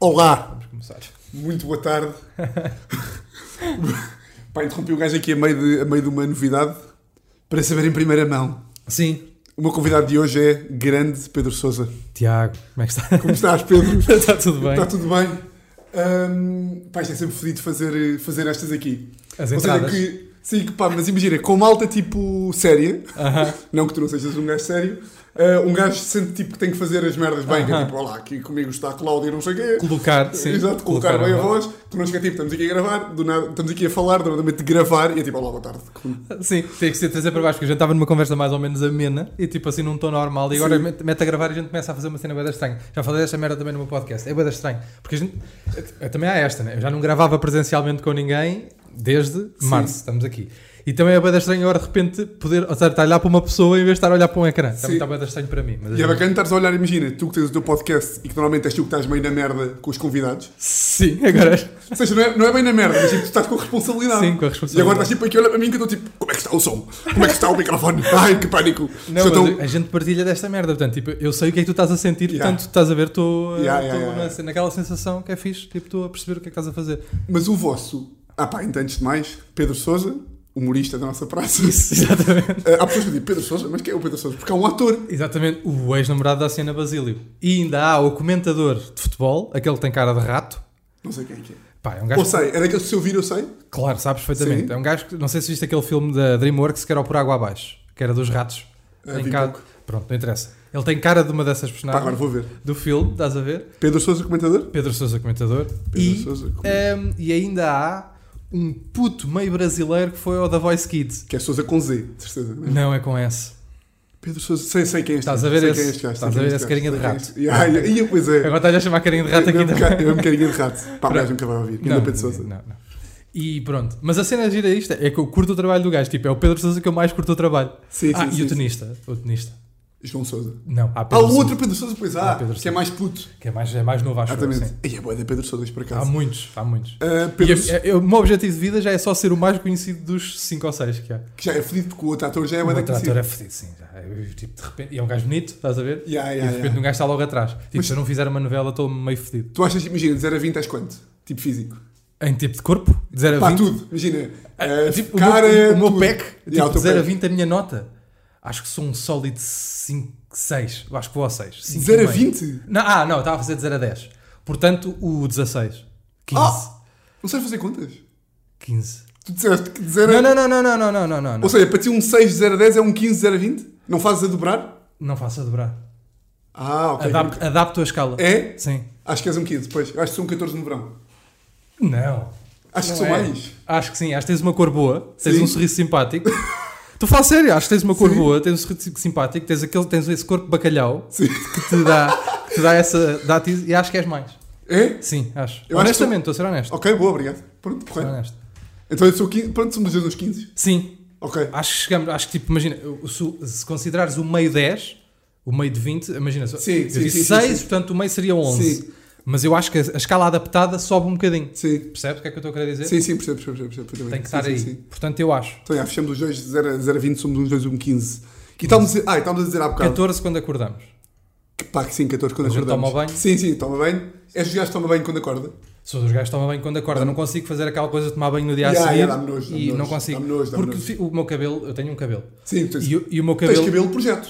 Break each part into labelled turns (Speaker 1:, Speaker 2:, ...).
Speaker 1: Olá,
Speaker 2: Vamos começar.
Speaker 1: muito boa tarde. Pá, interrompi o gajo aqui a meio, de, a meio de uma novidade para saber em primeira mão.
Speaker 2: Sim.
Speaker 1: O meu convidado de hoje é grande Pedro Sousa.
Speaker 2: Tiago, como é que está?
Speaker 1: Como estás, Pedro?
Speaker 2: está tudo bem?
Speaker 1: Está tudo bem? Ahm, pá, isto é sempre fodido fazer, fazer estas aqui.
Speaker 2: As
Speaker 1: Ou seja,
Speaker 2: entradas.
Speaker 1: que, sim, que pá, mas imagina, com malta tipo séria,
Speaker 2: Aham.
Speaker 1: não que tu não sejas um gajo sério, ah, um gajo sente tipo que tem que fazer as merdas bem, que é
Speaker 2: Aham.
Speaker 1: tipo, olá, aqui comigo está a Cláudia, não sei o quê.
Speaker 2: Colocar, sim.
Speaker 1: Exato, colocar bem a
Speaker 2: uma-
Speaker 1: voz, tu não chega tipo, estamos aqui a gravar, do nada, estamos aqui a falar, do nada de gravar, e é tipo, olá, boa tarde.
Speaker 2: Sim, tem que ser trazer para baixo, porque a gente estava numa conversa mais ou menos amena e tipo assim num tom normal e agora
Speaker 1: Sim.
Speaker 2: mete mete a gravar e a gente começa a fazer uma cena bué da estranha. Já falei desta merda também no meu podcast, é bué da estranha. Porque a gente, eu também há esta, né? Eu já não gravava presencialmente com ninguém desde
Speaker 1: Sim.
Speaker 2: março, estamos aqui. E também é bué da estranho agora de repente poder, ou seja, estar a olhar para uma pessoa em vez de estar a olhar para um ecrã.
Speaker 1: Sim.
Speaker 2: Também está bué da estranho para mim. mas a
Speaker 1: E é
Speaker 2: gente-
Speaker 1: bacana estares a olhar, imagina, tu que tens o teu podcast e que normalmente és tu que estás meio na merda com os convidados.
Speaker 2: Sim, agora...
Speaker 1: Ou seja, não é, não é bem na merda, mas tipo, tu estás com a responsabilidade.
Speaker 2: Sim, com
Speaker 1: E
Speaker 2: a
Speaker 1: agora
Speaker 2: responsabilidade.
Speaker 1: estás tipo aqui a olhar para mim que eu estou tipo, como é que está o som? Como é que está o microfone? Ai, que pânico.
Speaker 2: Não,
Speaker 1: Só
Speaker 2: mas
Speaker 1: tão-
Speaker 2: a gente partilha desta merda, portanto, tipo, eu sei o que é que tu estás a sentir,
Speaker 1: Yeah.
Speaker 2: portanto, estás a ver, estou uh,
Speaker 1: Yeah, yeah,
Speaker 2: estou
Speaker 1: yeah,
Speaker 2: na-
Speaker 1: yeah.
Speaker 2: naquela sensação que é fixe, tipo, estou a perceber o que é que estás a fazer.
Speaker 1: Mas o vosso, ah pá, então antes de mais, Pedro Sousa, humorista da nossa praça.
Speaker 2: exatamente.
Speaker 1: Ah, há pessoas que dizem Pedro Sousa, mas quem é o Pedro Sousa? Porque é um ator.
Speaker 2: Exatamente, o ex-namorado da Siena Basílio. E ainda há o comentador de futebol, aquele que tem cara de rato.
Speaker 1: Não sei quem é que é.
Speaker 2: Pá, é um gajo.
Speaker 1: Ou sei, é daqueles que se eu vir eu sei.
Speaker 2: Claro, sabes perfeitamente.
Speaker 1: Sim.
Speaker 2: É um gajo que, não sei se viste aquele filme da Dreamworks que era o Por Água Abaixo, que era dos ratos.
Speaker 1: Ah,
Speaker 2: Tem
Speaker 1: vi
Speaker 2: cara-
Speaker 1: pouco.
Speaker 2: Pronto, não interessa. Ele tem cara de uma dessas
Speaker 1: Pá, agora
Speaker 2: personagens
Speaker 1: vou ver.
Speaker 2: do filme, estás a ver?
Speaker 1: Pedro Sousa, comentador?
Speaker 2: Pedro Sousa, comentador.
Speaker 1: Pedro
Speaker 2: e
Speaker 1: Sousa, como-
Speaker 2: Um, e ainda há um puto meio brasileiro que foi ao da Voice Kids.
Speaker 1: Que é Sousa com Z, de certeza. Né?
Speaker 2: Não é com S.
Speaker 1: Pedro Sousa, sei, sei quem é este
Speaker 2: Estás
Speaker 1: gajo,
Speaker 2: a ver
Speaker 1: sei
Speaker 2: esse-
Speaker 1: quem é este gajo, sei
Speaker 2: estás a
Speaker 1: quem é
Speaker 2: ver
Speaker 1: este
Speaker 2: esse carinha
Speaker 1: gajo,
Speaker 2: de
Speaker 1: sei quem é
Speaker 2: rato?
Speaker 1: este- Ya, ya, ia, pois é.
Speaker 2: Agora estás a chamar carinho de rato aqui
Speaker 1: mesmo,
Speaker 2: também.
Speaker 1: ca- mesmo carinha de rato. Pá, o
Speaker 2: Pronto.
Speaker 1: gajo nunca vai ouvir. Ainda Pedro Sousa.
Speaker 2: não, não. E pronto. Mas a cena gira é isto é que eu curto o trabalho do gajo. Tipo, é o Pedro Sousa que eu mais curto o trabalho.
Speaker 1: Sim,
Speaker 2: ah,
Speaker 1: sim,
Speaker 2: e
Speaker 1: sim, sim.
Speaker 2: o tenista. O tenista.
Speaker 1: João Sousa.
Speaker 2: Não, há
Speaker 1: Ah,
Speaker 2: Pedro
Speaker 1: o
Speaker 2: Sousa,
Speaker 1: outro Pedro Sousa, pois há,
Speaker 2: Ah, Pedro
Speaker 1: que é
Speaker 2: Sousa.
Speaker 1: mais puto.
Speaker 2: Que é mais, é mais novo, acho eu,
Speaker 1: Exatamente.
Speaker 2: sim.
Speaker 1: E é boa da Pedro Sousa, por
Speaker 2: Há
Speaker 1: acaso.
Speaker 2: muitos, há muitos.
Speaker 1: Ah,
Speaker 2: E é-
Speaker 1: Pedro
Speaker 2: eu-
Speaker 1: Sousa,
Speaker 2: eu- o meu objetivo de vida já é só ser o mais conhecido dos 5 ou 6 que há.
Speaker 1: que já é fedido, porque o outro ator já é
Speaker 2: o
Speaker 1: boa da
Speaker 2: outro ator
Speaker 1: conhecida.
Speaker 2: é fedido, sim. já. Eu, tipo, de repente, e é um gajo bonito, estás a ver?
Speaker 1: Ya,
Speaker 2: E
Speaker 1: ya,
Speaker 2: de repente
Speaker 1: ya.
Speaker 2: um gajo está logo atrás. Tipo,
Speaker 1: Mas-
Speaker 2: se eu não fizer uma novela, estou meio fedido.
Speaker 1: Tu achas, imagina, de 0 a 20 és quanto? Tipo físico.
Speaker 2: Em tipo de corpo, de 0 a
Speaker 1: Pá,
Speaker 2: 20.
Speaker 1: tudo. Imagina. eh,
Speaker 2: tipo,
Speaker 1: cara,
Speaker 2: o meu, o meu
Speaker 1: tudo.
Speaker 2: pack,
Speaker 1: Ya,
Speaker 2: tipo,
Speaker 1: o teu
Speaker 2: de 0 a
Speaker 1: pack.
Speaker 2: 20, a minha nota. Acho que sou um sólido 5, 6. Acho que vou ao 6.
Speaker 1: 0 a 20?
Speaker 2: Não, ah, não, eu estava a fazer de 0 a 10. Portanto, o 16. 15.
Speaker 1: Ah! Não sabes fazer contas?
Speaker 2: 15.
Speaker 1: Tu disseste que de 0 a
Speaker 2: Não, não, não, não, não, não, não, não, não.
Speaker 1: Ou seja, para ti um 6 de 0 a 10 é um 15 de 0 a 20? Não fazes a dobrar?
Speaker 2: Não faço a dobrar.
Speaker 1: Ah, ok.
Speaker 2: Adapto, adapto a escala.
Speaker 1: É?
Speaker 2: Sim.
Speaker 1: Acho que és um 15, pois. Eu Acho que sou um 14 no verão.
Speaker 2: Não.
Speaker 1: Acho que
Speaker 2: Não
Speaker 1: sou
Speaker 2: é.
Speaker 1: mais.
Speaker 2: Acho que sim, acho que tens uma cor boa, tens
Speaker 1: Sim.
Speaker 2: um sorriso simpático. Tu falas sério, acho que tens uma cor
Speaker 1: Sim.
Speaker 2: boa, tens um sorriso simpático, tens, aquele, tens esse corpo de bacalhau
Speaker 1: Sim.
Speaker 2: que te dá, que te dá essa. Dá -te, e acho que és mais.
Speaker 1: É?
Speaker 2: Sim, acho.
Speaker 1: Eu acho
Speaker 2: Honestamente, estou a ser honesto.
Speaker 1: Ok, boa, obrigado. Pronto,
Speaker 2: Estou a ser
Speaker 1: correto.
Speaker 2: honesto.
Speaker 1: Então eu sou 15. Pronto, somos dois uns 15.
Speaker 2: Sim,
Speaker 1: Ok.
Speaker 2: acho que chegamos, acho que tipo, imagina, o- se, se considerares o meio 10, o meio de 20, imagina, só-
Speaker 1: Sim,
Speaker 2: eu
Speaker 1: sim,
Speaker 2: disse
Speaker 1: sim, sim,
Speaker 2: 6,
Speaker 1: sim.
Speaker 2: portanto o meio seria 11.
Speaker 1: Sim.
Speaker 2: Mas eu acho que a, a escala adaptada sobe um bocadinho.
Speaker 1: Sim.
Speaker 2: Percebes o que é que eu estou a querer dizer?
Speaker 1: Sim, sim, percebo, percebo, percebo. percebo
Speaker 2: Tem
Speaker 1: perfeitamente.
Speaker 2: que estar
Speaker 1: Sim,
Speaker 2: aí.
Speaker 1: sim, sim.
Speaker 2: Portanto, eu acho.
Speaker 1: Então, já, fechamos os dois de 0 a, 0 a 20, somos uns dois um 15. E estávamos a dizer, ah, e estávamos a dizer há bocado.
Speaker 2: 14 quando acordamos.
Speaker 1: Que pá, que sim, 14 quando
Speaker 2: A gente
Speaker 1: acordamos.
Speaker 2: toma banho?
Speaker 1: Sim, sim, toma banho. És dos gajos que toma banho quando acorda?
Speaker 2: Sou dos gajos que toma banho quando acorda, não consigo fazer aquela coisa de tomar banho no dia
Speaker 1: Yeah,
Speaker 2: a seguir
Speaker 1: yeah, dá-me nojo, dá-me
Speaker 2: e
Speaker 1: nojo,
Speaker 2: não consigo.
Speaker 1: dá-me nojo, dá-me
Speaker 2: porque
Speaker 1: nojo.
Speaker 2: fi- o meu cabelo, eu tenho um cabelo.
Speaker 1: Sim, tu tens,
Speaker 2: E, o- e o meu
Speaker 1: tens
Speaker 2: cabelo.
Speaker 1: cabelo projeto.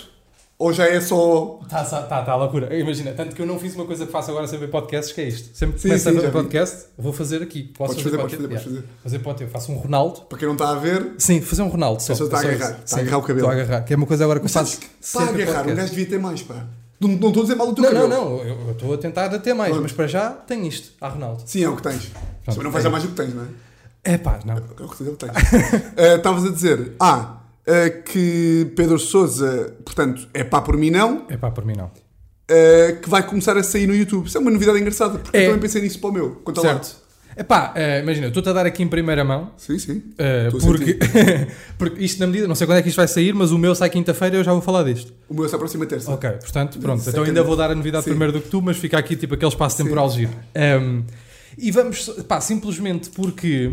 Speaker 1: Ou já é só.
Speaker 2: Está tá, tá, tá, loucura. Imagina, tanto que eu não fiz uma coisa que faço agora sem ver podcasts, que é isto. Sempre que
Speaker 1: Sim,
Speaker 2: começo
Speaker 1: sim,
Speaker 2: a ver
Speaker 1: já vi.
Speaker 2: podcast, vou fazer aqui. Posso
Speaker 1: Podes
Speaker 2: fazer,
Speaker 1: fazer, podes
Speaker 2: podcast?
Speaker 1: fazer, podes
Speaker 2: Yeah. Fazer podcast. Eu faço um Ronaldo.
Speaker 1: Para quem não está a ver,
Speaker 2: Sim, fazer um Ronaldo. Só,
Speaker 1: A pessoa está a
Speaker 2: Só
Speaker 1: agarrar,
Speaker 2: isso.
Speaker 1: está a
Speaker 2: Sim,
Speaker 1: agarrar o cabelo.
Speaker 2: Estou a agarrar, que é uma coisa agora que eu faço.
Speaker 1: está a
Speaker 2: sempre
Speaker 1: agarrar.
Speaker 2: podcast.
Speaker 1: Um gajo devia ter mais, pá. Não, não estou a dizer mal do teu
Speaker 2: Não, não,
Speaker 1: cabelo.
Speaker 2: não, eu eu estou a tentar até mais,
Speaker 1: Pronto.
Speaker 2: mas para já tenho isto. Há Ronaldo.
Speaker 1: Sim, é o que tens. Também não vais
Speaker 2: tem.
Speaker 1: dar mais o que tens, não é?
Speaker 2: É pá, não.
Speaker 1: É o que tens, é o que tens. Ah, Estavas a dizer, ah, ah, que Pedro Sousa, portanto, é pá por mim não,
Speaker 2: É pá, por mim não.
Speaker 1: ah, que vai começar a sair no YouTube. Isso é uma novidade engraçada, porque
Speaker 2: É.
Speaker 1: eu também pensei nisso para o meu. Quanto ao lado.
Speaker 2: Certo. Epá, eh, imagina, eu estou-te a dar aqui em primeira mão,
Speaker 1: Sim, sim.
Speaker 2: eh,
Speaker 1: Estou a
Speaker 2: porque, porque isto na medida, não sei quando é que isto vai sair, mas o meu sai quinta-feira e eu já vou falar disto.
Speaker 1: O meu se aproxima terça.
Speaker 2: Ok, portanto, pronto, então
Speaker 1: Second.
Speaker 2: ainda vou dar a novidade
Speaker 1: Sim.
Speaker 2: primeiro do que tu, mas fica aqui tipo aquele espaço temporal giro. Ehm, e vamos, pá, simplesmente porque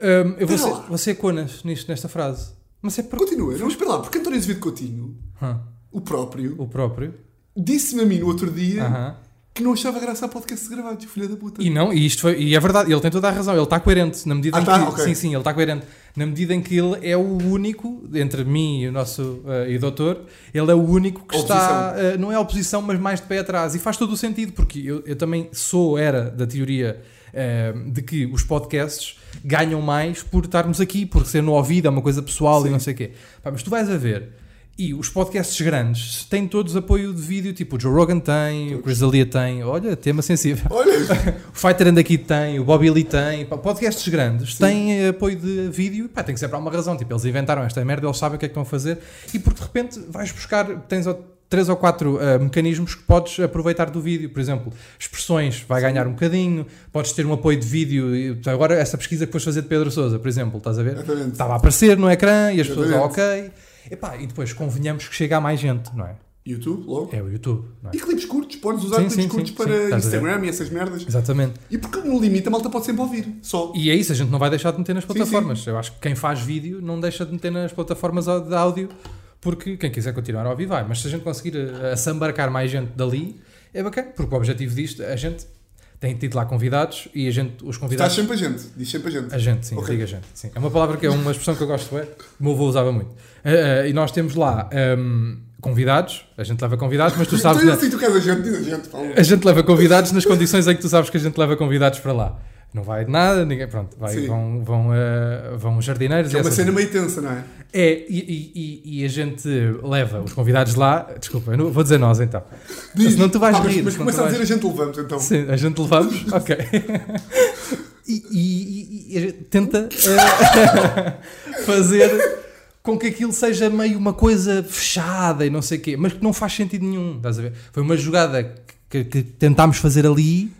Speaker 2: ehm, eu vou
Speaker 1: Espera
Speaker 2: ser,
Speaker 1: lá.
Speaker 2: vou ser conas nisto, nesta frase. Mas é porque
Speaker 1: Continua, não, espera lá, porque António Azevedo Coutinho,
Speaker 2: Hã,
Speaker 1: o próprio,
Speaker 2: o próprio.
Speaker 1: disse-me a mim no outro dia
Speaker 2: Aham.
Speaker 1: que não achava graça a podcast gravados, filha da puta.
Speaker 2: E não, e isto foi- e é verdade, ele tem toda a razão, ele está coerente na medida
Speaker 1: Ah,
Speaker 2: em
Speaker 1: tá?
Speaker 2: que
Speaker 1: Ok.
Speaker 2: sim, sim, ele está coerente na medida em que ele é o único entre mim e o nosso eh, e o doutor, ele é o único que está eh, não é oposição, mas mais de pé atrás e faz todo o sentido porque eu, eu também sou era da teoria eh, de que os podcasts ganham mais por estarmos aqui, por ser no ouvido, é uma coisa pessoal e não sei o quê. Pá, mas tu vais a ver e os podcasts grandes têm todos apoio de vídeo, tipo o Joe Rogan tem, o Chris D'Elia tem, olha, tema sensível.
Speaker 1: Olha,
Speaker 2: O Fighter and aqui tem, o Bobby Lee tem, pá, podcasts grandes têm eh, apoio de vídeo, pá, tem que ser para alguma razão, tipo, eles inventaram esta merda, eles sabem o que é que estão a fazer e porque de repente vais buscar, tens ó- três ou quatro eh, mecanismos que podes aproveitar do vídeo, por exemplo, expressões vai ganhar um bocadinho, podes ter um apoio de vídeo, e, tu agora essa pesquisa que foste fazer de Pedro Sousa, por exemplo, estás a ver?
Speaker 1: Exatamente.
Speaker 2: Estava a aparecer no ecrã e as pessoas, ah,
Speaker 1: Exatamente.
Speaker 2: ok, Epá, e depois convenhamos que chega a mais gente, não é?
Speaker 1: YouTube, logo.
Speaker 2: É o YouTube, não é?
Speaker 1: E clipes curtos, podes usar
Speaker 2: Sim,
Speaker 1: clipes
Speaker 2: sim,
Speaker 1: curtos
Speaker 2: sim, sim,
Speaker 1: para
Speaker 2: estás a ver.
Speaker 1: Instagram e essas merdas.
Speaker 2: Exatamente.
Speaker 1: E porque no limite a malta pode sempre ouvir, só.
Speaker 2: E é isso, a gente não vai deixar de meter nas
Speaker 1: sim.
Speaker 2: plataformas. Eu acho que quem faz vídeo não deixa de meter nas plataformas au- de áudio, porque quem quiser continuar a ouvir vai. Mas se a gente conseguir eh, assambarcar mais gente dali, é bacana, porque o objetivo disto, a gente tem tido lá convidados e a gente, os
Speaker 1: Estás
Speaker 2: convidados.
Speaker 1: sempre a gente, diz sempre a gente.
Speaker 2: A gente, sim,
Speaker 1: Ok.
Speaker 2: eu digo a gente. Sim. É uma palavra que é uma expressão que eu gosto de ver. O meu avô usava muito. Eh, eh, e nós temos lá ehm, convidados, a gente leva convidados, mas tu sabes. né,
Speaker 1: então,
Speaker 2: na-
Speaker 1: assim, tu queres a gente, diz a gente, Paulo.
Speaker 2: a gente leva convidados nas condições em que tu sabes que a gente leva convidados para lá. Não vai de nada, ninguém. Pronto, vai-
Speaker 1: Sim.
Speaker 2: vão, vão, eh, vão jardineiros
Speaker 1: É
Speaker 2: e
Speaker 1: uma
Speaker 2: essas-
Speaker 1: cena meio tensa, não é?
Speaker 2: É, e, e- e- e a gente leva os convidados lá. Desculpa, eu não, vou dizer nós então.
Speaker 1: Diz.
Speaker 2: Senão tu vais
Speaker 1: Ah, mas,
Speaker 2: rir,
Speaker 1: Mas
Speaker 2: senão
Speaker 1: começa
Speaker 2: tu
Speaker 1: a dizer a gente levamos, então.
Speaker 2: Sim, a gente levamos? Ok. E, e- e- e a gente tenta eh, fazer com que aquilo seja meio uma coisa fechada e não sei o quê, mas que não faz sentido nenhum. Estás a ver? Foi uma jogada que- que tentámos fazer ali.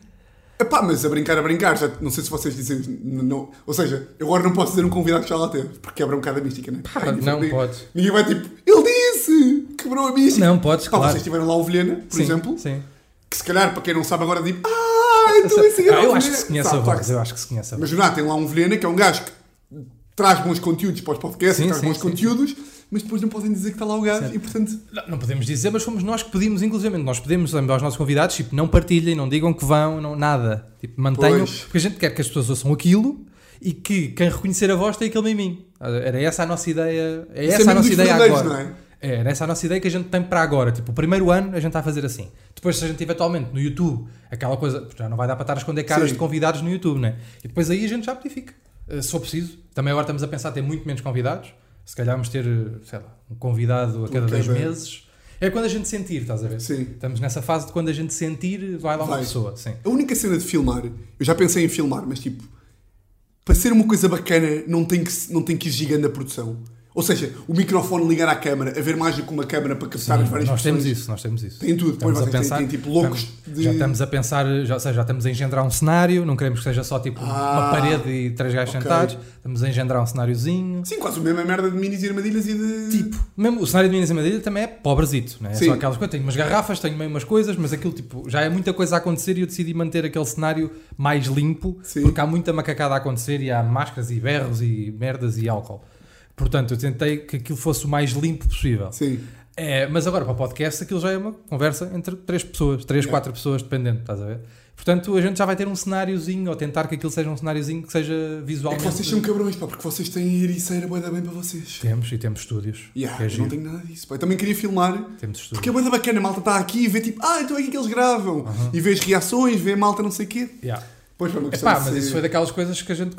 Speaker 1: Epá, mas a brincar, a brincar, já não sei se vocês dizem. n- Não, ou seja, eu agora não posso dizer um convidado que já lá teve, porque quebra um bocado a mística, né? Ai, ninguém-
Speaker 2: não
Speaker 1: ninguém-
Speaker 2: podes.
Speaker 1: Ninguém vai tipo, ele disse! Quebrou a mística!
Speaker 2: Não, podes,
Speaker 1: Pá,
Speaker 2: claro.
Speaker 1: vocês tiveram lá o Vilhena, por
Speaker 2: Sim,
Speaker 1: exemplo,
Speaker 2: sim.
Speaker 1: que se calhar, para quem não sabe agora, tipo, ah, então esse
Speaker 2: Ah,
Speaker 1: gajo
Speaker 2: eu acho
Speaker 1: é o
Speaker 2: que
Speaker 1: Vilhena."
Speaker 2: se conhece a
Speaker 1: Sabe,
Speaker 2: voz,
Speaker 1: claro.
Speaker 2: eu acho que se conhece a voz.
Speaker 1: Mas Joná, tem lá um Vilhena, que é um gajo que traz bons conteúdos para os podcasts,
Speaker 2: Sim,
Speaker 1: traz
Speaker 2: sim,
Speaker 1: bons
Speaker 2: sim,
Speaker 1: conteúdos, mas depois não podem dizer que está lá o gajo, e portanto.
Speaker 2: Não, não podemos dizer, mas fomos nós que pedimos, inclusive, nós pedimos aos nossos convidados, tipo, não partilhem, não digam que vão, não, nada. Tipo, mantenham,
Speaker 1: Pois.
Speaker 2: porque a gente quer que as pessoas ouçam aquilo e que quem reconhecer a voz tem aquele miminho. Era essa a nossa ideia, é
Speaker 1: Isso é
Speaker 2: essa
Speaker 1: mesmo
Speaker 2: a nossa
Speaker 1: dos
Speaker 2: ideia
Speaker 1: verdadeiros,
Speaker 2: agora.
Speaker 1: não é?
Speaker 2: É, era essa a nossa ideia que a gente tem para agora. Tipo, o primeiro ano a gente está a fazer assim. Depois, se a gente eventualmente no YouTube, aquela coisa, porque já não vai dar para estar a esconder caras
Speaker 1: Sim.
Speaker 2: de convidados no YouTube, né? E depois aí a gente já modifica. eh, se for preciso. Também agora estamos a pensar ter muito menos convidados. Se calhar vamos ter, eh, sei lá, um convidado a cada
Speaker 1: Ok,
Speaker 2: dois
Speaker 1: bem.
Speaker 2: meses. É quando a gente sentir, estás a ver?
Speaker 1: Sim.
Speaker 2: Estamos nessa fase de quando a gente sentir, vai lá uma
Speaker 1: Vai.
Speaker 2: pessoa. Sim.
Speaker 1: A única cena de filmar, eu já pensei em filmar, mas tipo, para ser uma coisa bacana, não tem que, se- não tem que ir gigante a produção. Ou seja, o microfone ligar à câmara, haver imagem com uma câmara para captar as várias
Speaker 2: nós
Speaker 1: pessoas.
Speaker 2: temos isso, nós temos isso.
Speaker 1: Tem tudo, depois vocês têm- têm, tipo, loucos
Speaker 2: estamos-
Speaker 1: de-
Speaker 2: Já estamos a pensar, já, ou seja, já estamos a engendrar um cenário, não queremos que seja só tipo
Speaker 1: Ah,
Speaker 2: uma parede e três gajos
Speaker 1: ok.
Speaker 2: sentados, estamos a engendrar um cenáriozinho.
Speaker 1: Sim, quase a mesma merda de minis e armadilhas e de.
Speaker 2: Tipo, mesmo o cenário de Minas e Madeira também é pobrezito, né? é
Speaker 1: Sim.
Speaker 2: só aquelas coisas. Tenho umas garrafas, tenho meio umas coisas, mas aquilo tipo, já é muita coisa a acontecer e eu decidi manter aquele cenário mais limpo,
Speaker 1: Sim.
Speaker 2: porque há muita macacada a acontecer e há máscaras e berros e merdas e álcool. Portanto, eu tentei que aquilo fosse o mais limpo possível.
Speaker 1: Sim.
Speaker 2: É, mas agora para o podcast aquilo já é uma conversa entre três pessoas, três,
Speaker 1: Yeah.
Speaker 2: quatro pessoas, dependendo, estás a ver? Portanto, a gente já vai ter um cenáriozinho, ou tentar que aquilo seja um cenáriozinho que seja
Speaker 1: É que
Speaker 2: visualmente.
Speaker 1: vocês são cabrões, pá, porque vocês têm a ericeira bué da bem para vocês.
Speaker 2: Temos e temos estúdios.
Speaker 1: Yeah,
Speaker 2: que é
Speaker 1: eu não
Speaker 2: giro.
Speaker 1: tenho nada disso. Pá. Eu também queria filmar,
Speaker 2: Temos estúdios.
Speaker 1: porque é bué da bacana, a malta está aqui e vê tipo, ah, então é aqui que eles gravam. E vê as reações, vê a malta não sei o quê.
Speaker 2: Yeah.
Speaker 1: Pois, foi uma questão
Speaker 2: Epá,
Speaker 1: de
Speaker 2: É mas
Speaker 1: ser-
Speaker 2: isso foi daquelas coisas que a gente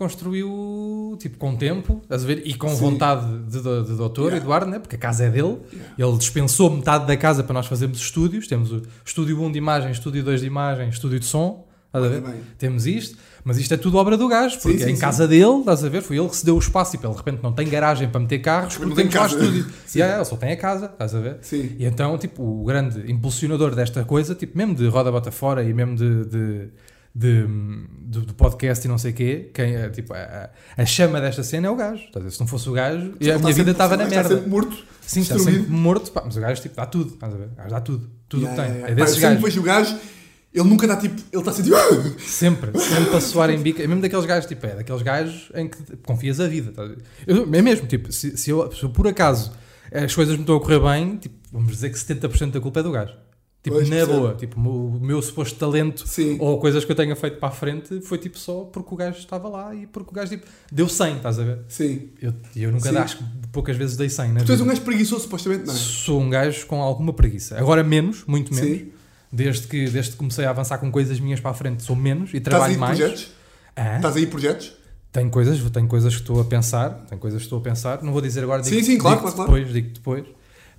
Speaker 2: construiu tipo com tempo, estás a ver? E com
Speaker 1: Sim.
Speaker 2: vontade de, do- de doutor
Speaker 1: Yeah.
Speaker 2: Eduardo, né? porque a casa é dele.
Speaker 1: Yeah.
Speaker 2: Ele dispensou metade da casa para nós fazermos estúdios. Temos o estúdio 1 de imagem, estúdio 2 de imagem, estúdio de som. Estás a
Speaker 1: Olha
Speaker 2: ver?
Speaker 1: bem.
Speaker 2: Temos isto, mas isto é tudo obra do gajo, porque
Speaker 1: sim,
Speaker 2: é em
Speaker 1: sim.
Speaker 2: casa dele, estás a ver? Foi ele que se deu o espaço e tipo, ele de repente não tem garagem para meter carros,
Speaker 1: Porque
Speaker 2: porque
Speaker 1: não
Speaker 2: temos
Speaker 1: tem
Speaker 2: lá
Speaker 1: casa.
Speaker 2: estúdio. Yeah, ele só tem a casa, estás a ver?
Speaker 1: Sim.
Speaker 2: E então, tipo, o grande impulsionador desta coisa, tipo, mesmo de roda bota fora e mesmo de, de, de, de- do podcast e não sei o quê, quem, é, tipo, a, a chama desta cena é o gajo. Estás a ver? Se não fosse o gajo,
Speaker 1: Ele
Speaker 2: a
Speaker 1: está
Speaker 2: minha vida
Speaker 1: tá sempre-
Speaker 2: estava na
Speaker 1: está
Speaker 2: merda.
Speaker 1: sempre morto,
Speaker 2: Sim, está
Speaker 1: destruído.
Speaker 2: sempre morto, pá, mas o gajo tipo, dá tudo, estás a ver? O gajo dá tudo, tudo o que
Speaker 1: Yeah,
Speaker 2: tem.
Speaker 1: yeah, yeah.
Speaker 2: É
Speaker 1: Pá,
Speaker 2: desses
Speaker 1: eu sempre
Speaker 2: gajos.
Speaker 1: vejo o gajo, ele nunca dá tipo. Ele está sempre tipo.
Speaker 2: Sempre, sempre a suar em bico. É mesmo daqueles gajos, tipo, é daqueles gajos em que confias a vida. estás a ver? Eu- é mesmo, tipo, se, se eu, se eu por acaso as coisas me estão a correr bem, tipo, vamos dizer que 70% da culpa é do gajo. Tipo,
Speaker 1: Pois,
Speaker 2: na
Speaker 1: percebo.
Speaker 2: boa. Tipo, o meu- o meu suposto talento
Speaker 1: Sim.
Speaker 2: ou coisas que eu tenha feito para a frente foi tipo só porque o gajo estava lá e porque o gajo tipo, deu 100, estás a ver?
Speaker 1: Sim.
Speaker 2: Eu, eu nunca
Speaker 1: Sim.
Speaker 2: acho que poucas vezes dei 100, né?
Speaker 1: Tu és um gajo preguiçoso, supostamente, não é?
Speaker 2: Sou um gajo com alguma preguiça. Agora menos, muito menos.
Speaker 1: Sim.
Speaker 2: Desde que, desde que comecei a avançar com coisas minhas para a frente, sou menos e
Speaker 1: Estás aí
Speaker 2: trabalho
Speaker 1: de
Speaker 2: mais. É?
Speaker 1: projetos?
Speaker 2: Hã?
Speaker 1: Estás aí de projetos?
Speaker 2: Tenho coisas, tenho coisas que estou a pensar, tenho coisas que estou a pensar, não vou dizer agora, digo,
Speaker 1: Sim, sim, claro,
Speaker 2: digo
Speaker 1: claro, claro.
Speaker 2: depois, digo depois.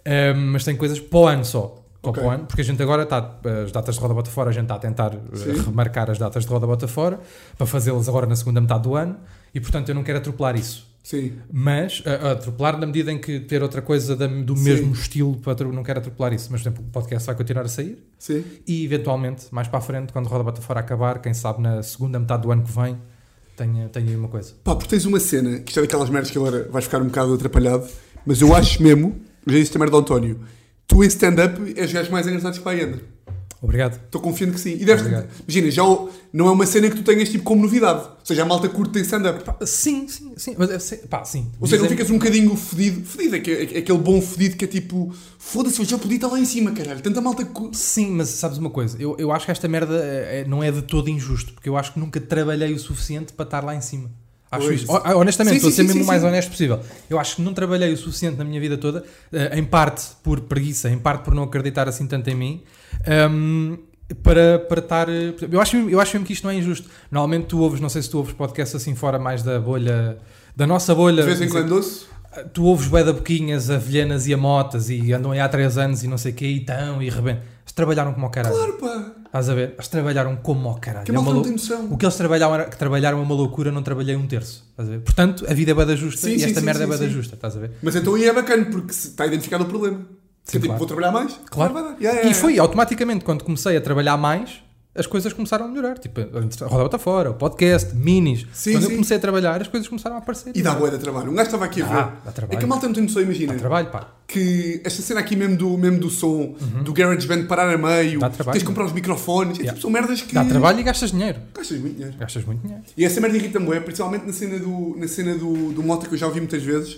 Speaker 2: Ahm, mas tenho coisas para o ano só, só
Speaker 1: Ok.
Speaker 2: para o ano, porque a gente agora está, as datas de roda bota fora, a gente está a tentar eh,
Speaker 1: Sim.
Speaker 2: remarcar as datas de roda bota fora, para fazê-las agora na segunda metade do ano, e portanto eu não quero atropelar isso.
Speaker 1: Sim.
Speaker 2: Mas a- a atropelar na medida em que ter outra coisa da- do
Speaker 1: Sim.
Speaker 2: mesmo estilo para atro- não quero atropelar isso, mas por exemplo o podcast vai continuar a sair
Speaker 1: Sim.
Speaker 2: e eventualmente mais para a frente, quando Roda Bota fora acabar, quem sabe na segunda metade do ano que vem tenha, tenha aí uma coisa.
Speaker 1: Pá, porque tens uma cena, que isto é daquelas merdas que agora vais ficar um bocado atrapalhado, mas eu acho mesmo, já disse também do António, tu em stand-up és os gajos mais engraçados que vai andar.
Speaker 2: Obrigado.
Speaker 1: Estou confiante que sim. E deves,
Speaker 2: Obrigado.
Speaker 1: imagina, já o- não é uma cena que tu tenhas tipo como novidade. Ou seja, a malta curte em stand-up.
Speaker 2: Sim, sim, sim, mas é se- pá, sim. é
Speaker 1: Ou seja, não
Speaker 2: Dizem-
Speaker 1: ficas um bocadinho fedido. Fedido, é, que- é aquele bom fedido que é tipo, foda-se, eu já podia estar lá em cima, caralho. Tanta malta que. cu-
Speaker 2: Sim, mas sabes uma coisa, eu, eu acho que esta merda é- é- não é de todo injusto, porque eu acho que nunca trabalhei o suficiente para estar lá em cima. Acho
Speaker 1: Pois.
Speaker 2: isso. Ho- Honestamente,
Speaker 1: Sim,
Speaker 2: estou a
Speaker 1: sim,
Speaker 2: ser
Speaker 1: sim,
Speaker 2: mesmo
Speaker 1: sim,
Speaker 2: o mais
Speaker 1: sim.
Speaker 2: honesto possível. Eu acho que não trabalhei o suficiente na minha vida toda, eh, em parte por preguiça, em parte por não acreditar assim tanto em mim, ahm, para, para estar. eh, Eu acho, mesmo- eu acho mesmo que isto não é injusto. Normalmente tu ouves, não sei se tu ouves podcast assim fora mais da bolha. Da nossa bolha.
Speaker 1: De vez em quando ouço.
Speaker 2: Ah, Tu ouves bué da boquinhas, a velhanas e a motas e andam aí há 3 anos e não sei o quê e tão e rebento. Eles trabalharam como o caralho.
Speaker 1: Claro, pá.
Speaker 2: Estás a ver? Eles trabalharam como o caralho.
Speaker 1: Que a
Speaker 2: É uma
Speaker 1: malta não
Speaker 2: lou-
Speaker 1: tem noção.
Speaker 2: O que eles trabalharam, era, que trabalharam é uma loucura, eu não trabalhei um terço. Estás a ver? Portanto, a vida é bué da justa
Speaker 1: Sim,
Speaker 2: e
Speaker 1: sim,
Speaker 2: esta
Speaker 1: sim,
Speaker 2: merda
Speaker 1: sim,
Speaker 2: é bué da
Speaker 1: sim.
Speaker 2: justa. Estás a ver?
Speaker 1: Mas então aí é bacana, porque se- está identificado o problema.
Speaker 2: Sim,
Speaker 1: que é tipo,
Speaker 2: claro.
Speaker 1: vou trabalhar mais?
Speaker 2: Claro.
Speaker 1: vai dar. Yeah, yeah,
Speaker 2: E foi automaticamente quando comecei a trabalhar mais, as coisas começaram a melhorar. Tipo, a roda bota fora, o podcast, minis.
Speaker 1: Sim,
Speaker 2: quando eu
Speaker 1: sim.
Speaker 2: comecei a trabalhar, as coisas começaram a aparecer.
Speaker 1: E dá boa de trabalho. Um gajo estava aqui a ver.
Speaker 2: Dá, dá trabalho.
Speaker 1: É que a malta não tem noção, imagina.
Speaker 2: Dá trabalho, pá.
Speaker 1: que esta cena aqui mesmo do, mesmo do som, do GarageBand parar a meio,
Speaker 2: Uhum. Dá trabalho.
Speaker 1: tens de comprar os microfones, é, tipo, são merdas que
Speaker 2: Dá trabalho e gastas dinheiro.
Speaker 1: gastas muito dinheiro.
Speaker 2: Gastas muito dinheiro.
Speaker 1: E essa merda irrita-me, bué, principalmente na cena, do, na cena do, do moto que eu já ouvi muitas vezes,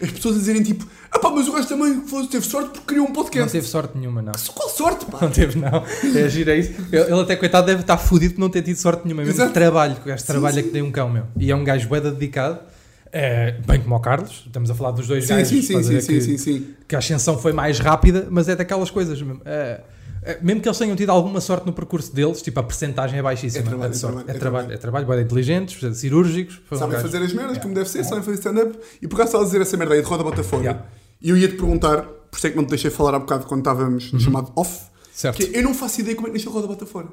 Speaker 1: as pessoas a dizerem tipo, ah pá, mas o gajo também foi- teve sorte porque criou um
Speaker 2: Não
Speaker 1: podcast.
Speaker 2: teve sorte nenhuma, não.
Speaker 1: Qual sorte, pá?
Speaker 2: Não teve, não. É giro, é isso. Ele, ele até, coitado, deve estar fudido por não ter tido sorte nenhuma. Mesmo
Speaker 1: Exato.
Speaker 2: de trabalho, que o gajo trabalha que tem um cão, meu. E é um gajo bué da dedicado, eh, bem como o Carlos. Estamos a falar dos dois
Speaker 1: Sim,
Speaker 2: gajos.
Speaker 1: sim, sim,
Speaker 2: estás a
Speaker 1: sim,
Speaker 2: ver
Speaker 1: sim,
Speaker 2: que,
Speaker 1: sim, sim.
Speaker 2: que a ascensão foi mais rápida, mas é daquelas coisas mesmo. Eh, eh, mesmo que eles tenham tido alguma sorte no percurso deles, tipo, a percentagem é baixíssima.
Speaker 1: É trabalho,
Speaker 2: de
Speaker 1: é
Speaker 2: sorte.
Speaker 1: trabalho,
Speaker 2: é
Speaker 1: é
Speaker 2: trabalho, é trabalho, bué de inteligentes, cirúrgicos. Foi um
Speaker 1: Sabem
Speaker 2: gajo-
Speaker 1: fazer as merdas, como deve ser, sabem fazer stand-up. E por acaso estás a dizer essa merda aí de roda bota fora.
Speaker 2: Yeah.
Speaker 1: E eu ia-te perguntar, por isso é que não te deixei falar há bocado quando estávamos no chamado off,
Speaker 2: Uhum. Certo.
Speaker 1: que eu não faço ideia como é que nasceu roda bota fora.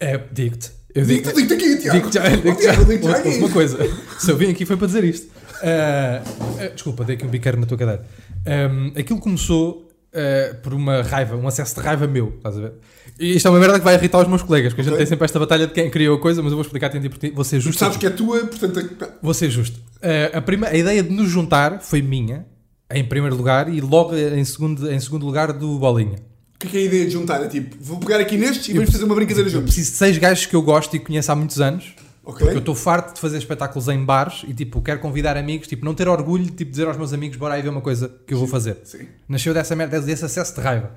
Speaker 2: É, digo-te. Eu
Speaker 1: Digo-te
Speaker 2: digo-te.
Speaker 1: digo-te aqui, Tiago.
Speaker 2: Digo-te já,
Speaker 1: Oh,
Speaker 2: digo-te já.
Speaker 1: Tiago, digo-te já
Speaker 2: Ouve- ouve uma
Speaker 1: aí.
Speaker 2: coisa. Se eu vim aqui foi para dizer isto. Ah, ah, desculpa, dei aqui um biqueiro na tua cadeira. Ahm, aquilo começou ah, por uma raiva, um acesso de raiva meu, estás a ver? E isto é uma merda que vai irritar os meus colegas, porque a gente
Speaker 1: Ok.
Speaker 2: tem sempre esta batalha de quem criou a coisa, mas eu vou explicar-te em ti, vou ser
Speaker 1: Tu
Speaker 2: justo.
Speaker 1: sabes que é tua, portanto. é-
Speaker 2: Vou ser justo. Uh, a, prima, a ideia de nos juntar foi minha, em primeiro lugar, e logo em segundo, em segundo lugar do Bolinha.
Speaker 1: O que é que é a ideia de juntar? É tipo, vou pegar aqui nestes e vamos fazer uma brincadeira juntos.
Speaker 2: Preciso de seis gajos que eu gosto e conheço há muitos anos.
Speaker 1: Ok?
Speaker 2: Porque eu estou farto de fazer espetáculos em bares e tipo, quero convidar amigos, tipo, não ter orgulho de tipo, dizer aos meus amigos, bora aí ver uma coisa que eu vou fazer.
Speaker 1: Sim.
Speaker 2: Nasceu dessa merda, desse acesso de raiva.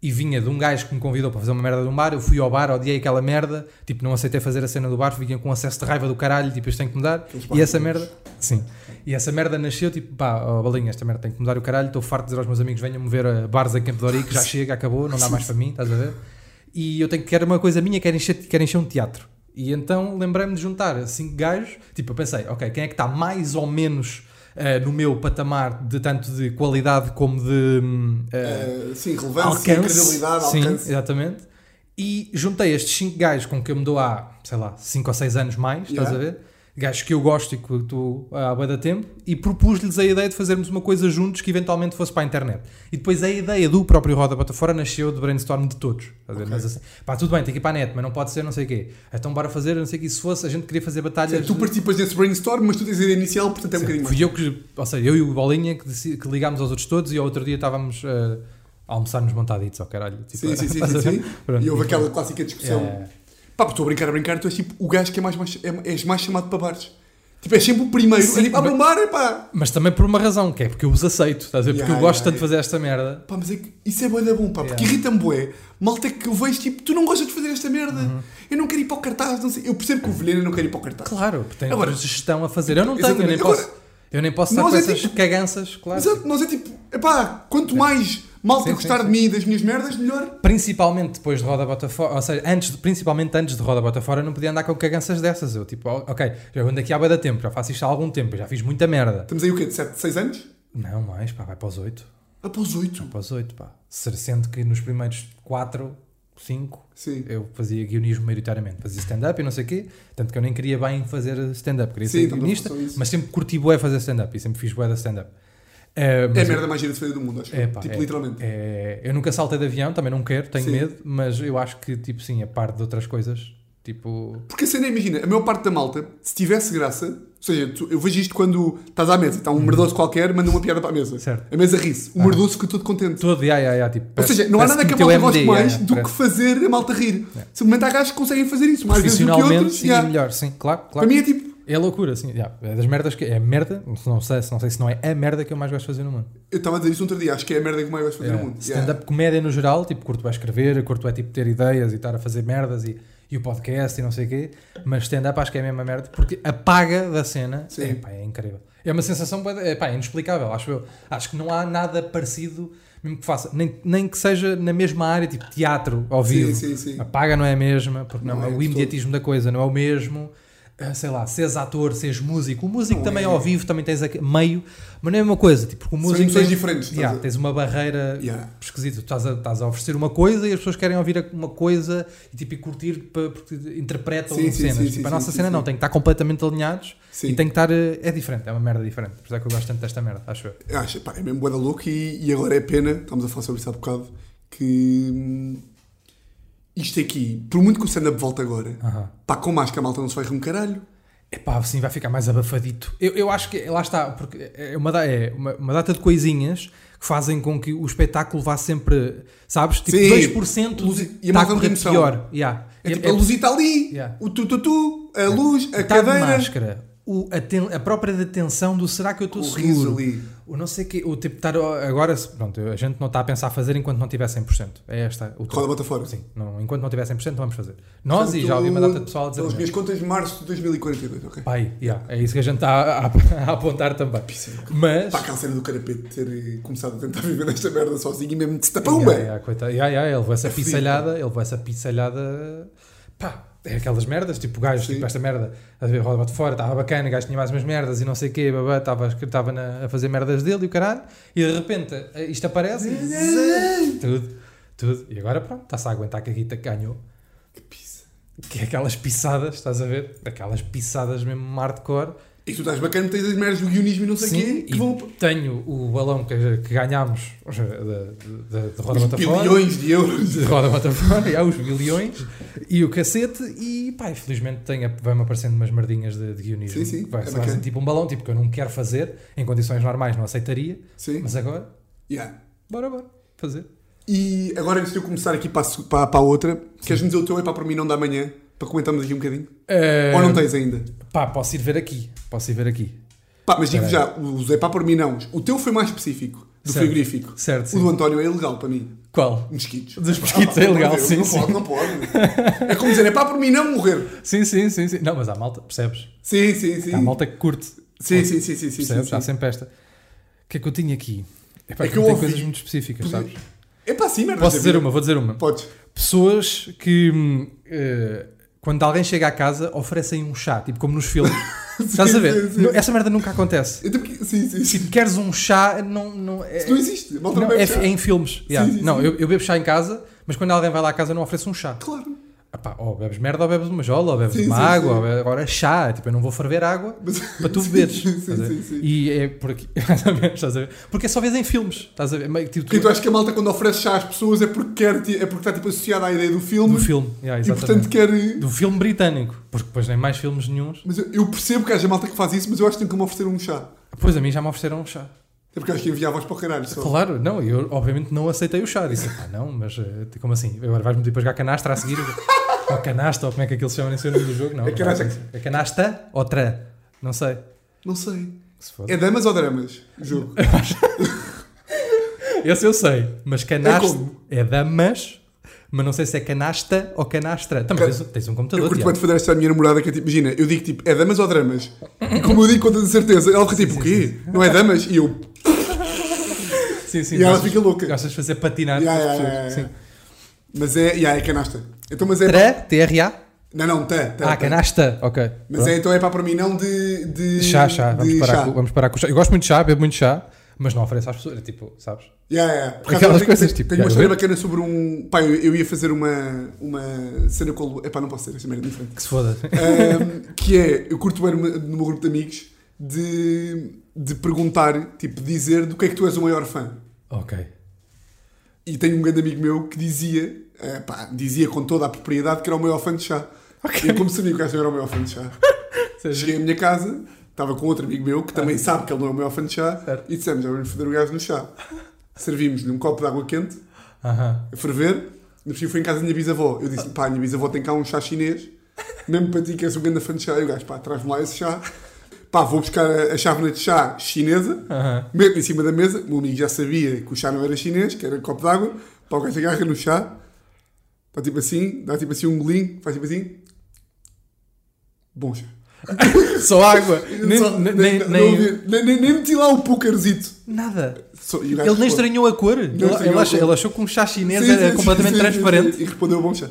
Speaker 2: E vinha de um gajo que me convidou para fazer uma merda de um bar, eu fui ao bar, odiei aquela merda, tipo, não aceitei fazer a cena do bar, vinha com um acesso de raiva do caralho, tipo, isto tem que mudar.
Speaker 1: Aqueles
Speaker 2: E essa
Speaker 1: barulhos.
Speaker 2: merda, sim. E essa merda nasceu, tipo, pá, ó, balinha, esta merda tem que mudar o caralho, estou farto de dizer aos meus amigos, venham-me ver a bares em Campo de Ourique, já chega, acabou, não dá mais para mim, estás a ver? E eu tenho que quero uma coisa minha, quero encher, quero encher um teatro. E então lembrei-me de juntar cinco gajos, tipo, eu pensei, ok, quem é que está mais ou menos eh, no meu patamar de tanto de qualidade como de hum, eh,
Speaker 1: Eh, sim, relevância, credibilidade,
Speaker 2: Sim,
Speaker 1: alcance.
Speaker 2: exatamente. E juntei estes 5 gajos com que eu me dou há, sei lá, 5 ou 6 anos mais, estás
Speaker 1: Yeah.
Speaker 2: a ver? Gajos que eu gosto e que estou há bué da tempo, e propus-lhes a ideia de fazermos uma coisa juntos que eventualmente fosse para a internet. E depois a ideia do próprio Roda Bota Fora nasceu de brainstorm de todos. Estás a ver? Mas assim, pá, tudo bem, tem que ir para a net, mas não pode ser não sei o quê. Então bora fazer, não sei o quê. E Se fosse, a gente queria fazer batalhas.
Speaker 1: Eh, Tu
Speaker 2: de-
Speaker 1: participas desse brainstorm, mas tu tens a ideia inicial, portanto é um bocadinho mais.
Speaker 2: Fui eu que, ou seja, eu e o Bolinha que, deci- que ligámos aos outros todos e ao outro dia estávamos eh, a almoçar-nos montaditos, ao caralho. Tipo,
Speaker 1: Sim, sim, sim,
Speaker 2: estás a
Speaker 1: sim.
Speaker 2: ver?
Speaker 1: sim.
Speaker 2: Pronto,
Speaker 1: e houve
Speaker 2: e
Speaker 1: aquela
Speaker 2: pronto.
Speaker 1: clássica discussão.
Speaker 2: É.
Speaker 1: Pá, porque estou a brincar a brincar, tu és tipo o gajo que é mais, mais, é, és mais chamado para bares. Tipo, é sempre o primeiro.
Speaker 2: Sim,
Speaker 1: é tipo, ah,
Speaker 2: mas-
Speaker 1: meu mar, pá.
Speaker 2: Mas também por uma razão, que é porque eu os aceito, estás a ver? Porque
Speaker 1: Yeah,
Speaker 2: eu gosto
Speaker 1: yeah,
Speaker 2: tanto de fazer esta merda.
Speaker 1: Pá, mas é que isso é bué da bom, pá, porque
Speaker 2: Yeah.
Speaker 1: irrita-me bué. Malta que eu vejo, tipo, tu não gostas de fazer esta merda.
Speaker 2: Uhum.
Speaker 1: Eu não quero ir para o cartaz, não sei. Eu percebo que o Vilhena não quer ir para o cartaz.
Speaker 2: Claro, porque tenho
Speaker 1: Agora-
Speaker 2: gestão a fazer. Eu não tenho, eu
Speaker 1: Exatamente.
Speaker 2: nem
Speaker 1: Agora-
Speaker 2: posso. Eu nem posso estar
Speaker 1: Nós
Speaker 2: com
Speaker 1: é
Speaker 2: essas
Speaker 1: tipo-
Speaker 2: caganças, claro.
Speaker 1: Exato, nós é tipo, epá, quanto mais malta
Speaker 2: Sim,
Speaker 1: gostar
Speaker 2: sim,
Speaker 1: de mim e das minhas merdas, melhor.
Speaker 2: Principalmente depois de Roda Bota Fora, ou seja, antes de- principalmente antes de Roda Bota Fora, eu não podia andar com caganças dessas. Eu, tipo, ó, ok, já ando aqui há bué da tempo, já faço isto há algum tempo, já fiz muita merda.
Speaker 1: Estamos aí o quê? De 7, 6 anos?
Speaker 2: Não, mais, pá, vai para os 8.
Speaker 1: Após 8.
Speaker 2: Para os 8, pá. Se- Sendo que nos primeiros 4, 5,
Speaker 1: Sim.
Speaker 2: eu fazia guionismo maioritariamente, fazia stand-up e não sei o quê, tanto que eu nem queria bem fazer stand-up, queria
Speaker 1: Sim,
Speaker 2: ser
Speaker 1: também
Speaker 2: guionista,
Speaker 1: faço isso.
Speaker 2: mas sempre curti bué fazer stand-up e sempre fiz bué da stand-up. Eh,
Speaker 1: É a
Speaker 2: mas-
Speaker 1: merda mais gira de fazer do mundo, acho.
Speaker 2: é, pá,
Speaker 1: tipo,
Speaker 2: é,
Speaker 1: literalmente.
Speaker 2: é, eu nunca saltei de avião, também não quero, tenho
Speaker 1: Sim.
Speaker 2: medo, mas eu acho que, tipo, sim, a par de outras coisas, tipo,
Speaker 1: Porque a cena, é, imagina, a maior parte da malta, se tivesse graça, ou seja, tu- eu vejo isto quando estás à mesa, está um merdoso qualquer, manda uma piada para a mesa.
Speaker 2: Uhum. Certo.
Speaker 1: A mesa ri-se. O merdoso fica todo contente.
Speaker 2: todo, ai, ai, ai, tipo,
Speaker 1: Ou
Speaker 2: parece-
Speaker 1: seja, não há
Speaker 2: parece
Speaker 1: nada que a malta
Speaker 2: meteu
Speaker 1: goste
Speaker 2: MD, ai,
Speaker 1: mais
Speaker 2: ai,
Speaker 1: do que
Speaker 2: parece- É.
Speaker 1: fazer a malta rir. Simplesmente há gajos que conseguem fazer isso, mais vezes do que
Speaker 2: profissionalmente,
Speaker 1: outros.
Speaker 2: sim,
Speaker 1: yeah.
Speaker 2: melhor, sim, claro,
Speaker 1: Para
Speaker 2: claro.
Speaker 1: mim é tipo,
Speaker 2: É loucura, sim, yeah, é das merdas que, é a merda, não sei, não sei se não é a merda que eu mais gosto de fazer no mundo.
Speaker 1: eu estava a dizer isso outro dia, acho que é a merda que mais gosto de fazer
Speaker 2: Yeah.
Speaker 1: no mundo.
Speaker 2: Stand-up
Speaker 1: Yeah.
Speaker 2: comédia no geral, tipo, curto é escrever, curto é tipo ter ideias e estar a fazer merdas e, e o podcast e não sei o quê, mas stand-up acho que é a mesma merda porque apaga da cena
Speaker 1: Sim.
Speaker 2: é, é incrível. É uma sensação bué de- epá, é inexplicável, acho eu. Acho que não há nada parecido, mesmo que faça, nem, nem que seja na mesma área, tipo teatro ao
Speaker 1: Sim,
Speaker 2: vivo.
Speaker 1: sim, sim.
Speaker 2: A paga não é a mesma, porque não,
Speaker 1: Não
Speaker 2: é
Speaker 1: é
Speaker 2: o
Speaker 1: de
Speaker 2: imediatismo da coisa, não é o mesmo. Ah, Sei lá, seres ator, seres músico. O músico
Speaker 1: Não
Speaker 2: também
Speaker 1: é.
Speaker 2: ao vivo, também tens aqui- meio, mas não é a mesma coisa. Tipo, porque o músico.
Speaker 1: emoções
Speaker 2: tem-
Speaker 1: diferentes, estás
Speaker 2: Yeah,
Speaker 1: a-
Speaker 2: tens uma barreira
Speaker 1: Yeah.
Speaker 2: esquisita. Tu estás a, estás a oferecer uma coisa e as pessoas querem ouvir a- uma coisa e tipo, e curtir pa- porque interpretam
Speaker 1: Sim,
Speaker 2: as
Speaker 1: sim,
Speaker 2: cenas.
Speaker 1: sim,
Speaker 2: tipo,
Speaker 1: sim,
Speaker 2: a nossa
Speaker 1: sim,
Speaker 2: cena
Speaker 1: sim,
Speaker 2: não,
Speaker 1: sim.
Speaker 2: tem que estar completamente alinhados
Speaker 1: Sim.
Speaker 2: e tem que estar. eh, É diferente, é uma merda diferente. Por isso é que eu gosto tanto desta merda, acho eu.
Speaker 1: Eu Acho, pá, é mesmo boa da louca e, e agora é pena, estamos a falar sobre isso há bocado, que hum, isto aqui, por muito que o stand-up volte agora,
Speaker 2: Aham.
Speaker 1: pá, como acho que a malta não se vai rir um caralho.
Speaker 2: Epá, assim vai ficar mais abafadito. Eu, eu acho que lá está, porque é uma, da- é uma, uma data de coisinhas que fazem com que o espetáculo vá sempre, sabes? Tipo,
Speaker 1: Sim.
Speaker 2: 2% do
Speaker 1: Luz e- e a
Speaker 2: está a
Speaker 1: malta não
Speaker 2: correr
Speaker 1: tem noção.
Speaker 2: pior. Yeah.
Speaker 1: É,
Speaker 2: E
Speaker 1: tipo, a luz está ali,
Speaker 2: Yeah.
Speaker 1: o tu-tu-tu, a luz, a
Speaker 2: tá de
Speaker 1: cadeira.
Speaker 2: máscara, o- a, ten- a própria detenção do será que eu estou
Speaker 1: O riso
Speaker 2: seguro?
Speaker 1: ali.
Speaker 2: O não sei que, o tipo estar agora, se- pronto, a gente não está a pensar fazer enquanto não tiver 100%. É esta o
Speaker 1: Roda
Speaker 2: truque.
Speaker 1: bota fora.
Speaker 2: Sim, não, enquanto não tiver 100% não vamos fazer. Nós e já
Speaker 1: Portanto,
Speaker 2: ouvi uma data de pessoal a dizer.
Speaker 1: Pelas
Speaker 2: mesmo.
Speaker 1: minhas contas, março de 2042, ok?
Speaker 2: Pai, yeah, é isso que a gente está a, a- a apontar também. Mas
Speaker 1: Pá, aquela cena do carapete ter eh, começado a tentar viver desta merda sozinho e mesmo de se tapar
Speaker 2: Yeah,
Speaker 1: uma.
Speaker 2: yeah, coitado. Yeah, yeah, ele levou essa
Speaker 1: fedido,
Speaker 2: pisalhada, ele levou essa pisalhada. Pá, é aquelas merdas, tipo gajo,
Speaker 1: Sim.
Speaker 2: tipo esta merda, a ver, roda de fora, estava bacana, o gajo tinha mais umas merdas e não sei o quê, babá, estava estava na- a fazer merdas dele e o caralho, e de repente eh, isto aparece e zzz, tudo, tudo. E agora pronto, está-se a aguentar que a Rita ganhou,
Speaker 1: Que pizza.
Speaker 2: que é aquelas pisadas, estás a ver? Aquelas pisadas mesmo hardcore.
Speaker 1: E tu estás bacana, tens as merdas do guionismo e não sei o quê, que
Speaker 2: e
Speaker 1: vão
Speaker 2: tenho o balão que, que ganhámos eh, da da- da- da roda
Speaker 1: os
Speaker 2: bota fora.
Speaker 1: bilhões de euros.
Speaker 2: de roda bota fora, e há os bilhões e o cacete e pá, infelizmente tem, vai-me aparecendo umas mardinhas de, de
Speaker 1: Sim,
Speaker 2: guionismo
Speaker 1: sim,
Speaker 2: que vai,
Speaker 1: é
Speaker 2: vai
Speaker 1: bacana.
Speaker 2: ser tipo um balão, tipo que eu não quero fazer em condições normais, não aceitaria
Speaker 1: Sim.
Speaker 2: mas agora,
Speaker 1: Yeah.
Speaker 2: bora, bora, fazer
Speaker 1: E agora, antes de eu começar aqui para a, se- para, para a outra, queres-me dizer o teu epá para mim não da manhã? Para comentarmos aqui um bocadinho?
Speaker 2: É.
Speaker 1: Ou não tens ainda?
Speaker 2: pá, posso ir ver aqui posso ir ver aqui,
Speaker 1: Pá, mas digo já, os epá para mim não. O teu foi mais específico, do
Speaker 2: Certo.
Speaker 1: frigorífico.
Speaker 2: certo,
Speaker 1: O
Speaker 2: sim.
Speaker 1: do António é ilegal para mim.
Speaker 2: qual?
Speaker 1: Mosquitos.
Speaker 2: Dos mosquitos é
Speaker 1: pelo
Speaker 2: ilegal,
Speaker 1: amor de Deus,
Speaker 2: sim,
Speaker 1: Não pode,
Speaker 2: sim.
Speaker 1: não pode. É como dizer, é pá por mim não morrer.
Speaker 2: sim, sim, sim, sim, não, mas há malta, percebes?
Speaker 1: Sim, sim, sim.
Speaker 2: há malta que curte,
Speaker 1: Sim, sim, sim, sim, sim,
Speaker 2: Tá percebes?
Speaker 1: sim,
Speaker 2: há
Speaker 1: sim.
Speaker 2: sempre esta o que é que eu tinha aqui? Epá,
Speaker 1: É
Speaker 2: que
Speaker 1: que eu
Speaker 2: tem
Speaker 1: ouvi-
Speaker 2: coisas muito específicas, sabes?
Speaker 1: É pá, sim, merda.
Speaker 2: Posso dizer uma, vou dizer uma.
Speaker 1: Podes.
Speaker 2: pessoas que hum, eh, quando alguém chega à casa oferecem um chá, tipo como nos filmes. Estás a ver?
Speaker 1: sim, sim.
Speaker 2: Essa merda nunca acontece.
Speaker 1: Eu tenho que- Sim, sim, sim.
Speaker 2: Tipo, queres um chá, não, não é.
Speaker 1: Isso não existe. Malta
Speaker 2: não,
Speaker 1: não,
Speaker 2: é,
Speaker 1: bebe chá.
Speaker 2: é em filmes. yeah.
Speaker 1: sim,
Speaker 2: não,
Speaker 1: sim.
Speaker 2: Eu, eu bebo chá em casa, mas quando alguém vai lá à casa eu não ofereço um chá.
Speaker 1: Claro.
Speaker 2: Epá, ou bebes merda, ou bebes uma jola, ou bebes
Speaker 1: Sim,
Speaker 2: uma
Speaker 1: sim,
Speaker 2: água,
Speaker 1: sim.
Speaker 2: ou bebe- agora é chá. Tipo, eu não vou ferver água
Speaker 1: Mas-
Speaker 2: para tu
Speaker 1: sim,
Speaker 2: beberes.
Speaker 1: sim,
Speaker 2: estás a ver?
Speaker 1: sim, sim.
Speaker 2: E é por aqui. mais ou menos, estás a ver? Porque é só vês em filmes. Estás a ver? Meio que, tipo,
Speaker 1: Porque tu achas que a malta quando oferece chá às pessoas é porque quer, é porque está tipo associada à ideia do filme.
Speaker 2: do filme. Yeah,
Speaker 1: E
Speaker 2: exatamente.
Speaker 1: portanto quer.
Speaker 2: Do filme britânico. Porque depois nem mais filmes nenhums.
Speaker 1: Mas eu, eu percebo que haja malta que faz isso, mas eu acho que tem que me oferecer um chá.
Speaker 2: Pois a mim já me ofereceram um chá.
Speaker 1: É porque eu acho que enviavas para o caralho só.
Speaker 2: Claro, não, eu obviamente não aceitei o chá. Disse, pá, não, mas eh, como assim? Agora vais-me pedir para jogar canastra a seguir? ou canasta, ou como é que aquilo se chama, nem sei o nome do jogo, não.
Speaker 1: É canastra.
Speaker 2: É canasta ou tra? Não sei.
Speaker 1: Não sei.
Speaker 2: Se foda.
Speaker 1: É damas ou dramas? o Jogo.
Speaker 2: É Esse eu sei, mas canasta
Speaker 1: É como?
Speaker 2: é, damas, mas não sei se é canasta ou canastra. Também
Speaker 1: Ca-
Speaker 2: tens, tens um
Speaker 1: Eu
Speaker 2: computador,
Speaker 1: curto
Speaker 2: Tiago.
Speaker 1: quando fazer esta à minha namorada que é tipo, imagina, eu digo tipo, é damas ou dramas? E como eu digo com tanta certeza, ela fica tipo, o quê? Não é damas? E eu,
Speaker 2: Sim, sim,
Speaker 1: E ela
Speaker 2: gostas-
Speaker 1: fica louca.
Speaker 2: Gostas de fazer patinar
Speaker 1: Ya,
Speaker 2: com as
Speaker 1: ya,
Speaker 2: É pessoas.
Speaker 1: ya, ya.
Speaker 2: Sim.
Speaker 1: mas é, yeah, é canasta. Então, mas é.
Speaker 2: Tra, TRA?
Speaker 1: Não, não, tá, tá,
Speaker 2: Ah,
Speaker 1: tá.
Speaker 2: canasta. Ok.
Speaker 1: Mas é, então é para para mim não de. de
Speaker 2: Chá, chá. Vamos
Speaker 1: de
Speaker 2: parar,
Speaker 1: chá.
Speaker 2: Com, vamos parar com o chá. Eu gosto muito de chá, bebo muito chá, mas não ofereço às pessoas. É tipo, sabes?
Speaker 1: Yeah, yeah. Por acaso,
Speaker 2: Aquelas
Speaker 1: eu tenho-
Speaker 2: coisas,
Speaker 1: tenho-
Speaker 2: tipo,
Speaker 1: Tenho uma
Speaker 2: já
Speaker 1: história
Speaker 2: viu?
Speaker 1: bacana sobre um. Pá, eu, eu ia fazer uma, uma cena com o Lu- Epá, não posso ser, essa merda é diferente.
Speaker 2: Que se foda.
Speaker 1: Ahm, que é, eu curto bem numa- no meu grupo de amigos de, de perguntar, tipo, dizer do que é que tu és o maior fã.
Speaker 2: ok.
Speaker 1: E tenho um grande amigo meu que dizia, eh, pá, dizia com toda a propriedade que era o maior fã de chá. Eu como sabia que essa era o maior fã de chá. Cheguei à minha casa, estava com outro amigo meu que também sabe que ele não é o maior fã de chá
Speaker 2: Ah. Certo.
Speaker 1: e dissemos, já vamos foder o gajo no chá. Servimos-lhe um copo de água quente,
Speaker 2: Aham.
Speaker 1: a ferver, no fim foi em casa da minha bisavó. Eu disse, pá, a minha bisavó tem cá um chá chinês, mesmo para ti que és um grande fã de chá. E o gajo, pá, traz-me lá esse chá. Pá, vou buscar a, a chávena de chá chinesa,
Speaker 2: Aham.
Speaker 1: Meto em cima da mesa, o meu amigo já sabia que o chá não era chinês, que era um copo d'água, pá, o gajo agarra no chá, está tipo assim, dá tipo assim um golinho, faz tipo assim. Bom chá.
Speaker 2: Só água. nem,
Speaker 1: Só-
Speaker 2: nem-
Speaker 1: não
Speaker 2: nem- nem-
Speaker 1: ouvi- nem- nem- nem meti lá o pucarzito.
Speaker 2: nada.
Speaker 1: Só- e o gajo
Speaker 2: Ele nem
Speaker 1: responde.
Speaker 2: estranhou a cor. Ele,
Speaker 1: estranhou
Speaker 2: ele
Speaker 1: a
Speaker 2: acha-
Speaker 1: cor.
Speaker 2: ele achou que um chá chinês
Speaker 1: Sim, sim,
Speaker 2: era
Speaker 1: sim,
Speaker 2: completamente
Speaker 1: sim, sim,
Speaker 2: transparente.
Speaker 1: sim, E respondeu bom chá.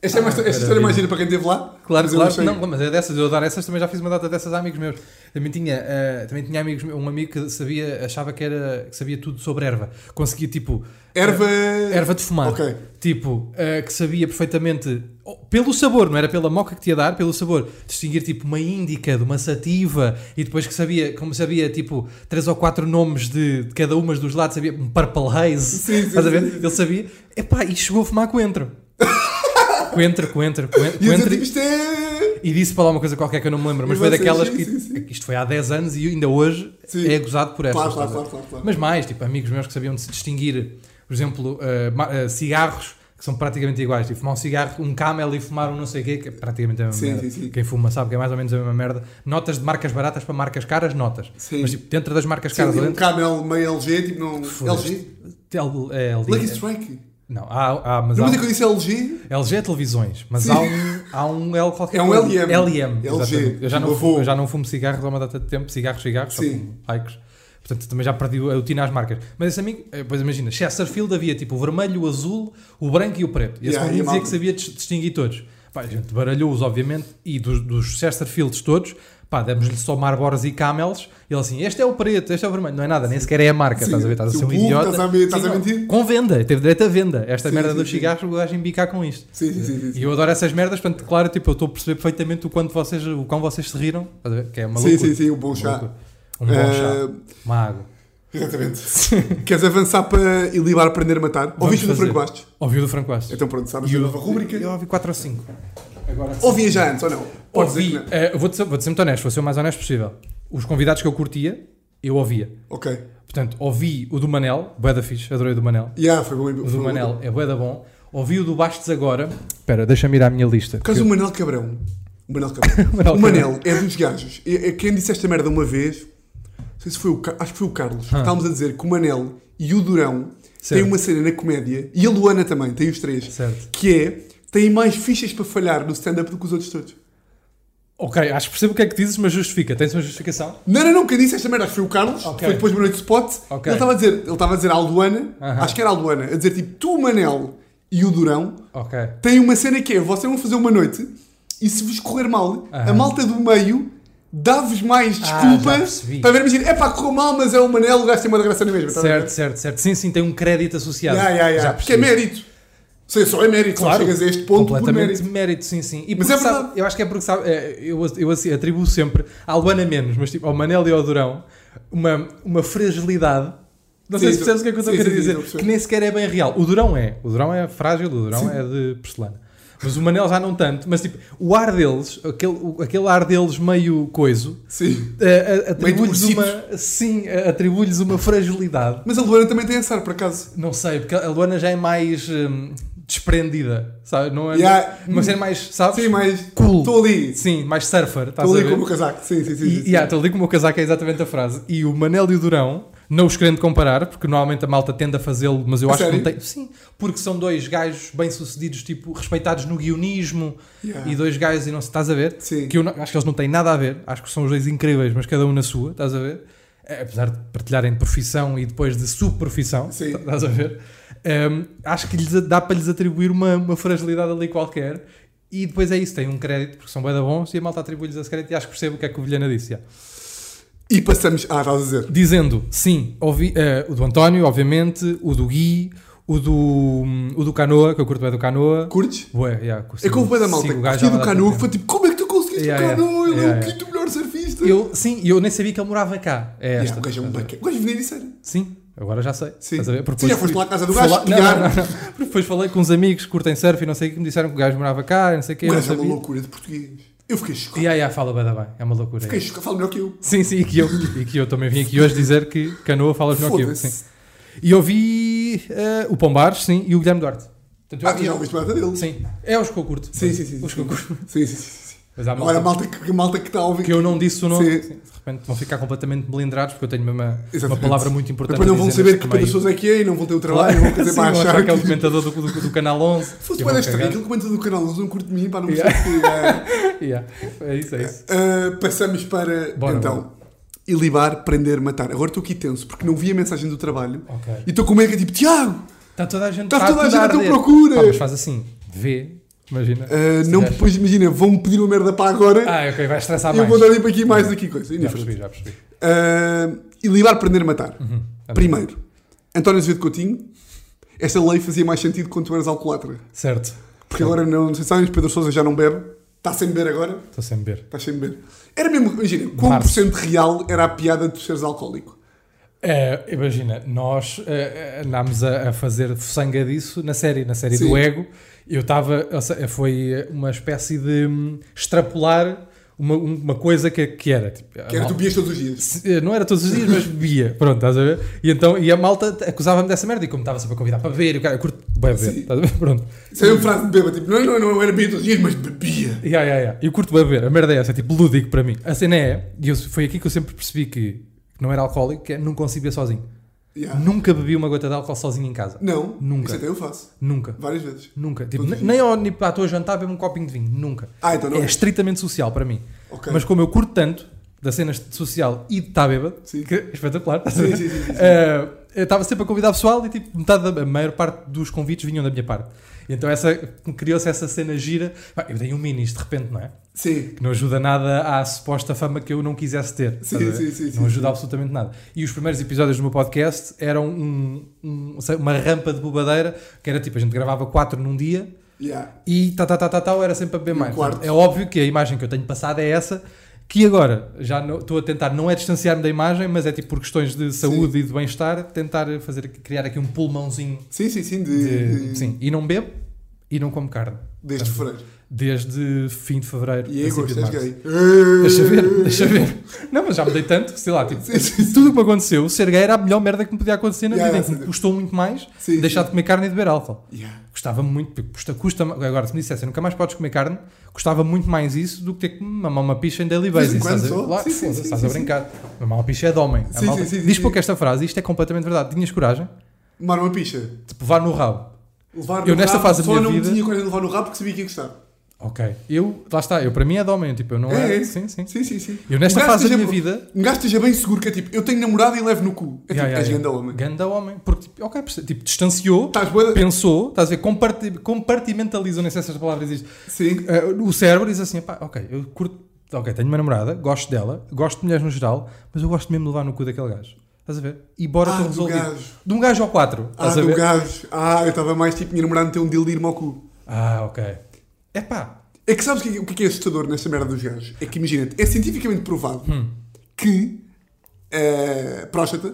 Speaker 1: Esta, é uma, esta história é
Speaker 2: maravilha.
Speaker 1: mais gira para quem esteve lá.
Speaker 2: Claro,
Speaker 1: mas eu
Speaker 2: claro.
Speaker 1: achei-
Speaker 2: Não, mas é dessas. Eu dar essas também já fiz uma data dessas a amigos meus. Também tinha, eh, também tinha amigos, um amigo que sabia, achava que, era, que sabia tudo sobre erva. Conseguia, tipo,
Speaker 1: Erva.
Speaker 2: erva de fumar.
Speaker 1: Ok.
Speaker 2: Tipo, eh, que sabia perfeitamente, oh, pelo sabor, não era pela moca que te ia dar, pelo sabor, distinguir tipo uma índica de uma sativa e depois que sabia, como sabia, tipo, três ou quatro nomes de, de cada uma dos lados, sabia um purple haze,
Speaker 1: Sim, sim,
Speaker 2: estás a ver?
Speaker 1: sim, sim.
Speaker 2: Ele sabia, epá, e chegou a fumar coentro. coentro, coentro, coentro.
Speaker 1: E eu
Speaker 2: coentro
Speaker 1: dizia, isto é.
Speaker 2: e disse para lá uma coisa qualquer que eu não me lembro, mas
Speaker 1: E
Speaker 2: foi
Speaker 1: vocês,
Speaker 2: daquelas
Speaker 1: sim,
Speaker 2: que
Speaker 1: sim, sim.
Speaker 2: isto foi há 10 anos e ainda hoje
Speaker 1: Sim.
Speaker 2: é gozado por essas.
Speaker 1: Claro, claro,
Speaker 2: estás a
Speaker 1: claro,
Speaker 2: ver?
Speaker 1: claro, claro.
Speaker 2: Mas mais, tipo, amigos meus que sabiam de se distinguir, por exemplo, eh, ma- eh, cigarros que são praticamente iguais. Tipo, fumar um cigarro, um camel e fumar um não sei o quê, que é praticamente a mesma
Speaker 1: Sim,
Speaker 2: merda.
Speaker 1: sim, sim.
Speaker 2: Quem fuma sabe que é mais ou menos a mesma merda. Notas de marcas baratas para marcas caras, notas.
Speaker 1: Sim.
Speaker 2: Mas tipo, dentro das marcas
Speaker 1: Sim,
Speaker 2: caras,
Speaker 1: tipo, um
Speaker 2: dentro,
Speaker 1: camel meio LG, tipo não. LG?
Speaker 2: Tel- é, LG.
Speaker 1: Lucky Strike.
Speaker 2: Não, há, há, mas
Speaker 1: Não
Speaker 2: há
Speaker 1: me que eu disse LG?
Speaker 2: LG é televisões, mas
Speaker 1: Sim.
Speaker 2: há um, há um L qualquer
Speaker 1: É um
Speaker 2: coisa.
Speaker 1: LM.
Speaker 2: LM,
Speaker 1: LG.
Speaker 2: exatamente. Eu já, não
Speaker 1: Eu
Speaker 2: fumo,
Speaker 1: vou-
Speaker 2: eu já não fumo cigarros há uma data de tempo, cigarros, cigarros, só
Speaker 1: Sim.
Speaker 2: fumo Icos. Portanto, também já perdi a rotina às marcas. Mas esse amigo, eh, pois imagina, Chesterfield havia tipo o vermelho, o azul, o branco e o preto. E esse
Speaker 1: Yeah,
Speaker 2: amigo
Speaker 1: e a
Speaker 2: dizia
Speaker 1: malta.
Speaker 2: que sabia dis- distinguir todos. Pá, a gente baralhou-os, obviamente, e dos, dos Chesterfields todos, pá, demos-lhe só Marlboros e Camels. E ele assim, este é o preto, este é o vermelho. Não é nada, nem sequer é a marca,
Speaker 1: Sim,
Speaker 2: estás a ver? Estás a
Speaker 1: se
Speaker 2: ser
Speaker 1: o
Speaker 2: um
Speaker 1: burro,
Speaker 2: idiota.
Speaker 1: estás a ver- estás a
Speaker 2: Sim,
Speaker 1: mentir.
Speaker 2: Com venda, teve direito a venda. Esta
Speaker 1: Sim,
Speaker 2: merda
Speaker 1: sim,
Speaker 2: dos
Speaker 1: sim.
Speaker 2: cigarros, o gajo embicar com isto.
Speaker 1: Sim, sim, sim. sim.
Speaker 2: E eu adoro essas merdas, portanto, claro, tipo, eu estou a perceber perfeitamente o quanto vocês, o quão vocês se riram, estás a ver? Que é uma
Speaker 1: Sim,
Speaker 2: loucura.
Speaker 1: sim, sim, o bom
Speaker 2: Uma
Speaker 1: chá.
Speaker 2: loucura. Um bom chá.
Speaker 1: Ah,
Speaker 2: Uma água.
Speaker 1: Exatamente. Queres avançar para Ilibar Aprender a Matar? Ouviste do
Speaker 2: fazer.
Speaker 1: Franco Bastos?
Speaker 2: Ouvi o do Franco Bastos.
Speaker 1: Então pronto, sabes
Speaker 2: E
Speaker 1: a
Speaker 2: eu-
Speaker 1: nova rúbrica?
Speaker 2: Eu ouvi 4 ou 5. Agora
Speaker 1: Ouvia já antes ou não? Podes
Speaker 2: ouvi,
Speaker 1: dizer que não.
Speaker 2: eh, vou-te ser, vou ser muito honesto, vou ser o mais honesto possível. Os convidados que eu curtia, eu ouvia.
Speaker 1: Ok.
Speaker 2: Portanto, ouvi o do Manel, bué da fixe, adorei o do Manel.
Speaker 1: Yeah, foi bom.
Speaker 2: O do Manel é bué da bom. Ouvi o do Bastos agora. Espera, deixa-me ir à minha lista.
Speaker 1: Por causa do Manel Cabrão. O Manel Cabrão.
Speaker 2: O Manel
Speaker 1: o Manel é dos gajos. É, é quem disse esta merda uma vez, não sei se foi o Ca- acho que foi o Carlos, que estávamos a dizer que o Manel e o Durão
Speaker 2: Ah. Certo.
Speaker 1: têm uma cena na comédia, e a Luana também, tem os três,
Speaker 2: Certo.
Speaker 1: que é, têm mais fichas para falhar no stand-up do que os outros todos.
Speaker 2: Ok, acho que percebo o que é que dizes, mas justifica. Tens uma justificação?
Speaker 1: Não, não, não, quem disse esta merda acho que foi o Carlos,
Speaker 2: Ok.
Speaker 1: foi depois do Noite de Spot.
Speaker 2: Ok.
Speaker 1: Ele estava a dizer, ele estava a dizer à Luana,
Speaker 2: Aham.
Speaker 1: acho que era a Luana, a dizer tipo, tu, o Manel e o Durão
Speaker 2: Ok.
Speaker 1: têm uma cena que é, vocês vão fazer uma noite e se vos correr mal, a
Speaker 2: Aham. Ah,
Speaker 1: malta do meio dá-vos mais
Speaker 2: já
Speaker 1: desculpa
Speaker 2: percebi.
Speaker 1: para ver, imagina, é pá, correu mal, mas é o Manel, o gajo tem uma graça na mesma. estás a ver?
Speaker 2: Certo, certo, certo. Sim, sim, tem um crédito associado.
Speaker 1: Ya, ya, ya.
Speaker 2: Já
Speaker 1: Porque é
Speaker 2: percebi.
Speaker 1: mérito. Ou seja, só é mérito, só
Speaker 2: Claro,
Speaker 1: chegas a este ponto por
Speaker 2: completamente
Speaker 1: mérito.
Speaker 2: sim, sim. E
Speaker 1: Mas
Speaker 2: porque
Speaker 1: é
Speaker 2: sabe-
Speaker 1: verdade.
Speaker 2: eu acho que é porque sabe, é, eu, eu assim, atribuo sempre à Luana menos, mas tipo ao Manel e ao Durão, uma, uma fragilidade. Não sei
Speaker 1: Sim,
Speaker 2: se percebes o que é que eu estou a
Speaker 1: sim,
Speaker 2: querer
Speaker 1: sim, sim,
Speaker 2: dizer,
Speaker 1: eu percebo.
Speaker 2: que nem sequer é bem real. O Durão é, o Durão é frágil, o Durão é de porcelana. Mas o Manel já não tanto, mas tipo, o ar deles, aquele, o- aquele ar deles meio coiso,
Speaker 1: Sim.
Speaker 2: eh, a- atribui-lhes
Speaker 1: torcidos.
Speaker 2: uma, sim, eh, atribui-lhes uma fragilidade
Speaker 1: Mas a Luana também tem azar, por acaso.
Speaker 2: não sei, porque a Luana já é mais hum, desprendida, sabe? Não é
Speaker 1: Yeah.
Speaker 2: uma cena mais, sabes?
Speaker 1: Sim, mas.
Speaker 2: cool.
Speaker 1: Estou ali.
Speaker 2: Sim, mais surfer, estás
Speaker 1: Estou
Speaker 2: a
Speaker 1: ali
Speaker 2: ver?
Speaker 1: com o meu casaco. Sim, sim, sim.
Speaker 2: E
Speaker 1: sim,
Speaker 2: yeah, estou ali com o meu casaco, é exatamente a frase. E o Manel e o Durão, não os querendo comparar, porque normalmente a malta tende a fazê-lo, mas eu
Speaker 1: A
Speaker 2: acho que não
Speaker 1: sério?
Speaker 2: tem. Sim, porque são dois gajos bem-sucedidos, tipo, respeitados no guionismo,
Speaker 1: Yeah.
Speaker 2: e dois gajos, e não se estás a ver?
Speaker 1: Sim.
Speaker 2: Que eu não- acho que eles não têm nada a ver, acho que são os dois incríveis, mas cada um na sua, estás a ver? Eh, Apesar de partilharem profissão e depois de subprofissão,
Speaker 1: Sim.
Speaker 2: Tá, estás a ver? Ehm, acho que lhes- dá para lhes atribuir uma, uma fragilidade ali qualquer. E depois é isso, tem um crédito, porque são bem bons, e a malta atribui-lhes esse crédito, e acho que percebo o que é que o Vilhena disse. já.
Speaker 1: E passamos. Ah, estás a dizer.
Speaker 2: Dizendo, sim, ouvi, eh, o do António, obviamente, o do Gui, o do, hum, o do Canoa, que eu curto bem do Canoa.
Speaker 1: Curtes?
Speaker 2: Ué, yeah,
Speaker 1: É que houve bué da malta.
Speaker 2: sigo o
Speaker 1: que
Speaker 2: gajo
Speaker 1: tinha
Speaker 2: há
Speaker 1: do
Speaker 2: bastante
Speaker 1: Canoa
Speaker 2: tempo.
Speaker 1: que foi tipo, como é que tu conseguiste o
Speaker 2: Yeah, yeah.
Speaker 1: Canoa? Ele é
Speaker 2: Yeah,
Speaker 1: o
Speaker 2: yeah.
Speaker 1: quinto melhor surfista.
Speaker 2: Eu, sim, e eu nem sabia que ele morava cá. É
Speaker 1: Yeah,
Speaker 2: esta.
Speaker 1: o gajo é um bacana. O gajo veio de sério.
Speaker 2: Sim, agora já sei.
Speaker 1: Sim.
Speaker 2: Estás a ver? Porque
Speaker 1: Sim, já
Speaker 2: depois
Speaker 1: foste lá à casa do
Speaker 2: fui-
Speaker 1: gajo
Speaker 2: falar- não, não,
Speaker 1: pilhar.
Speaker 2: não, não. Porque depois falei com uns amigos que curtem surf e não sei o que, que me disseram que o gajo morava cá, e não sei o que.
Speaker 1: O
Speaker 2: eu não
Speaker 1: gajo é uma
Speaker 2: sabia.
Speaker 1: loucura de português. Eu fiquei chocado.
Speaker 2: E aí, aí, fala bem, bem, é uma loucura.
Speaker 1: Fiquei chocado. Fala melhor que eu.
Speaker 2: Sim, sim, e que eu, e que eu também vim aqui hoje dizer que Canoa fala melhor que eu.
Speaker 1: Foda-se.
Speaker 2: Sim. E eu vi eh, o Pombares, sim, e o Guilherme Duarte. Portanto, eu-
Speaker 1: Ah, já ouviste mais dele.
Speaker 2: Sim, é os que eu curto.
Speaker 1: Sim, sim, sim.
Speaker 2: Os que eu curto.
Speaker 1: Sim, sim, sim, sim.
Speaker 2: Mas há
Speaker 1: Agora a
Speaker 2: malta
Speaker 1: malta que, a malta que está a ouvir.
Speaker 2: que eu não disse o nome,
Speaker 1: Sim.
Speaker 2: sim, de repente vão ficar completamente blindrados, porque eu tenho mesmo uma, uma
Speaker 1: Exatamente.
Speaker 2: palavra muito importante.
Speaker 1: Depois não
Speaker 2: a
Speaker 1: vão
Speaker 2: dizer
Speaker 1: saber
Speaker 2: neste
Speaker 1: que quantas
Speaker 2: meio.
Speaker 1: pessoas é que é e não vão ter o trabalho, vão
Speaker 2: Claro.
Speaker 1: fazer
Speaker 2: Sim,
Speaker 1: para
Speaker 2: vão achar
Speaker 1: achar
Speaker 2: que é o
Speaker 1: que.
Speaker 2: comentador do, do, do Canal 11.
Speaker 1: Fosse
Speaker 2: Eu
Speaker 1: para
Speaker 2: vou
Speaker 1: estranho,
Speaker 2: cagar.
Speaker 1: aquele comenta do canal, eles não curte de mim, pá, não
Speaker 2: Yeah.
Speaker 1: percebo que é.
Speaker 2: Yeah. É isso, é isso.
Speaker 1: Uh, passamos para
Speaker 2: Bora,
Speaker 1: então ilibar, prender, matar. Agora estou aqui tenso porque não vi a mensagem do trabalho
Speaker 2: Ok.
Speaker 1: e estou com medo que é tipo Tiago,
Speaker 2: Está Tá toda a gente
Speaker 1: Está toda a
Speaker 2: tudo
Speaker 1: gente à tua
Speaker 2: arder.
Speaker 1: procura.
Speaker 2: Pá, mas faz assim, vê, imagina.
Speaker 1: uh,
Speaker 2: se
Speaker 1: não
Speaker 2: der.
Speaker 1: depois imagina, vão-me pedir uma merda para agora
Speaker 2: Ah, ok, vai estressar
Speaker 1: e eu
Speaker 2: mais. Uhum.
Speaker 1: vou dar tipo aqui mais aqui coisa.
Speaker 2: Já
Speaker 1: Indiferente.
Speaker 2: percebi, já percebi.
Speaker 1: Uh, ilibar, prender, matar.
Speaker 2: Anda.
Speaker 1: Primeiro, António Azevedo Coutinho. Esta lei fazia mais sentido quando tu eras alcoólatra.
Speaker 2: Certo,
Speaker 1: Porque agora não, não sei se sabem, Pedro Sousa já não bebe. Está sem beber agora.
Speaker 2: estou sem beber.
Speaker 1: Está sem beber. Era mesmo, imagina, quão por
Speaker 2: Março.
Speaker 1: cento real era a piada de tu seres alcoólico?
Speaker 2: É, imagina, nós é, é, andámos a, a fazer sangue disso na série, na série do
Speaker 1: Sim.
Speaker 2: Ego. Eu estava, ou seja, foi eh, uma espécie de hum, extrapolar uma, uma coisa que, que era. Tipo, a
Speaker 1: Que era tu
Speaker 2: malta-
Speaker 1: bias todos os dias.
Speaker 2: se- eh, não era todos os dias, mas bebia. Pronto, estás a ver? E, então, e a malta t- acusava-me dessa merda. E como estava sempre a convidar para beber, e o cara, eu curto bem beber.
Speaker 1: Sim.
Speaker 2: Estás a ver? Pronto.
Speaker 1: Isso é uma frase de bêbado, tipo, não, não, não era bebia todos os dias, mas bebia.
Speaker 2: Yeah, yeah, yeah. Eu curto bem beber, a merda é essa, é tipo lúdico para mim. A cena é, e eu, foi aqui que eu sempre percebi que não era alcoólico, que é não consigo beber sozinho.
Speaker 1: Yeah.
Speaker 2: Nunca bebi uma gota de álcool sozinho em casa.
Speaker 1: Não,
Speaker 2: Nunca.
Speaker 1: Isso até eu faço,
Speaker 2: Nunca.
Speaker 1: várias vezes.
Speaker 2: Nunca. Tipo,
Speaker 1: Todos os
Speaker 2: ne- nem ao, nem para a tua jantar bebo um copinho de vinho. Nunca.
Speaker 1: Ah, então não
Speaker 2: é
Speaker 1: é.
Speaker 2: estritamente social para mim.
Speaker 1: Ok.
Speaker 2: Mas como eu curto tanto das cenas de social e de estar bêbado,
Speaker 1: Sim.
Speaker 2: que é espetacular, estás a
Speaker 1: Sim,
Speaker 2: ver?
Speaker 1: sim, sim, sim.
Speaker 2: Eh, eu estava sempre a convidar pessoal e tipo, metade da, a maior parte dos convites vinham da minha parte. E então essa, criou-se essa cena gira. Pá, eu dei um minis de repente, não é?
Speaker 1: Sim.
Speaker 2: que não ajuda nada à suposta fama que eu não quisesse ter.
Speaker 1: Sim,
Speaker 2: estás a ver?
Speaker 1: sim, sim, sim,
Speaker 2: Não ajuda absolutamente nada. E os primeiros episódios do meu podcast eram um- um- sei- uma rampa de bobadeira, que era tipo, a gente gravava quatro num dia
Speaker 1: Yeah.
Speaker 2: e tá, tal, tal, tal, tal, tal era sempre a beber mais.
Speaker 1: quarto.
Speaker 2: É óbvio que a imagem que eu tenho passada é essa, que agora já não- estou a tentar, não é distanciar-me da imagem, mas é tipo por questões de saúde e de bem-estar, tentar fazer, aqui- criar aqui um pulmãozinho
Speaker 1: Sim, sim, sim,
Speaker 2: de-
Speaker 1: de,
Speaker 2: Sim, e não bebo e não como carne.
Speaker 1: desde
Speaker 2: Portanto,
Speaker 1: fevereiro.
Speaker 2: Desde fim de fevereiro.
Speaker 1: E é agosto,
Speaker 2: princípio de
Speaker 1: és
Speaker 2: março.
Speaker 1: gay.
Speaker 2: Deixa ver, deixa ver. Não, mas já mudei tanto, sei lá, tipo,
Speaker 1: Sim, sim, sim.
Speaker 2: tudo o que me aconteceu, ser gay era a melhor merda que me podia acontecer na
Speaker 1: Yeah,
Speaker 2: vida, em
Speaker 1: yeah,
Speaker 2: que
Speaker 1: sim.
Speaker 2: me custou muito mais
Speaker 1: Sim,
Speaker 2: deixar
Speaker 1: sim.
Speaker 2: de comer carne e de beber álcool.
Speaker 1: Yeah.
Speaker 2: Gostava muito, porque custa, custa agora se me dissessem nunca mais podes comer carne, gostava muito mais isso do que ter que mamar uma picha em daily
Speaker 1: vez
Speaker 2: basis.
Speaker 1: em quando
Speaker 2: Estás a,
Speaker 1: só.
Speaker 2: lá,
Speaker 1: Sim, sim,
Speaker 2: foda-se,
Speaker 1: sim,
Speaker 2: estás
Speaker 1: sim,
Speaker 2: a brincar. Mamar uma picha é de homem. A
Speaker 1: Sim,
Speaker 2: malta-
Speaker 1: sim, sim, sim,
Speaker 2: Diz
Speaker 1: sim.
Speaker 2: pouco esta frase, isto é completamente verdade. Tinhas coragem,
Speaker 1: Tomar uma picha.
Speaker 2: tipo, vá no rabo.
Speaker 1: Levar
Speaker 2: Eu
Speaker 1: no
Speaker 2: nesta
Speaker 1: rabo,
Speaker 2: fase da
Speaker 1: só
Speaker 2: minha
Speaker 1: não
Speaker 2: vida-
Speaker 1: tinha coragem de levar no rabo porque sabia que ia gostar.
Speaker 2: Ok. Eu, lá está, eu para mim é de homem, tipo, eu não
Speaker 1: É,
Speaker 2: é.
Speaker 1: é.
Speaker 2: Sim, sim.
Speaker 1: Sim, sim, sim.
Speaker 2: Eu nesta
Speaker 1: Um gajo
Speaker 2: fase da
Speaker 1: esteja-
Speaker 2: minha vida,
Speaker 1: Um gajo esteja bem seguro que é tipo, eu tenho namorado e levo no cu. É tipo,
Speaker 2: Yeah, yeah,
Speaker 1: és
Speaker 2: yeah.
Speaker 1: ganda homem.
Speaker 2: Ganda homem. Porque, tipo, ok, perce- tipo, distanciou,
Speaker 1: Estás boa...
Speaker 2: pensou, estás a ver, comparti compartimentalizou, nem sei se essa palavra existe.
Speaker 1: Sim.
Speaker 2: Eh, o cérebro diz assim, pá, ok, eu curto, ok, tenho uma namorada, gosto dela, gosto de mulheres no geral, mas eu gosto mesmo de levar no cu daquele gajo. Estás a ver? E bora
Speaker 1: Ah,
Speaker 2: estou
Speaker 1: do
Speaker 2: resolvido.
Speaker 1: gajo.
Speaker 2: De um gajo ao quatro.
Speaker 1: Ah,
Speaker 2: Estás a
Speaker 1: do
Speaker 2: ver?
Speaker 1: gajo. Ah, eu estava mais tipo, minha namorada tem um deal de ir-me ao cu.
Speaker 2: Ah, ok. É pá.
Speaker 1: É que sabes o que, o que é assustador nesta merda dos gajos? É que imagina, é cientificamente provado
Speaker 2: Hum.
Speaker 1: que a próstata,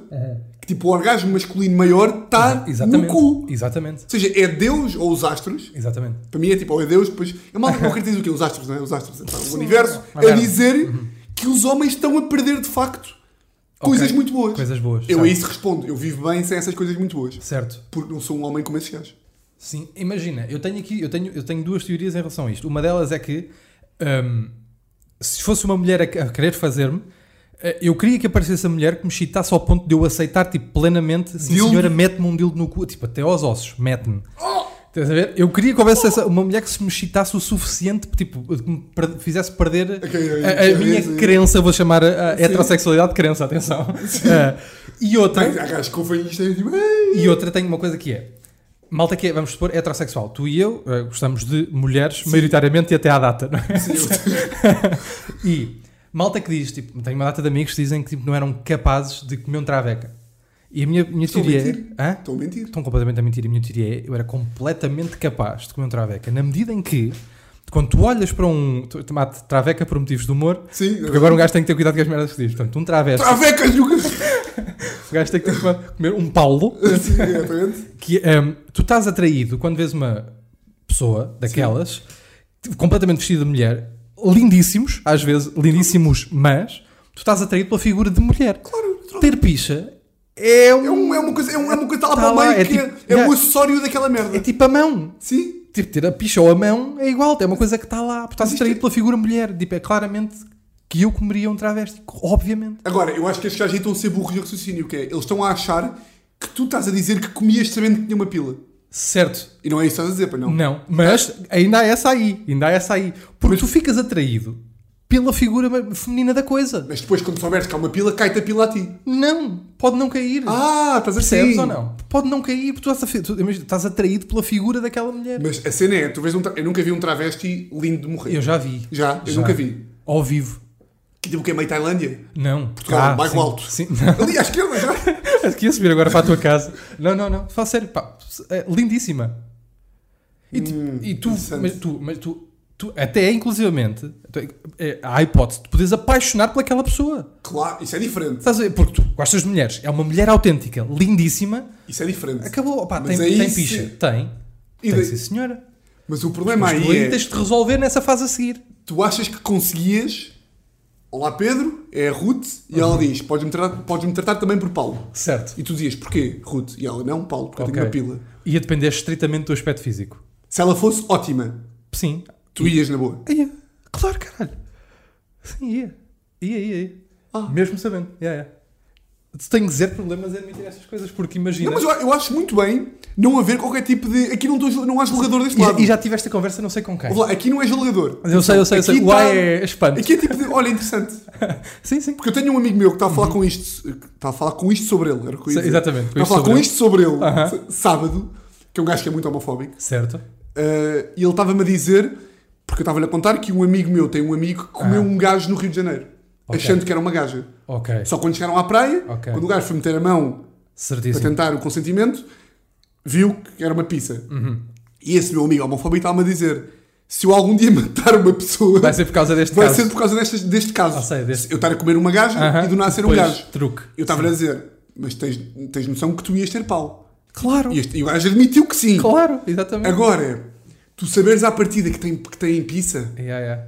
Speaker 1: que tipo o orgasmo masculino maior está Ah, no
Speaker 2: Exatamente.
Speaker 1: cu. Ou
Speaker 2: Exatamente.
Speaker 1: seja, é Deus ou os astros.
Speaker 2: Exatamente.
Speaker 1: Para mim é tipo, ou é Deus, depois. A malta qualquer diz o quê? Os astros, não é? Os astros. Então, o universo
Speaker 2: Uma
Speaker 1: é
Speaker 2: merda. Uhum.
Speaker 1: dizer que os homens estão a perder de facto coisas
Speaker 2: Ok.
Speaker 1: muito boas.
Speaker 2: Coisas boas.
Speaker 1: eu a
Speaker 2: certo.
Speaker 1: isso respondo. Eu vivo bem sem essas coisas muito boas.
Speaker 2: Certo.
Speaker 1: Porque não sou um homem como esses gajos.
Speaker 2: Sim, imagina, eu tenho aqui, eu tenho, eu tenho duas teorias em relação a isto. Uma delas é que hum, se fosse uma mulher a, a querer fazer-me, eh, eu queria que aparecesse a mulher que me chitasse ao ponto de eu aceitar tipo, plenamente, sim
Speaker 1: Dildo?
Speaker 2: senhora, mete-me um dildo no cu, tipo, até aos ossos, mete-me.
Speaker 1: Oh!
Speaker 2: Estás a ver? Eu queria que houvesse essa- uma mulher que se me chitasse o suficiente, tipo, que me per- fizesse perder
Speaker 1: Ok,
Speaker 2: a, a
Speaker 1: ok,
Speaker 2: minha
Speaker 1: sim.
Speaker 2: crença, vou chamar a, a heterossexualidade de crença, atenção. Ah, e outra.
Speaker 1: Há gajos que ouvem isto e tipo, "Ei!"
Speaker 2: E outra tem uma coisa que é. Malta que é, vamos supor, heterossexual. Tu e eu eh, gostamos de mulheres, maioritariamente e até à data, não é? e malta que diz, tipo, tenho uma data de amigos que dizem que tipo, não eram capazes de comer um traveca. E a minha, minha
Speaker 1: Estão a
Speaker 2: teoria
Speaker 1: mentir.
Speaker 2: é. Hã?
Speaker 1: Estão a mentir.
Speaker 2: Estão completamente a mentir. A minha teoria é: eu era completamente capaz de comer um traveca. Na medida em que, quando tu olhas para um. tu- Tomate traveca por motivos de humor.
Speaker 1: Sim.
Speaker 2: Porque agora um gajo tem que ter cuidado com as merdas que diz. Portanto, um travesti.
Speaker 1: Travecas nunca.
Speaker 2: O gajo tem que ter que comer um paulo.
Speaker 1: Sim, exatamente.
Speaker 2: que hum, tu estás atraído quando vês uma pessoa daquelas t- completamente vestida de mulher, lindíssimos, às vezes lindíssimos, mas tu estás atraído pela figura de mulher.
Speaker 1: Claro,
Speaker 2: Ter picha é
Speaker 1: É,
Speaker 2: um,
Speaker 1: um- é uma coisa, é, um- é uma coisa que está lá
Speaker 2: Tá
Speaker 1: para o
Speaker 2: lá,
Speaker 1: meio
Speaker 2: é
Speaker 1: que é-
Speaker 2: tipo-
Speaker 1: é, um
Speaker 2: yeah.
Speaker 1: acessório daquela merda.
Speaker 2: é tipo a mão.
Speaker 1: Sim.
Speaker 2: Tipo, ter a picha ou a mão é igual, é uma coisa que está lá. Tu estás atraído pela figura mulher. Tipo, é claramente que eu comeria um travesti, obviamente.
Speaker 1: Agora, eu acho que estes gajos aí estão a ser burros de raciocínio, que é, eles estão a achar que tu estás a dizer que comias sabendo que tinha uma pila.
Speaker 2: Certo,
Speaker 1: E não é isso que estás a dizer, para não.
Speaker 2: Não, mas ainda há essa aí, ainda há essa aí. Porque tu ficas atraído pela figura ma- feminina da coisa.
Speaker 1: Mas depois, quando souberes que há uma pila, cai-te a pila a ti.
Speaker 2: Não, pode não cair.
Speaker 1: Ah, estás a
Speaker 2: Percebes
Speaker 1: sim.
Speaker 2: ou não? Pode não cair, porque tu estás, afe- tu- imagina, estás atraído pela figura daquela mulher.
Speaker 1: Mas a cena é, tu vês um tra- eu nunca vi um travesti lindo de morrer.
Speaker 2: Eu já vi.
Speaker 1: Já, eu nunca vi.
Speaker 2: Ao vivo.
Speaker 1: Que tipo que é meio Tailândia.
Speaker 2: Não. Ah,
Speaker 1: Portugal, bairro
Speaker 2: sim,
Speaker 1: alto.
Speaker 2: Sim, não.
Speaker 1: Ali à esquerda já.
Speaker 2: Acho que ia subir agora para a tua casa. Não, não, não. Fala sério, pá. É lindíssima. E, ti- e tu,
Speaker 1: Hum, interessante.
Speaker 2: mas tu, mas tu, tu, até inclusivamente, tu- é, há a hipótese de poderes apaixonar pelaquela pessoa.
Speaker 1: Claro, isso é diferente.
Speaker 2: Estás a ver? Porque tu gostas de mulheres. É uma mulher autêntica, lindíssima.
Speaker 1: Isso é diferente.
Speaker 2: Acabou. Opá, tem,
Speaker 1: Mas aí
Speaker 2: tem
Speaker 1: sim.
Speaker 2: picha. Tem.
Speaker 1: E
Speaker 2: tem,
Speaker 1: daí-
Speaker 2: sim, senhora.
Speaker 1: Mas o problema
Speaker 2: Mas tu
Speaker 1: aí
Speaker 2: aí
Speaker 1: é,
Speaker 2: tens de resolver nessa fase a seguir.
Speaker 1: tu achas que conseguias... Olá Pedro, é a Ruth, e
Speaker 2: Uhum.
Speaker 1: ela diz, podes-me tratar, podes tratar também por Paulo.
Speaker 2: Certo.
Speaker 1: E tu dizias, porquê, Ruth? E ela, não, Paulo, porque
Speaker 2: Ok.
Speaker 1: eu tenho uma pila.
Speaker 2: Ia depender estritamente do aspecto físico.
Speaker 1: Se ela fosse ótima,
Speaker 2: Sim.
Speaker 1: tu ias na boa.
Speaker 2: Ia.
Speaker 1: é.
Speaker 2: Claro, caralho. Sim, é. ia. Ia, ia, ia.
Speaker 1: Ah.
Speaker 2: é. Mesmo sabendo. Ia, ia. Tenho zero problemas em admitir essas coisas, porque imagina...
Speaker 1: Não, mas eu, eu acho muito bem não haver qualquer tipo de. Aqui não, estou a jul- não há julgador deste
Speaker 2: E já-
Speaker 1: lado.
Speaker 2: e, já tive esta conversa não sei com quem.
Speaker 1: Ouve lá, aqui não é julgador.
Speaker 2: Eu sei, eu sei, eu sei.
Speaker 1: Aqui
Speaker 2: O
Speaker 1: tá-
Speaker 2: A é espanto.
Speaker 1: Aqui é tipo de. Olha, interessante.
Speaker 2: Sim, sim.
Speaker 1: Porque eu tenho um amigo meu que está a falar com isto. que Está a falar com isto sobre ele. Era o que eu ia
Speaker 2: Uhum. Sim,
Speaker 1: dizer.
Speaker 2: exatamente, com
Speaker 1: Está a
Speaker 2: isto
Speaker 1: falar
Speaker 2: sobre
Speaker 1: com
Speaker 2: ele.
Speaker 1: isto sobre ele.
Speaker 2: Aham.
Speaker 1: s- Sábado. Que é um gajo que é muito homofóbico.
Speaker 2: Certo.
Speaker 1: eh, e ele estava-me a dizer. Porque eu estava-lhe a contar que um amigo meu tem um amigo que comeu
Speaker 2: Aham.
Speaker 1: um gajo no Rio de Janeiro.
Speaker 2: Ok.
Speaker 1: Achando que era uma gaja.
Speaker 2: Ok.
Speaker 1: Só quando chegaram à praia,
Speaker 2: É. Ok.
Speaker 1: quando o gajo foi meter a mão para
Speaker 2: Certíssimo.
Speaker 1: tentar o consentimento, viu que era uma pizza.
Speaker 2: Uhum.
Speaker 1: E esse meu amigo homofóbico estava-me a dizer: se eu algum dia matar uma pessoa,
Speaker 2: Vai ser por causa deste
Speaker 1: vai
Speaker 2: caso.
Speaker 1: ser por causa destas- deste, caso.
Speaker 2: Ah, sei, deste-
Speaker 1: Eu estar a comer uma gaja
Speaker 2: Aham,
Speaker 1: e do nada ser um
Speaker 2: depois,
Speaker 1: gajo.
Speaker 2: Truque.
Speaker 1: Eu estava-lhe a dizer: mas tens, tens noção que tu ias ter pau.
Speaker 2: Claro.
Speaker 1: E, este- e o gajo admitiu que sim.
Speaker 2: Claro, exatamente.
Speaker 1: Agora, tu saberes à partida que tem, que tem pizza,
Speaker 2: Yeah, yeah.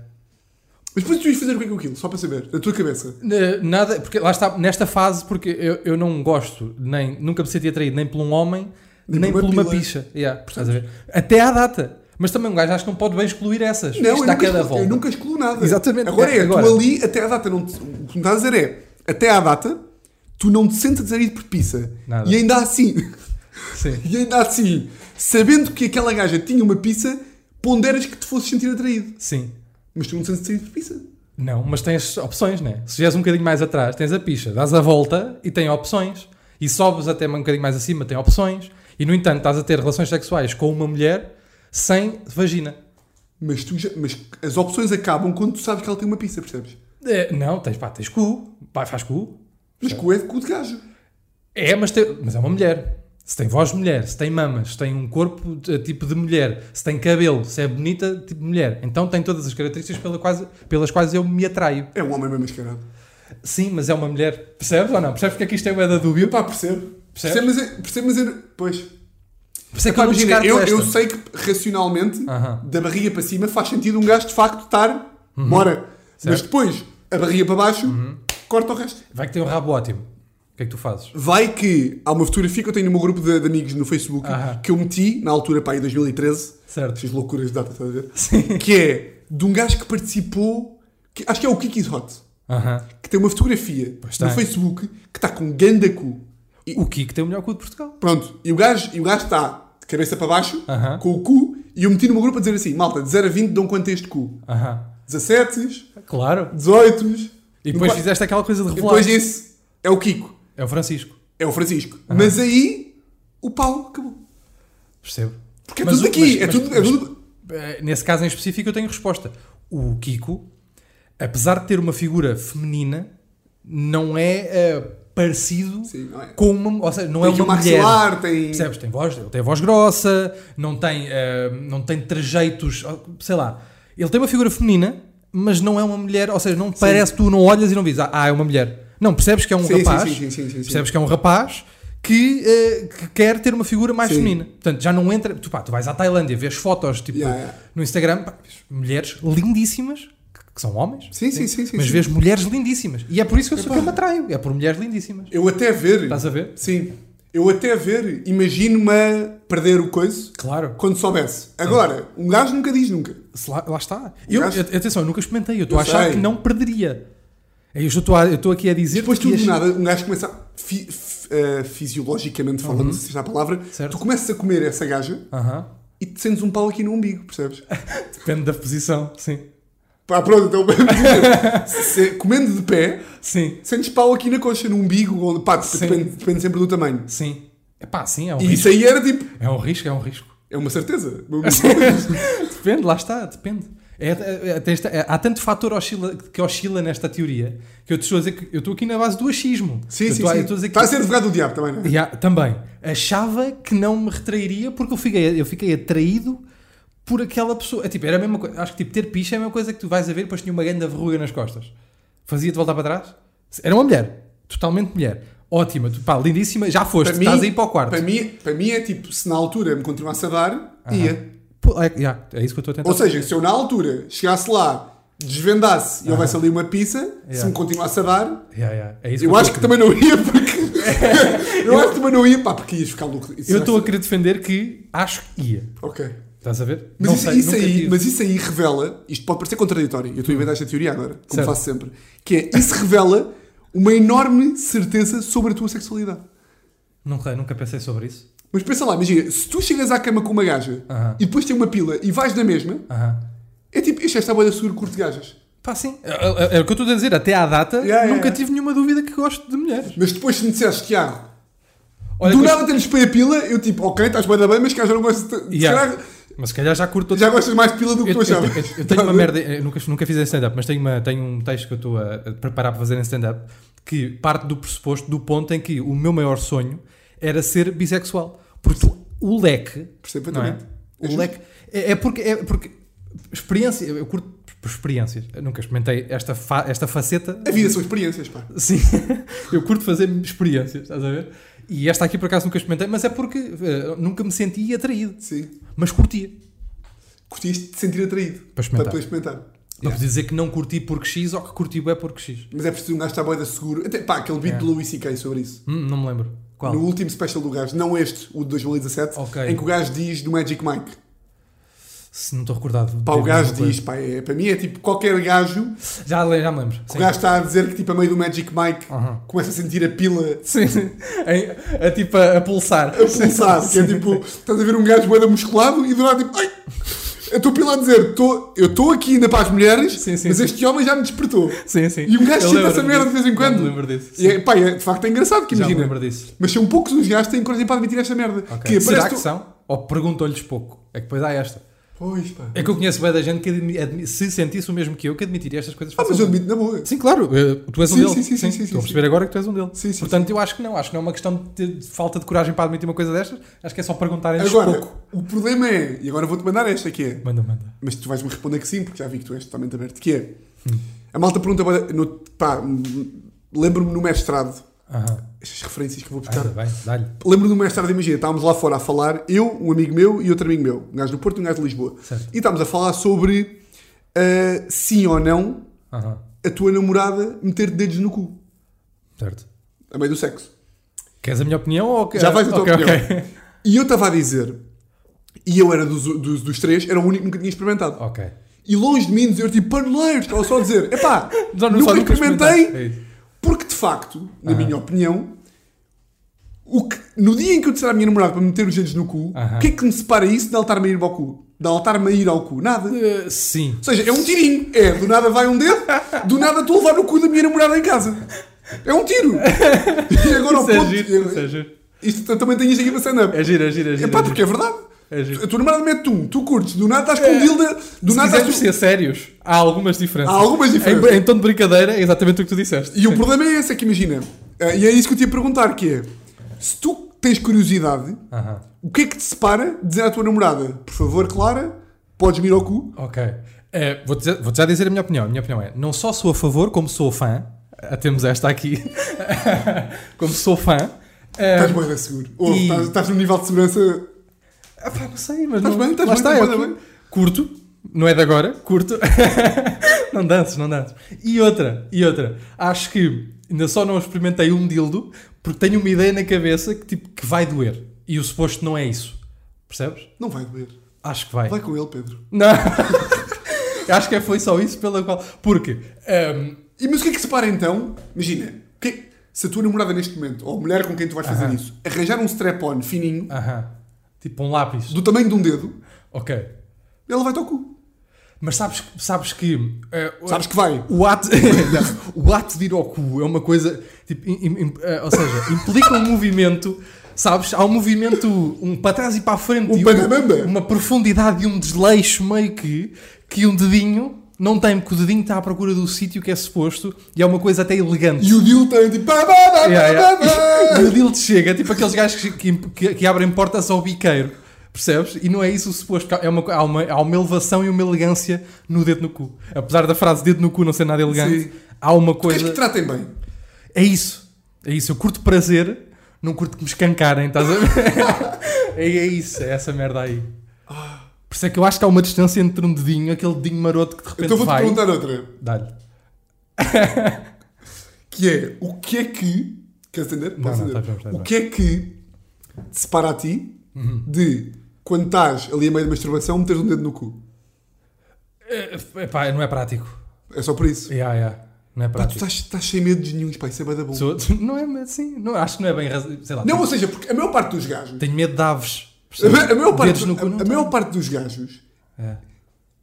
Speaker 1: mas depois tu ias fazer o que é com aquilo, só para saber, na tua cabeça.
Speaker 2: N- Nada, porque lá está, nesta fase, porque eu, eu não gosto, nem, nunca me senti atraído nem por um homem,
Speaker 1: Nem
Speaker 2: nem,
Speaker 1: por
Speaker 2: por
Speaker 1: uma
Speaker 2: uma
Speaker 1: pila.
Speaker 2: picha. Yeah, estás a ver? Até à data. Mas também um gajo acho que não pode bem excluir essas.
Speaker 1: Não,
Speaker 2: Isto
Speaker 1: eu
Speaker 2: dá
Speaker 1: nunca,
Speaker 2: cada
Speaker 1: excluo,
Speaker 2: volta.
Speaker 1: eu nunca excluo nada.
Speaker 2: Exatamente.
Speaker 1: Agora é,
Speaker 2: É, agora.
Speaker 1: tu ali até à data, não te- o que me estás a dizer é, até à data, tu não te sentes atraído por pizza.
Speaker 2: Nada.
Speaker 1: E ainda assim,
Speaker 2: Sim.
Speaker 1: e ainda assim, sabendo que aquela gaja tinha uma pizza, ponderas que te fosses sentir atraído.
Speaker 2: Sim.
Speaker 1: Mas tu não te sentes atraído por pizza.
Speaker 2: Não, mas tens opções, né? Se vieres um bocadinho mais atrás, tens a picha, dás a volta e tem opções. E sobes até um bocadinho mais acima, tem opções. E no entanto, estás a ter relações sexuais com uma mulher sem vagina.
Speaker 1: Mas, tu já- mas as opções acabam quando tu sabes que ela tem uma pizza, percebes?
Speaker 2: É, não, tens, pá, tens cu. Pá, faz cu.
Speaker 1: Mas com é de cu de gajo.
Speaker 2: É, mas, tem- mas é uma mulher. Se tem voz de mulher, se tem mamas, se tem um corpo de- tipo de mulher, se tem cabelo, se é bonita, tipo mulher. Então tem todas as características pela quase- pelas quais eu me atraio.
Speaker 1: É um homem bem mascarado.
Speaker 2: Sim, mas é uma mulher. Percebes ou não? Percebes porque é que isto é uma da dúvio?
Speaker 1: Pá, percebo.
Speaker 2: Percebes?
Speaker 1: Percebo, mas, eu- percebo, mas eu- Pois.
Speaker 2: Por isso é que
Speaker 1: Pá,
Speaker 2: eu não
Speaker 1: imagina,
Speaker 2: descarto
Speaker 1: eu,
Speaker 2: esta.
Speaker 1: eu sei que racionalmente,
Speaker 2: Aham. Uhum.
Speaker 1: da barriga para cima, faz sentido um gajo de facto estar mora. Mas
Speaker 2: Certo. Uhum.
Speaker 1: depois, a barriga para baixo, corta o resto.
Speaker 2: Vai que tem um rabo ótimo. que é que tu fazes?
Speaker 1: Vai que há uma fotografia que eu tenho no meu grupo de, de amigos no Facebook
Speaker 2: Aham.
Speaker 1: que eu meti na altura para aí 2013.
Speaker 2: Certo.
Speaker 1: Estas loucuras de data, estás a ver? Que é de um gajo que participou, que, acho que é o Kiki's Hot,
Speaker 2: Aham.
Speaker 1: que tem uma fotografia
Speaker 2: Pois
Speaker 1: no
Speaker 2: tem.
Speaker 1: Facebook que está com um ganda cu. E,
Speaker 2: O Kiko tem o melhor cu de Portugal.
Speaker 1: Pronto, e o gajo e o gajo está de cabeça para baixo,
Speaker 2: Aham.
Speaker 1: com o cu, e eu meti no meu grupo a dizer assim: malta, de 0 a 20 dão quanto a este cu?
Speaker 2: Aham.
Speaker 1: 17,
Speaker 2: Claro.
Speaker 1: 18.
Speaker 2: E depois
Speaker 1: Qua-
Speaker 2: fizeste aquela coisa de
Speaker 1: e
Speaker 2: revelar.
Speaker 1: depois esse é o Kiko,
Speaker 2: É o Francisco.
Speaker 1: é o Francisco. Mas aí o pau acabou.
Speaker 2: Percebo.
Speaker 1: Porque é tudo aqui, é tudo- é tudo-
Speaker 2: eh, Nesse caso em específico eu tenho resposta. O Kiko, apesar de ter uma figura feminina, não é eh, parecido
Speaker 1: Sim, não é?
Speaker 2: com uma... Ou seja, não
Speaker 1: tem
Speaker 2: é
Speaker 1: aqui o
Speaker 2: uma mulher.
Speaker 1: maxilar, tem.
Speaker 2: Percebes? Tem voz, ele tem voz grossa, não tem, eh, não tem trajeitos, sei lá. Ele tem uma figura feminina, mas não é uma mulher, ou seja, não parece, tu não olhas e não dizes, ah, é uma mulher. Não, percebes que é um
Speaker 1: Sim, sim,
Speaker 2: rapaz,
Speaker 1: sim, sim, sim, sim, sim.
Speaker 2: percebes que é um rapaz que, eh, que quer ter uma figura mais
Speaker 1: Sim.
Speaker 2: feminina. Portanto, já não entra, tu, pá, tu vais à Tailândia, vês fotos, tipo,
Speaker 1: Yeah, yeah.
Speaker 2: no Instagram, pá, vês mulheres lindíssimas, que, que são homens, né?
Speaker 1: Sim, sim, sim, sim,
Speaker 2: mas
Speaker 1: sim.
Speaker 2: vês mulheres lindíssimas. E é por isso que eu, sou-
Speaker 1: Epá.
Speaker 2: que eu me atraio, é por mulheres lindíssimas.
Speaker 1: Eu até ver.
Speaker 2: Estás a ver?
Speaker 1: Sim. Eu até ver, imagino-me a perder o coiso
Speaker 2: Claro.
Speaker 1: quando soubesse. Agora, um gajo nunca diz nunca.
Speaker 2: Se Lá, lá está. Eu,
Speaker 1: gajo-
Speaker 2: at- atenção, eu nunca experimentei. Eu estou
Speaker 1: Eu
Speaker 2: a achar
Speaker 1: sei.
Speaker 2: que não perderia. É isto que Eu estou a- eu estou aqui a dizer.
Speaker 1: Depois
Speaker 2: que
Speaker 1: tu, do
Speaker 2: acho-
Speaker 1: nada, um gajo começa a, fi- f- eh, fisiologicamente falando, se seja a palavra,
Speaker 2: Uhum. Certo. Ah.
Speaker 1: tu começas a comer essa gaja
Speaker 2: Aham.
Speaker 1: e te sentes um pau aqui no umbigo, percebes?
Speaker 2: Depende da posição. Sim.
Speaker 1: Pá, pronto, então se- se- comendo de pé,
Speaker 2: Sim.
Speaker 1: sentes pau aqui na coxa, no umbigo, ou, pá,
Speaker 2: Sim.
Speaker 1: depende, depende sempre do tamanho.
Speaker 2: Sim. Epá, sim, é um
Speaker 1: E
Speaker 2: risco.
Speaker 1: isso aí era tipo,
Speaker 2: É um risco, é um risco.
Speaker 1: é uma certeza.
Speaker 2: Depende, lá está, depende. É- é- é- tem esta- é- há tanto fator oscila- que oscila nesta teoria que eu te estou a dizer que eu estou aqui na base do achismo.
Speaker 1: sim,
Speaker 2: eu
Speaker 1: sim,
Speaker 2: estou a- eu
Speaker 1: sim.
Speaker 2: estou a dizer que-
Speaker 1: Está a ser advogado do diabo também, não é?
Speaker 2: Ya, também. Achava que não me retrairia porque eu fiquei, eu fiquei atraído por aquela pessoa. É, tipo, era a mesma coisa. Acho que tipo, ter picha é a mesma coisa que tu vais a ver e depois tinha uma grande verruga nas costas. Fazia-te voltar para trás? Era uma mulher. Totalmente mulher. Ótima. Tu, pá, lindíssima. Já foste. Estás aí para o quarto.
Speaker 1: Para mim, para mim é tipo, se na altura me continuasse a dar, ia.
Speaker 2: Pô, é, ya, é isso que eu estou a tentar.
Speaker 1: Ou seja, se eu na altura chegasse lá, desvendasse e houvesse ali uma pizza, se
Speaker 2: Yeah.
Speaker 1: me continuasse a dar,
Speaker 2: Ya, ya, é isso
Speaker 1: eu
Speaker 2: eu
Speaker 1: acho que
Speaker 2: estou
Speaker 1: também
Speaker 2: a
Speaker 1: não ia porque. eu acho que também não ia, pá, porque ias ficar louco. é
Speaker 2: querer- Eu estou a querer defender que acho que ia.
Speaker 1: Ok.
Speaker 2: Estás a ver?
Speaker 1: Mas,
Speaker 2: Não
Speaker 1: isso,
Speaker 2: sei,
Speaker 1: isso
Speaker 2: nunca
Speaker 1: aí,
Speaker 2: tive.
Speaker 1: mas isso aí revela, isto pode parecer contraditório, eu estou a inventar esta teoria agora, como
Speaker 2: Certo.
Speaker 1: faço sempre, que é, isso revela uma enorme certeza sobre a tua sexualidade.
Speaker 2: Nunca, nunca pensei sobre isso.
Speaker 1: Mas pensa lá, imagina, se tu chegas à cama com uma gaja
Speaker 2: Aham.
Speaker 1: e depois tem uma pila e vais na mesma,
Speaker 2: Aham.
Speaker 1: é tipo, isto é esta boia seguro curto gajas.
Speaker 2: Pá, sim. É, é- é o que eu estou a dizer. Até à data,
Speaker 1: Yeah, yeah,
Speaker 2: nunca
Speaker 1: yeah.
Speaker 2: tive nenhuma dúvida que gosto de mulheres.
Speaker 1: Mas depois se me disseste, Tiago,
Speaker 2: Olha,
Speaker 1: do
Speaker 2: que eu-
Speaker 1: nada temos para a pila, eu tipo, ok, estás bem da bem, mas cá já não gosto de...
Speaker 2: Yeah.
Speaker 1: se calhar
Speaker 2: Mas se calhar já curto outra-
Speaker 1: já gostas mais de pila do que
Speaker 2: Eu,
Speaker 1: tu
Speaker 2: eu-
Speaker 1: achavas. Tá
Speaker 2: eu- eu tenho uma merda, eu nunca, nunca fiz em stand-up, mas tenho, uma, tenho um texto que eu estou a, a preparar para fazer em stand-up que parte do pressuposto, do ponto em que o meu maior sonho era ser bissexual. Porque tu- o leque.
Speaker 1: Percebo
Speaker 2: não é?
Speaker 1: perfeitamente. É
Speaker 2: O
Speaker 1: justo.
Speaker 2: leque. É, é porque, é porque experiência. Eu curto experiências. Eu nunca experimentei esta, fa- esta faceta.
Speaker 1: A vida são experiências, pá.
Speaker 2: Sim, eu curto fazer experiências, estás a ver? E esta aqui por acaso nunca experimentei, mas é porque eh, nunca me senti atraído,
Speaker 1: Sim.
Speaker 2: mas curtia.
Speaker 1: Curtiste de te sentir atraído.
Speaker 2: Para experimentar.
Speaker 1: poder experimentar.
Speaker 2: Não podes dizer que não curti porque X ou que curti é porque X.
Speaker 1: Mas é preciso um gajo estar boeda seguro. Até, pá, aquele beat
Speaker 2: É.
Speaker 1: do Louis C.K. sobre isso.
Speaker 2: Hum, não me lembro. Qual?
Speaker 1: No último special do gajo, não este, o de 2017,
Speaker 2: Ok.
Speaker 1: em que o gajo diz do Magic Mike.
Speaker 2: Se não estou recordado.
Speaker 1: Pá, o
Speaker 2: Diz-me
Speaker 1: gajo
Speaker 2: alguma coisa.
Speaker 1: diz, pá, é, para mim é tipo qualquer gajo
Speaker 2: Já, le- já me lembro.
Speaker 1: que o gajo está a dizer que tipo a meio do Magic Mike
Speaker 2: Aham.
Speaker 1: começa a sentir a pila
Speaker 2: Sim, sim. A, a tipo a, a pulsar.
Speaker 1: a pulsar. que é tipo, estás a ver um gajo boeda musculado e do nada tipo, ai, a tua pila a dizer, "Tô- eu estou aqui ainda para as mulheres,
Speaker 2: Sim, sim,
Speaker 1: mas
Speaker 2: sim.
Speaker 1: este homem já me despertou.
Speaker 2: Sim, sim.
Speaker 1: E um gajo
Speaker 2: Eu
Speaker 1: sente essa
Speaker 2: lembro-me
Speaker 1: merda de
Speaker 2: disso.
Speaker 1: vez em quando.
Speaker 2: Já me lembro disso.
Speaker 1: E é, pá, é, de facto é engraçado que
Speaker 2: Já me
Speaker 1: imagina.
Speaker 2: lembro disso.
Speaker 1: Mas são poucos os gajos que têm coragem para admitir esta merda.
Speaker 2: Ok.
Speaker 1: Que é, aparece
Speaker 2: Será que
Speaker 1: tu-
Speaker 2: são? Ou perguntou-lhes pouco? É que depois há esta.
Speaker 1: Pois pá.
Speaker 2: É que eu conheço bem da gente que admi- admi- se sentisse o mesmo que eu, que admitiria estas coisas
Speaker 1: Ah, mas eu admito na boa.
Speaker 2: Sim, claro, eh, tu és um
Speaker 1: Sim,
Speaker 2: deles.
Speaker 1: sim, sim, sim, sim,
Speaker 2: Estou a
Speaker 1: sim,
Speaker 2: perceber agora que tu és um deles.
Speaker 1: Sim, sim,
Speaker 2: Portanto, eu acho que não. Acho que não é uma questão de, ter- de falta de coragem para admitir uma coisa destas. Acho que é só perguntarem-lhes
Speaker 1: Agora,
Speaker 2: pouco.
Speaker 1: o problema é, e agora vou-te mandar esta que é,
Speaker 2: Manda, manda.
Speaker 1: mas tu vais-me responder que sim, porque já vi que tu és totalmente aberto, que é,
Speaker 2: Hum.
Speaker 1: a malta pergunta, bué- no, pá, lembro-me no mestrado,
Speaker 2: Aham.
Speaker 1: estas referências que eu vou
Speaker 2: Ah,
Speaker 1: buscar,
Speaker 2: ainda bem, dá-lhe.
Speaker 1: lembro-me no mestrado, imagina, estávamos lá fora a falar, eu, um amigo meu e outro amigo meu, um gajo do Porto e um gajo de Lisboa,
Speaker 2: Certo.
Speaker 1: e estávamos a falar sobre, ah, sim ou não,
Speaker 2: Aham.
Speaker 1: a tua namorada meter dedos no cu.
Speaker 2: Certo.
Speaker 1: a meio do sexo.
Speaker 2: Queres a minha opinião ou que-
Speaker 1: Já vais a tua
Speaker 2: Ok,
Speaker 1: opinião.
Speaker 2: ok.
Speaker 1: E eu estava a dizer, e eu era dos, dos, dos três, era o único que nunca tinha experimentado.
Speaker 2: Ok.
Speaker 1: E longe de mim dizer, tipo, paneleiros, estava só a dizer, epá,
Speaker 2: Já não-
Speaker 1: nunca
Speaker 2: só nunca
Speaker 1: experimentei,
Speaker 2: experimentaste. É isso.
Speaker 1: porque de facto, na minha opinião, o que, no dia em que eu disser à minha namorada para meter os dedos no cu,
Speaker 2: Aham.
Speaker 1: o que é que me separa isso de ela estar-me a ir ao cu? De ela estar-me a ir ao cu? Nada. Ou
Speaker 2: Eh, sim.
Speaker 1: seja, é um tirinho. É, do nada vai um dedo, do nada estou a levar no cu da minha namorada em casa. É um tiro. E agora ao
Speaker 2: Isso é
Speaker 1: ponto...
Speaker 2: giro, isso é giro.
Speaker 1: Isto também tem isto aqui para stand-up.
Speaker 2: É giro, é giro, é
Speaker 1: É
Speaker 2: giro.
Speaker 1: pá,
Speaker 2: é
Speaker 1: porque é
Speaker 2: giro.
Speaker 1: verdade.
Speaker 2: É giro.
Speaker 1: A tua namorada mete um, tu curtes, do nada estás com um
Speaker 2: É.
Speaker 1: dildo, do
Speaker 2: Se
Speaker 1: nada
Speaker 2: quisermos
Speaker 1: estás
Speaker 2: ser sérios, há algumas diferenças.
Speaker 1: Há algumas diferenças.
Speaker 2: Em, em tom de brincadeira, é exatamente o que tu disseste.
Speaker 1: E o problema é esse, é que imagina, eh, e é isso que eu te ia perguntar, que é, se tu tens curiosidade,
Speaker 2: Aham.
Speaker 1: o que é que te separa de dizer à tua namorada, por favor, Clara, podes vir ao cu?
Speaker 2: Ok. Eh, vou-te dizer- vou-te já dizer a minha opinião. A minha opinião é: não só sou a favor, como sou fã. Ah, temos esta aqui. como sou fã. Eh,
Speaker 1: Estás bem seguro. Ou
Speaker 2: e-
Speaker 1: estás, estás num nível de segurança...
Speaker 2: ah, pá, não sei, mas.
Speaker 1: Estás
Speaker 2: não,
Speaker 1: bem, estás
Speaker 2: lá
Speaker 1: bem,
Speaker 2: está,
Speaker 1: estás
Speaker 2: é
Speaker 1: bem,
Speaker 2: o
Speaker 1: estás
Speaker 2: que- Curto. Não é de agora, curto. não dances, não dances. E outra, e outra. Acho que ainda só não experimentei um dildo porque tenho uma ideia na cabeça que, tipo, que vai doer. E o suposto não é isso. Percebes?
Speaker 1: Não vai doer.
Speaker 2: Acho que vai.
Speaker 1: Vai com ele, Pedro.
Speaker 2: Não. Acho que foi só isso pela qual. Porque. ehm,
Speaker 1: E, mas o que é que separa então? Imagina, o que é que- se a tua namorada neste momento, ou a mulher com quem tu vais fazer
Speaker 2: Aham.
Speaker 1: isso, arranjar um strap-on fininho,
Speaker 2: aham. Tipo um lápis.
Speaker 1: do tamanho de um dedo,
Speaker 2: Ok.
Speaker 1: ela vai-te ao cu.
Speaker 2: Mas sabes, sabes que. eh, o-
Speaker 1: Sabes que vai.
Speaker 2: O ato, Não, o ato de ir ao cu é uma coisa. Tipo, im- im- eh, ou seja, implica um movimento. Sabes? Há um movimento um para trás e para a frente.
Speaker 1: Um
Speaker 2: e
Speaker 1: panamamba.
Speaker 2: Uma profundidade e um desleixo meio que. Que um dedinho não tem, porque o dedinho está à procura do sítio que é suposto e é uma coisa até elegante.
Speaker 1: E o Dil tem tipo. Bah, bah, bah,
Speaker 2: Yeah, yeah.
Speaker 1: bah, bah, bah.
Speaker 2: E o Dilde chega, tipo aqueles gajos que, que- que abrem portas ao biqueiro, percebes? E não é isso o suposto. É uma, co- há, uma, há uma elevação e uma elegância no dedo no cu. Apesar da frase dedo no cu não ser nada elegante,
Speaker 1: Sim.
Speaker 2: há uma
Speaker 1: Queres que
Speaker 2: coisa.
Speaker 1: te tratem bem?
Speaker 2: É isso. É isso. Eu curto prazer, não curto que me escancarem, estás a ver? é, é isso, é essa merda aí. Por isso é que eu acho que há uma distância entre um dedinho, aquele dedinho maroto que de repente
Speaker 1: Então vou-te
Speaker 2: vai.
Speaker 1: perguntar outra.
Speaker 2: Dá-lhe.
Speaker 1: Que é o que é que. Queres entender?
Speaker 2: Não,
Speaker 1: Posso
Speaker 2: não,
Speaker 1: entender?
Speaker 2: tá bem, tá bem.
Speaker 1: O que é que te separa a ti de quando estás ali a meio de masturbação meteres um dedo no cu?
Speaker 2: Eh, Epá, não é prático.
Speaker 1: É só por isso.
Speaker 2: Yeah, yeah. Não é
Speaker 1: Pá, tu
Speaker 2: prático.
Speaker 1: estás, estás sem medo de nenhum, pá, isso é bué da bom.
Speaker 2: Sou- Não é mas sim, não, acho que não é bem razão. Sei lá.
Speaker 1: Não,
Speaker 2: tenho,
Speaker 1: ou seja, porque a maior parte dos gajos.
Speaker 2: tenho medo de aves.
Speaker 1: A,
Speaker 2: percebes?
Speaker 1: ma- a maior parte,
Speaker 2: Dedos no cu,
Speaker 1: a-
Speaker 2: não
Speaker 1: a
Speaker 2: tenho.
Speaker 1: maior parte dos gajos
Speaker 2: É.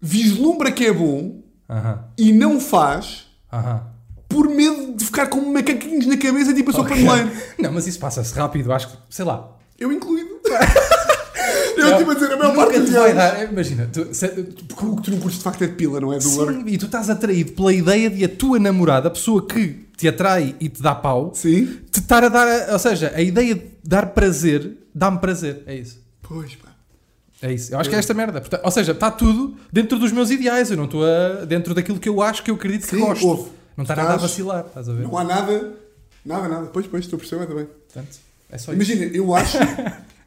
Speaker 1: vislumbra que é bom
Speaker 2: Aham,
Speaker 1: e não faz
Speaker 2: aham.
Speaker 1: por medo de ficar com macaquinhos na cabeça tipo eu sou
Speaker 2: Ok.
Speaker 1: paneleiro.
Speaker 2: Não, mas isso passa-se rápido, acho que, sei lá.
Speaker 1: Eu incluído. eu estive a dizer, a maior
Speaker 2: Nunca
Speaker 1: parte
Speaker 2: te
Speaker 1: dos
Speaker 2: vai
Speaker 1: gajos.
Speaker 2: dar. Imagina, tu, se-
Speaker 1: Porque o que tu não curtes de facto é de pila, não é? Do
Speaker 2: sim,
Speaker 1: work.
Speaker 2: e tu estás atraído pela ideia de a tua namorada, a pessoa que te atrai e te dá pau,
Speaker 1: Sim.
Speaker 2: te estar a dar. a- Ou seja, a ideia de dar prazer dá-me prazer. É isso.
Speaker 1: Pois pá.
Speaker 2: É isso. Eu acho que é esta merda. Porta- ou seja, está tudo dentro dos meus ideais. Eu não estou a- dentro daquilo que eu acho, que eu acredito que
Speaker 1: Sim,
Speaker 2: gosto.
Speaker 1: ouve.
Speaker 2: Não está nada a
Speaker 1: Estás-
Speaker 2: vacilar, estás a ver?
Speaker 1: Não há nada. Nada, nada. Pois, pois, estou a perceber também.
Speaker 2: Portanto, é só
Speaker 1: Imagina, eu acho.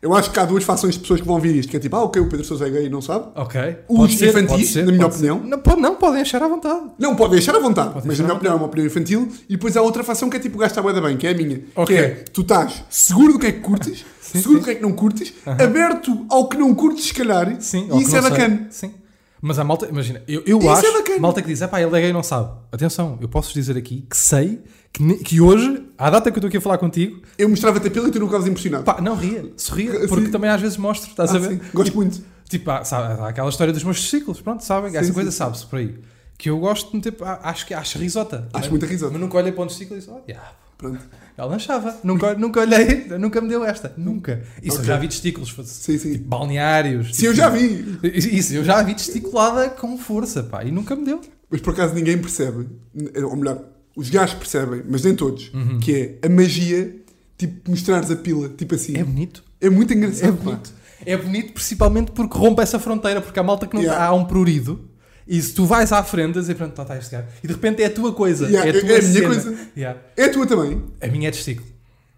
Speaker 1: Eu acho que há duas fações de pessoas que vão ouvir isto, que é tipo, ah, ok, o Pedro Sousa é gay e não sabe.
Speaker 2: Ok.
Speaker 1: Os infantis, na minha opinião.
Speaker 2: Não, po- não, podem achar à vontade.
Speaker 1: Não, pode deixar à vontade, mas
Speaker 2: deixar
Speaker 1: na minha
Speaker 2: à
Speaker 1: opinião é uma opinião infantil. E depois há outra fação que é tipo, o gajo está bué da bem, que é a minha.
Speaker 2: Ok.
Speaker 1: Que é, tu estás seguro do que é que curtes, seguro do que é que não curtes, aberto ao que não curtes, se calhar,
Speaker 2: Sim, ou
Speaker 1: e
Speaker 2: que
Speaker 1: isso é
Speaker 2: não sei.
Speaker 1: bacana.
Speaker 2: Sim. Mas a malta, imagina, eu, eu
Speaker 1: Isso é
Speaker 2: acho.
Speaker 1: bacana.
Speaker 2: malta que diz, pá, ele é gay e não sabe. Atenção, eu posso dizer aqui que sei que, ne- que hoje, à data que eu estou aqui a falar contigo,
Speaker 1: Eu mostrava-te a pila e tu não ficavas impressionado.
Speaker 2: pá, não ria, sorria, porque
Speaker 1: Sim.
Speaker 2: também às vezes mostro, estás
Speaker 1: Ah,
Speaker 2: a ver?
Speaker 1: sim, Gosto muito.
Speaker 2: Tipo, há, sabe, há aquela história dos meus ciclos, pronto, sabem? Essa
Speaker 1: Sim,
Speaker 2: coisa
Speaker 1: sim, sim.
Speaker 2: sabe-se por aí. Que eu gosto de meter, ah, acho que acho risota.
Speaker 1: Acho
Speaker 2: Mas-
Speaker 1: muita risota.
Speaker 2: Mas nunca olhei para um ciclo e disse, oh, yeah,
Speaker 1: Pronto.
Speaker 2: Ela lanchava. Nunca, nunca olhei, nunca me deu esta. Nunca. Isso eu
Speaker 1: Ok.
Speaker 2: já vi testículos. foda-se.
Speaker 1: Sim, sim.
Speaker 2: Tipo, balneários.
Speaker 1: Sim, eu já vi.
Speaker 2: Isso, eu já vi testiculada com força, pá. E nunca me deu.
Speaker 1: Mas por acaso ninguém percebe, ou melhor, os gajos percebem, mas nem todos, que é a magia, tipo, mostrares a pila, tipo assim.
Speaker 2: É bonito.
Speaker 1: É, muito engraçado.
Speaker 2: É
Speaker 1: pá.
Speaker 2: bonito. É bonito principalmente porque rompe essa fronteira, porque há malta que não
Speaker 1: Yeah.
Speaker 2: há um prurido. E se tu vais à frente, a dizer, pronto, lá está este gajo. E de repente é a tua coisa.
Speaker 1: Yeah,
Speaker 2: é a
Speaker 1: é-
Speaker 2: tua
Speaker 1: é a minha
Speaker 2: cena.
Speaker 1: coisa.
Speaker 2: Yeah.
Speaker 1: É a tua também?
Speaker 2: A minha é testículo.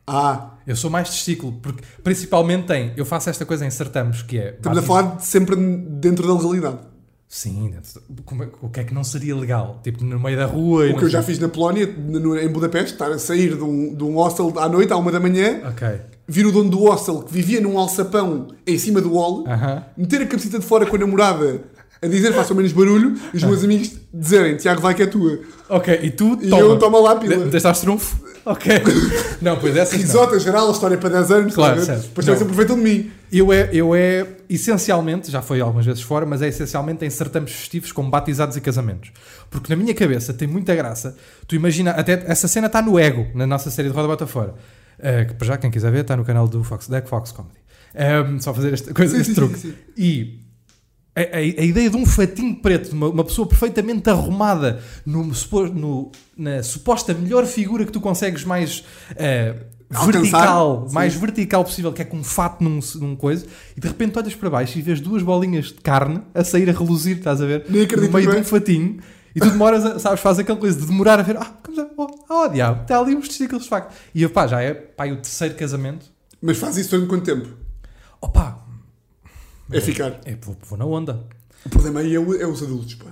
Speaker 1: Ah,
Speaker 2: Eu sou mais testículo, porque principalmente tem. Eu faço esta coisa em certames, que é.
Speaker 1: estamos a
Speaker 2: batismo.
Speaker 1: falar de sempre dentro da legalidade.
Speaker 2: Sim, dentro de- como é- o que é que não seria legal? Tipo, no meio da rua. e
Speaker 1: O que eu
Speaker 2: não
Speaker 1: já
Speaker 2: sei-
Speaker 1: fiz na Polónia, no- em Budapeste, estar a sair de um, de um hostel à noite, à uma da manhã,
Speaker 2: Ok.
Speaker 1: vir o dono do hostel que vivia num alçapão em cima do wall,
Speaker 2: Aham.
Speaker 1: meter a cabecita de fora com a namorada a dizer façam menos barulho e os meus amigos dizerem Tiago, vai que é tua.
Speaker 2: Ok, e tu
Speaker 1: E
Speaker 2: toma.
Speaker 1: eu tomo a lápida.
Speaker 2: De- Deixaste trunfo? Ok. Não, pois é, essas não.
Speaker 1: Risota geral, a história é para 10 anos,
Speaker 2: Claro,
Speaker 1: sabe?
Speaker 2: certo.
Speaker 1: depois também se
Speaker 2: Não.
Speaker 1: aproveitam de mim.
Speaker 2: Eu é, eu é essencialmente, já foi algumas vezes fora, mas é essencialmente em certames festivos como batizados e casamentos. Porque na minha cabeça tem muita graça. Tu imagina, até essa cena está no ego, na nossa série de Roda Bota Fora. Eh, que para já, quem quiser ver, está no canal do Fox, da Fox Comedy. Ehm, só fazer esta coisa,
Speaker 1: Sim,
Speaker 2: este
Speaker 1: sim,
Speaker 2: truque.
Speaker 1: sim, sim.
Speaker 2: E a, a- a ideia de um fatinho preto, de uma, uma pessoa perfeitamente arrumada no, supo- no- na suposta melhor figura que tu consegues mais eh,
Speaker 1: Alcançar.
Speaker 2: vertical,
Speaker 1: Sim.
Speaker 2: mais vertical possível, que é com um fato num, num coisa, e de repente olhas para baixo e vês duas bolinhas de carne a sair a reluzir, estás a ver?
Speaker 1: Nem acredito
Speaker 2: no meio de
Speaker 1: bem.
Speaker 2: um fatinho. E tu demoras, a- sabes, faz aquela coisa de demorar a ver, ah, como já, oh, oh diabo, está ali uns testículos de facto. E pá, já é, pá, e o terceiro casamento,
Speaker 1: Mas faz isso durante quanto tempo?
Speaker 2: opá,
Speaker 1: É ficar.
Speaker 2: é, vou, vou na onda.
Speaker 1: O problema aí é, o- é os adultos, pá.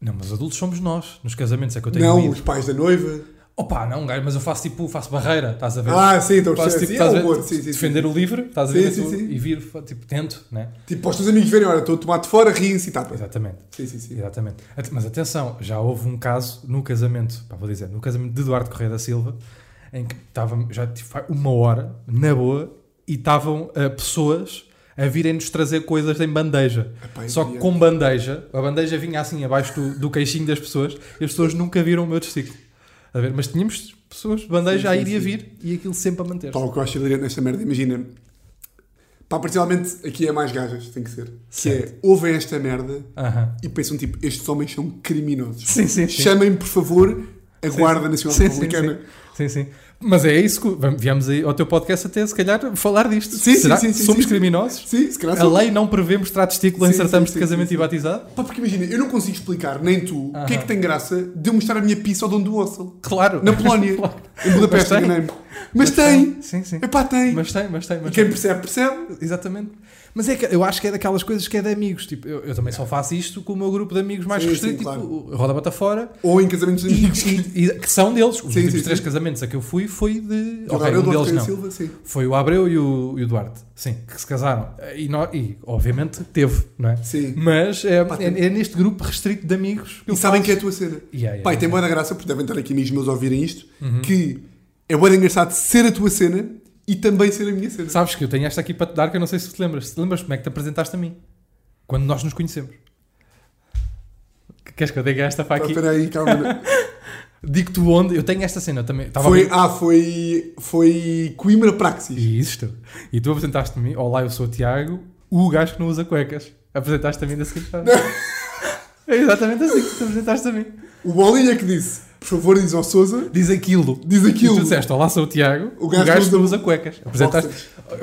Speaker 2: Não, mas adultos somos nós, nos casamentos é que eu tenho
Speaker 1: Não,
Speaker 2: ido.
Speaker 1: os pais da noiva.
Speaker 2: Opa, não, gajo, mas eu faço tipo, faço barreira, estás a ver?
Speaker 1: Ah, sim, então
Speaker 2: faço
Speaker 1: sim,
Speaker 2: tipo,
Speaker 1: sim,
Speaker 2: estás
Speaker 1: é
Speaker 2: a
Speaker 1: o humor,
Speaker 2: ver?
Speaker 1: sim, sim, sim.
Speaker 2: defender o livre, estás a
Speaker 1: Sim,
Speaker 2: ver?
Speaker 1: sim,
Speaker 2: tu-
Speaker 1: sim.
Speaker 2: E vir, tipo, tento, né?
Speaker 1: Tipo, para os teus amigos verem, olha, estou a tomar de fora, riem-se e tapa.
Speaker 2: Exatamente.
Speaker 1: Sim, sim, sim.
Speaker 2: Exatamente. At- Mas atenção, já houve um caso no casamento, pá, vou dizer, no casamento de Eduardo Correia da Silva, em que estava já tipo, há uma hora, na boa, e estavam ah, pessoas a virem-nos trazer coisas em bandeja.
Speaker 1: Epá, eu
Speaker 2: Só que
Speaker 1: queria-
Speaker 2: com bandeja, a bandeja vinha assim abaixo do, do queixinho das pessoas e as pessoas nunca viram o meu testículo. A ver, mas tínhamos pessoas, bandeja
Speaker 1: Sim,
Speaker 2: a
Speaker 1: sim,
Speaker 2: ir e a
Speaker 1: sim.
Speaker 2: vir e aquilo sempre a manter.
Speaker 1: Pá, o que eu acho hilariante nesta merda, imagina. Pá, principalmente aqui é mais gajas, tem que ser. Que é, ouvem esta merda
Speaker 2: Aham.
Speaker 1: e pensam tipo, estes homens são criminosos.
Speaker 2: Ah. Sim, sim, sim.
Speaker 1: Chamem, por favor, a Guarda Nacional
Speaker 2: Sim, sim,
Speaker 1: Republicana.
Speaker 2: Sim, sim. Mas é isso que vam- viemos aí ao teu podcast até se calhar falar disto.
Speaker 1: Sim, sim,
Speaker 2: Será
Speaker 1: sim,
Speaker 2: que
Speaker 1: sim,
Speaker 2: somos
Speaker 1: sim.
Speaker 2: criminosos?
Speaker 1: Sim, se calhar
Speaker 2: A
Speaker 1: são-
Speaker 2: lei não prevê mostrar testículo em
Speaker 1: Sim,
Speaker 2: certames
Speaker 1: sim,
Speaker 2: de
Speaker 1: sim,
Speaker 2: casamento
Speaker 1: sim,
Speaker 2: e batizado?
Speaker 1: Pá, porque imagina, eu não consigo explicar, nem tu, o que é que tem graça de eu mostrar a minha pizza ao dono do hostel.
Speaker 2: Claro.
Speaker 1: Na Polónia,
Speaker 2: Claro.
Speaker 1: em Budapeste,
Speaker 2: Mas tem.
Speaker 1: enganei-me. Mas, tem!
Speaker 2: Sim, sim.
Speaker 1: Epá, tem!
Speaker 2: Mas tem, mas tem.
Speaker 1: E
Speaker 2: Mas
Speaker 1: quem
Speaker 2: tem.
Speaker 1: percebe, percebe.
Speaker 2: Exatamente. Mas é que eu acho que é daquelas coisas que é de amigos. Tipo, eu, eu também só faço isto com o meu grupo de amigos mais
Speaker 1: Sim, sim,
Speaker 2: restrito.
Speaker 1: claro.
Speaker 2: Tipo, roda bota fora.
Speaker 1: Ou em casamentos de
Speaker 2: E,
Speaker 1: amigos.
Speaker 2: e- e- que são deles. Os
Speaker 1: Sim,
Speaker 2: últimos
Speaker 1: sim,
Speaker 2: três
Speaker 1: sim.
Speaker 2: casamentos a que eu fui foi de.
Speaker 1: Agora
Speaker 2: Ok,
Speaker 1: eu
Speaker 2: um
Speaker 1: dou a
Speaker 2: deles
Speaker 1: Teresa
Speaker 2: não.
Speaker 1: Silva, sim.
Speaker 2: Foi o Abreu e o, e o Duarte, sim, que se casaram. E, nó- e, obviamente teve, não é?
Speaker 1: Sim.
Speaker 2: Mas é,
Speaker 1: Pá,
Speaker 2: é-
Speaker 1: tem-
Speaker 2: é neste grupo restrito de amigos
Speaker 1: E
Speaker 2: que eu
Speaker 1: sabem
Speaker 2: faço.
Speaker 1: que é a tua cena.
Speaker 2: Yeah, yeah,
Speaker 1: Pai,
Speaker 2: yeah. Uhum.
Speaker 1: tem boa da graça, porque devem estar aqui amigos meus a ouvirem isto, que é boa engraçado ser a tua cena e também ser a minha cena.
Speaker 2: Sabes que eu tenho esta aqui para te dar que eu não sei se te lembras. Se te lembras como é que te apresentaste a mim? Quando nós nos conhecemos. Queres que eu diga esta para
Speaker 1: Pá,
Speaker 2: aqui?
Speaker 1: espera aí, calma.
Speaker 2: Digo-te onde. Eu tenho esta cena também. Estava a
Speaker 1: foi,
Speaker 2: ver-
Speaker 1: ah, foi, foi Coimbra Praxis.
Speaker 2: E isto. E tu apresentaste-me, olá, eu sou o Tiago, o gajo que não usa cuecas. Apresentaste-te a mim da seguinte forma. É exatamente assim que te apresentaste a mim.
Speaker 1: O Bolinha que disse, por favor, diz ao Souza,
Speaker 2: Diz aquilo.
Speaker 1: diz
Speaker 2: E
Speaker 1: aquilo.
Speaker 2: tu disseste, olá, sou o Tiago,
Speaker 1: O
Speaker 2: o
Speaker 1: gajo
Speaker 2: gajo,
Speaker 1: usa-
Speaker 2: não usa cuecas. Apresentaste...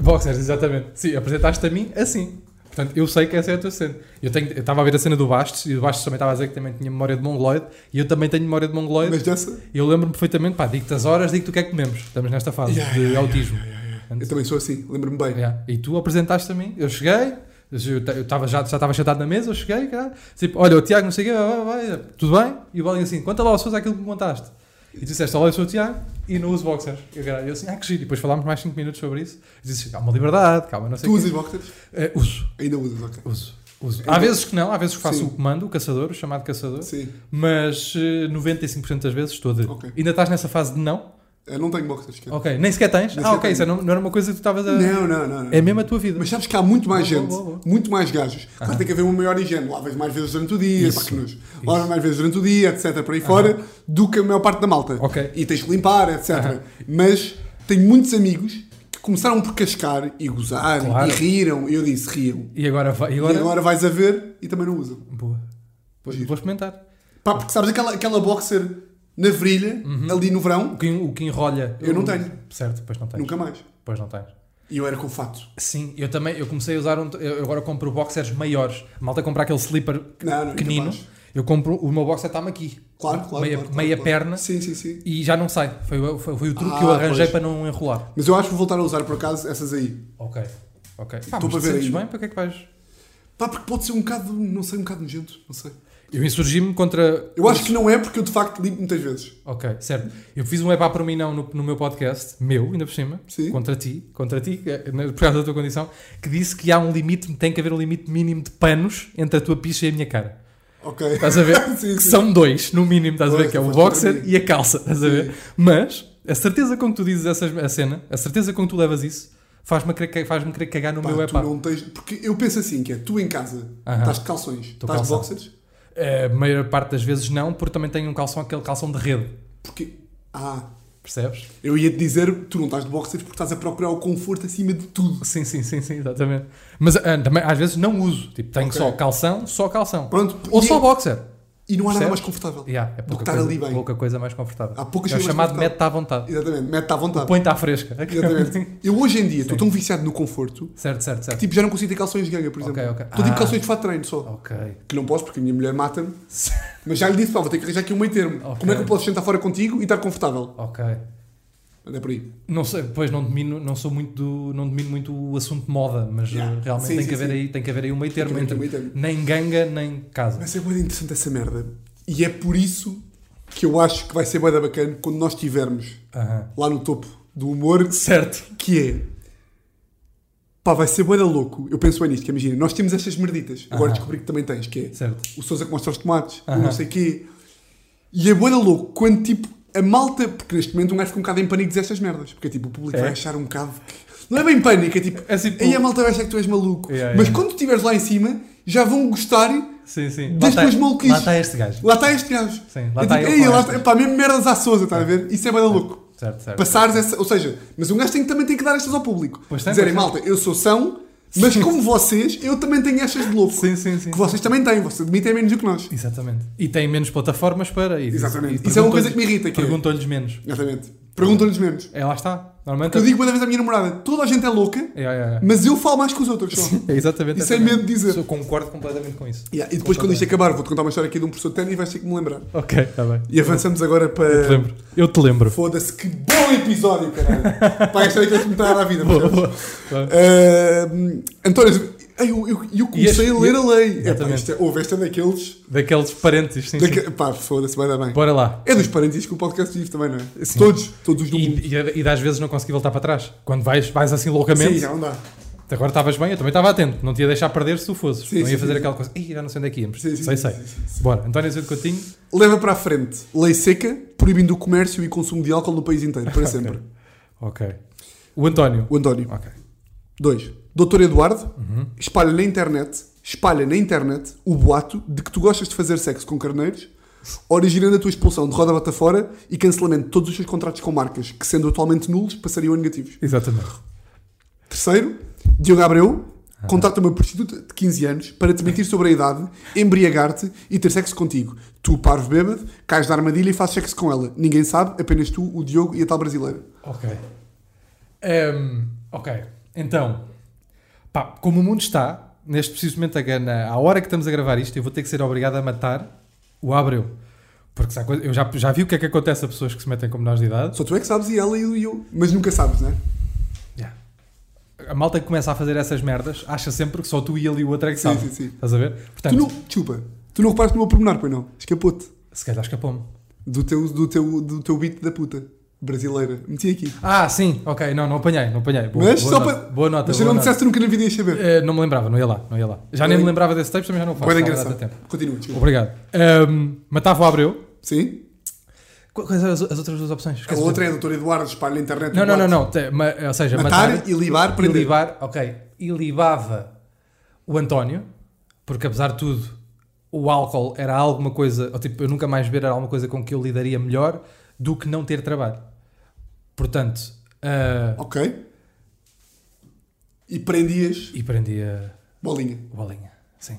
Speaker 2: Boxers, exatamente. Sim, apresentaste a mim assim. Portanto, eu sei que essa é a tua cena. Eu tenho- eu estava a ver a cena do Bastos e o Bastos também estava a dizer que também tinha memória de mongoloide e eu também tenho memória de mongoloide.
Speaker 1: Mas dessa,
Speaker 2: Eu lembro-me perfeitamente, pá, digo-te as horas, digo-te o que é que comemos. Estamos nesta fase
Speaker 1: Yeah,
Speaker 2: de
Speaker 1: yeah,
Speaker 2: autismo.
Speaker 1: eu também sou assim, lembro-me bem.
Speaker 2: Yeah. É. E tu apresentaste a mim, eu cheguei, eu ta- eu tava, já já estava sentado na mesa, eu cheguei, caralho. tipo, olha, o Tiago não sei o quê, vai, vai, vai, tudo bem? E o Bolinho assim, conta lá ao Sousa aquilo que me contaste. E tu disseste, olha, eu sou o Tiago e não uso boxers. E eu, caralho, eu assim, ah, que giro. E depois falámos mais 5 minutos sobre isso. E disse, calma, liberdade, calma, não sei
Speaker 1: Tu
Speaker 2: o quê.
Speaker 1: usas boxers?
Speaker 2: Eh, uso,
Speaker 1: Ainda usas, ok.
Speaker 2: uso, uso. Há vezes que não, há vezes que faço
Speaker 1: Sim.
Speaker 2: o comando, o caçador, o chamado caçador.
Speaker 1: Sim,
Speaker 2: Mas eh, 95% das vezes estou de...
Speaker 1: Ok.
Speaker 2: Ainda estás nessa fase de não?
Speaker 1: eu não tenho boxers. quer dizer.
Speaker 2: Ok, nem sequer tens?
Speaker 1: Nem sequer
Speaker 2: ah, ok,
Speaker 1: tenho.
Speaker 2: isso não, não era uma coisa que tu estavas a...
Speaker 1: Não, não, não. não.
Speaker 2: É mesmo a tua vida.
Speaker 1: Mas sabes que há muito mais
Speaker 2: Boa,
Speaker 1: gente,
Speaker 2: boa, boa.
Speaker 1: muito mais gajos. Claro, tem que haver uma maior higiene. Lavas mais vezes durante o dia,
Speaker 2: Isso.
Speaker 1: pá, que nojo. Lavas mais vezes durante o dia, etc. Por aí fora, do que a maior parte da malta.
Speaker 2: Ok.
Speaker 1: E tens que limpar, etc. Mas tenho muitos amigos que começaram por cascar e gozar
Speaker 2: Claro.
Speaker 1: e riram. E eu disse, riam.
Speaker 2: E agora vai. E
Speaker 1: E
Speaker 2: agora...
Speaker 1: agora vais a ver e também não usam.
Speaker 2: Boa. Vou,
Speaker 1: Giro.
Speaker 2: vou experimentar.
Speaker 1: Pá, porque sabes aquela, aquela boxer na virilha,
Speaker 2: Uhum.
Speaker 1: ali no verão,
Speaker 2: O que, o que enrolha.
Speaker 1: Eu não
Speaker 2: o-
Speaker 1: tenho.
Speaker 2: Certo, pois não tens.
Speaker 1: nunca mais.
Speaker 2: Pois não tens.
Speaker 1: E eu era com fato.
Speaker 2: Sim, eu também. Eu comecei a usar. Um, eu agora compro boxers maiores. A Malta comprar aquele slipper
Speaker 1: Não, não,
Speaker 2: pequenino.
Speaker 1: incapaz.
Speaker 2: Eu compro. O meu boxer está-me aqui.
Speaker 1: Claro, claro.
Speaker 2: Meia-
Speaker 1: claro, claro,
Speaker 2: meia
Speaker 1: claro.
Speaker 2: perna.
Speaker 1: Sim, sim, sim.
Speaker 2: E já não sai. Foi, o- foi, foi o truque
Speaker 1: Ah,
Speaker 2: que eu arranjei
Speaker 1: pois.
Speaker 2: para não enrolar.
Speaker 1: Mas eu acho que vou voltar a usar por acaso essas aí.
Speaker 2: Ok. Ok.
Speaker 1: Estou para
Speaker 2: Pá, mas tu
Speaker 1: ver
Speaker 2: sentes
Speaker 1: aí.
Speaker 2: bem? Para que é que vais?
Speaker 1: Pá, porque pode ser um bocado, não sei, um bocado nojento, não sei.
Speaker 2: Eu insurgi-me contra.
Speaker 1: Eu acho que não é porque eu de facto li muitas vezes.
Speaker 2: Ok, certo. Eu fiz um epá para mim não no, no meu podcast, meu, ainda por cima,
Speaker 1: Sim.
Speaker 2: contra ti, contra ti, eh, na- por causa da tua condição, que disse que há um limite, tem que haver um limite mínimo de panos entre a tua picha e a minha cara.
Speaker 1: Ok.
Speaker 2: Estás a ver?
Speaker 1: Sim,
Speaker 2: que
Speaker 1: sim.
Speaker 2: são dois, no mínimo, estás a
Speaker 1: Pois,
Speaker 2: ver? Que é o
Speaker 1: mas contra
Speaker 2: boxer
Speaker 1: mim.
Speaker 2: e a calça, estás a ver?
Speaker 1: Sim.
Speaker 2: Mas a certeza com que tu dizes essa a cena, a certeza com que tu levas isso, faz-me querer, ca- faz-me querer cagar no
Speaker 1: Pá,
Speaker 2: meu
Speaker 1: tu
Speaker 2: epá.
Speaker 1: não tens. Porque eu penso assim: que é tu em casa,
Speaker 2: Aham.
Speaker 1: estás de calções, estás de
Speaker 2: calção.
Speaker 1: boxers,
Speaker 2: Eh, A maior parte das vezes não, porque também tenho um calção, aquele calção de rede,
Speaker 1: porque. Ah,
Speaker 2: percebes?
Speaker 1: eu ia te dizer, tu não estás de boxers porque estás a procurar o conforto acima de tudo.
Speaker 2: Sim, sim, sim, sim, exatamente. Mas ah, também, às vezes não uso. Tipo, tenho
Speaker 1: Ok.
Speaker 2: só calção, só calção.
Speaker 1: Pronto,
Speaker 2: Ou
Speaker 1: e-
Speaker 2: só boxer.
Speaker 1: E não há nada
Speaker 2: Percebes?
Speaker 1: mais confortável
Speaker 2: Yeah,
Speaker 1: do
Speaker 2: é
Speaker 1: que
Speaker 2: pouca
Speaker 1: estar
Speaker 2: coisa,
Speaker 1: ali bem.
Speaker 2: pouca coisa mais confortável.
Speaker 1: Há poucas
Speaker 2: é o
Speaker 1: coisas
Speaker 2: chamado
Speaker 1: mais
Speaker 2: mete-te à vontade.
Speaker 1: Exatamente, mete-te à vontade.
Speaker 2: Põe-te à fresca.
Speaker 1: Exatamente. Eu hoje em dia estou tão viciado no conforto
Speaker 2: certo, certo, certo.
Speaker 1: que tipo, já não consigo ter calções de ganga, por
Speaker 2: Ok,
Speaker 1: exemplo.
Speaker 2: ok.
Speaker 1: Estou tipo
Speaker 2: Ah.
Speaker 1: calções de fato de treino só.
Speaker 2: Ok.
Speaker 1: Que não posso porque a minha mulher mata-me. Mas já lhe disse, pá, vou ter que arranjar aqui um meio termo.
Speaker 2: Ok.
Speaker 1: Como é que eu posso sentar fora contigo e estar confortável?
Speaker 2: Ok.
Speaker 1: Anda por aí.
Speaker 2: Não sei, pois não domino, não sou muito do, não domino muito o assunto de moda, mas
Speaker 1: Yeah.
Speaker 2: eh, realmente
Speaker 1: Sim,
Speaker 2: tem
Speaker 1: sim,
Speaker 2: que haver
Speaker 1: sim.
Speaker 2: aí, tem que haver aí um meio termo
Speaker 1: haver aqui
Speaker 2: entre
Speaker 1: um meio termo.
Speaker 2: nem ganga, nem casa.
Speaker 1: Mas é bem interessante essa merda. E é por isso que eu acho que vai ser bem bacana quando nós estivermos
Speaker 2: Aham.
Speaker 1: lá no topo do humor,
Speaker 2: Certo.
Speaker 1: que é. Pá, vai ser boeda louco. Eu penso bem nisto, que imagina, nós temos estas merditas. Agora
Speaker 2: Aham.
Speaker 1: descobri que também tens, que é
Speaker 2: Certo.
Speaker 1: o Sousa que mostra os tomates, o
Speaker 2: Aham.
Speaker 1: não sei quê. E é boeda louco quando tipo a malta, porque neste momento um gajo fica um bocado em pânico dizer estas merdas, porque é tipo o público
Speaker 2: É.
Speaker 1: vai achar um bocado que. Não é bem pânico, é tipo.
Speaker 2: É tipo-
Speaker 1: Aí a malta vai achar que tu és maluco.
Speaker 2: Yeah,
Speaker 1: Mas
Speaker 2: yeah.
Speaker 1: quando tu estiveres lá em cima, já vão gostar.
Speaker 2: Sim, sim.
Speaker 1: Das
Speaker 2: tá-
Speaker 1: tuas maluquices.
Speaker 2: lá está este gajo.
Speaker 1: Lá está este gajo.
Speaker 2: Sim, lá
Speaker 1: é
Speaker 2: está
Speaker 1: tipo,
Speaker 2: ele
Speaker 1: "Ei,
Speaker 2: com
Speaker 1: lá
Speaker 2: estas."
Speaker 1: está- pá, mesmo merdas à Sousa, estás a ver? Isso é boeda louco.
Speaker 2: Certo, certo.
Speaker 1: Passares essa. Ou seja, mas um gajo tem, que- também tem que dar estas ao público.
Speaker 2: Pois tem,
Speaker 1: Dizerem,
Speaker 2: pois tem.
Speaker 1: malta, eu sou são, mas como vocês, eu também tenho estas de louco.
Speaker 2: Sim, sim, sim.
Speaker 1: Que vocês também têm, vocês admitem menos do que nós.
Speaker 2: Exatamente. E têm menos plataformas para. E,
Speaker 1: Exatamente.
Speaker 2: e
Speaker 1: Isso é uma coisa
Speaker 2: perguntam-lhes-
Speaker 1: que me irrita, que é-
Speaker 2: Perguntam-lhes menos.
Speaker 1: Exatamente. Perguntam-lhes menos.
Speaker 2: É, lá está. Normalmente.
Speaker 1: Eu digo cada vez à minha namorada, toda a gente é louca,
Speaker 2: É, é, é.
Speaker 1: mas eu falo mais que os outros. só.
Speaker 2: É, exatamente.
Speaker 1: Isso é
Speaker 2: exatamente.
Speaker 1: medo de dizer.
Speaker 2: Eu concordo completamente com isso.
Speaker 1: Yeah, E depois, quando isto acabar, vou-te contar uma história aqui de um professor de ténis e vais ter que me lembrar.
Speaker 2: Ok, está bem.
Speaker 1: E avançamos agora
Speaker 2: Eu te
Speaker 1: para.
Speaker 2: lembro. Eu te lembro.
Speaker 1: Foda-se, que bom episódio, caralho! Para esta é aquilo que me está a dar a vida.
Speaker 2: Boa,
Speaker 1: percebes?
Speaker 2: boa. Boa.
Speaker 1: António, António, ai, eu, eu, eu comecei
Speaker 2: este-
Speaker 1: a ler a lei. É, pá,
Speaker 2: Exatamente.
Speaker 1: isto é- Houve esta daqueles.
Speaker 2: Daqueles parênteses, sim, sim.
Speaker 1: Daque, pá, foda-se, vai dar bem.
Speaker 2: Bora lá.
Speaker 1: É dos parênteses que o podcast vive também, não é?
Speaker 2: Sim.
Speaker 1: Todos, todos os do mundo.
Speaker 2: E, e, e às vezes não consegui voltar para trás. Quando vais, vais assim
Speaker 1: Sim,
Speaker 2: loucamente.
Speaker 1: já não dá.
Speaker 2: Agora estavas bem, eu também estava atento. Não te ia deixar perder se tu fosses.
Speaker 1: Sim,
Speaker 2: não ia
Speaker 1: sim,
Speaker 2: fazer
Speaker 1: sim,
Speaker 2: aquela coisa. Ih, já não sei onde é que íamos.
Speaker 1: Sim, sim,
Speaker 2: sei,
Speaker 1: sim,
Speaker 2: sei. Bora. António Azevedo Coutinho.
Speaker 1: Leva para a frente. Lei seca, proibindo o comércio e consumo de álcool no país inteiro, para sempre.
Speaker 2: Ok. O António.
Speaker 1: O António.
Speaker 2: Ok.
Speaker 1: Dois. Doutor Eduardo espalha na internet, espalha na internet o boato de que tu gostas de fazer sexo com carneiros, originando a tua expulsão de roda bota fora e cancelamento de todos os seus contratos com marcas, que sendo atualmente nulos, passariam a negativos.
Speaker 2: Exatamente.
Speaker 1: Terceiro, Diogo Abreu contata uma prostituta de 15 anos para te mentir sobre a idade, embriagar-te e ter sexo contigo. Tu, parvo bêbado, cais na armadilha e fazes sexo com ela. Ninguém sabe, apenas tu, o Diogo e a tal brasileira.
Speaker 2: Ok. Ehm, ok. Então, pá, como o mundo está, neste preciso momento, a- na- à hora que estamos a gravar isto, eu vou ter que ser obrigado a matar o Abreu. Porque sabe, coisa- eu já, já vi o que é que acontece a pessoas que se metem com menores de idade.
Speaker 1: Só tu é que sabes e ela e eu. Mas nunca sabes, né?
Speaker 2: Yeah. A malta que começa a fazer essas merdas acha sempre que só tu e ele e o outro é que
Speaker 1: Sim,
Speaker 2: sabe.
Speaker 1: sim, sim.
Speaker 2: Estás a ver?
Speaker 1: Tu
Speaker 2: Portanto,
Speaker 1: não, desculpa, tu não reparaste no meu pormenor, pois não? Escapou-te.
Speaker 2: se calhar escapou-me.
Speaker 1: Do teu, do, teu, do teu beat da puta brasileira. Meti aqui.
Speaker 2: Ah, sim, ok, não, não apanhei, não apanhei. Boa,
Speaker 1: Mas
Speaker 2: boa
Speaker 1: só
Speaker 2: nota,
Speaker 1: para.
Speaker 2: Boa nota.
Speaker 1: Mas se
Speaker 2: boa
Speaker 1: não me
Speaker 2: nota.
Speaker 1: disseste, tu nunca na vida ias saber.
Speaker 2: Eh, não me lembrava, não ia lá, não ia lá. Já nem
Speaker 1: Bem-
Speaker 2: me lembrava desse texto, também já não faço.
Speaker 1: Coisa
Speaker 2: já não dá
Speaker 1: engraçada.
Speaker 2: tempo.
Speaker 1: Continua, desculpa.
Speaker 2: Obrigado. Ahm, matava o Abreu.
Speaker 1: Sim?
Speaker 2: Qu- Quais eram as, as outras duas opções?
Speaker 1: A
Speaker 2: Esquece-me.
Speaker 1: outra é a doutora Eduardo espalha na internet.
Speaker 2: Não,
Speaker 1: um
Speaker 2: não, não,
Speaker 1: boato.
Speaker 2: não. Te- ma- ou seja,
Speaker 1: Matar,
Speaker 2: matar,
Speaker 1: e libar,
Speaker 2: e
Speaker 1: prender.
Speaker 2: libar. Ok. E libava o António, porque apesar de tudo, o álcool era alguma coisa, ou tipo, eu nunca mais beber era alguma coisa com que eu lidaria melhor do que não ter trabalho. Portanto, ah,
Speaker 1: Ok. E prendias
Speaker 2: e prendia
Speaker 1: bolinha.
Speaker 2: o bolinha. Sim,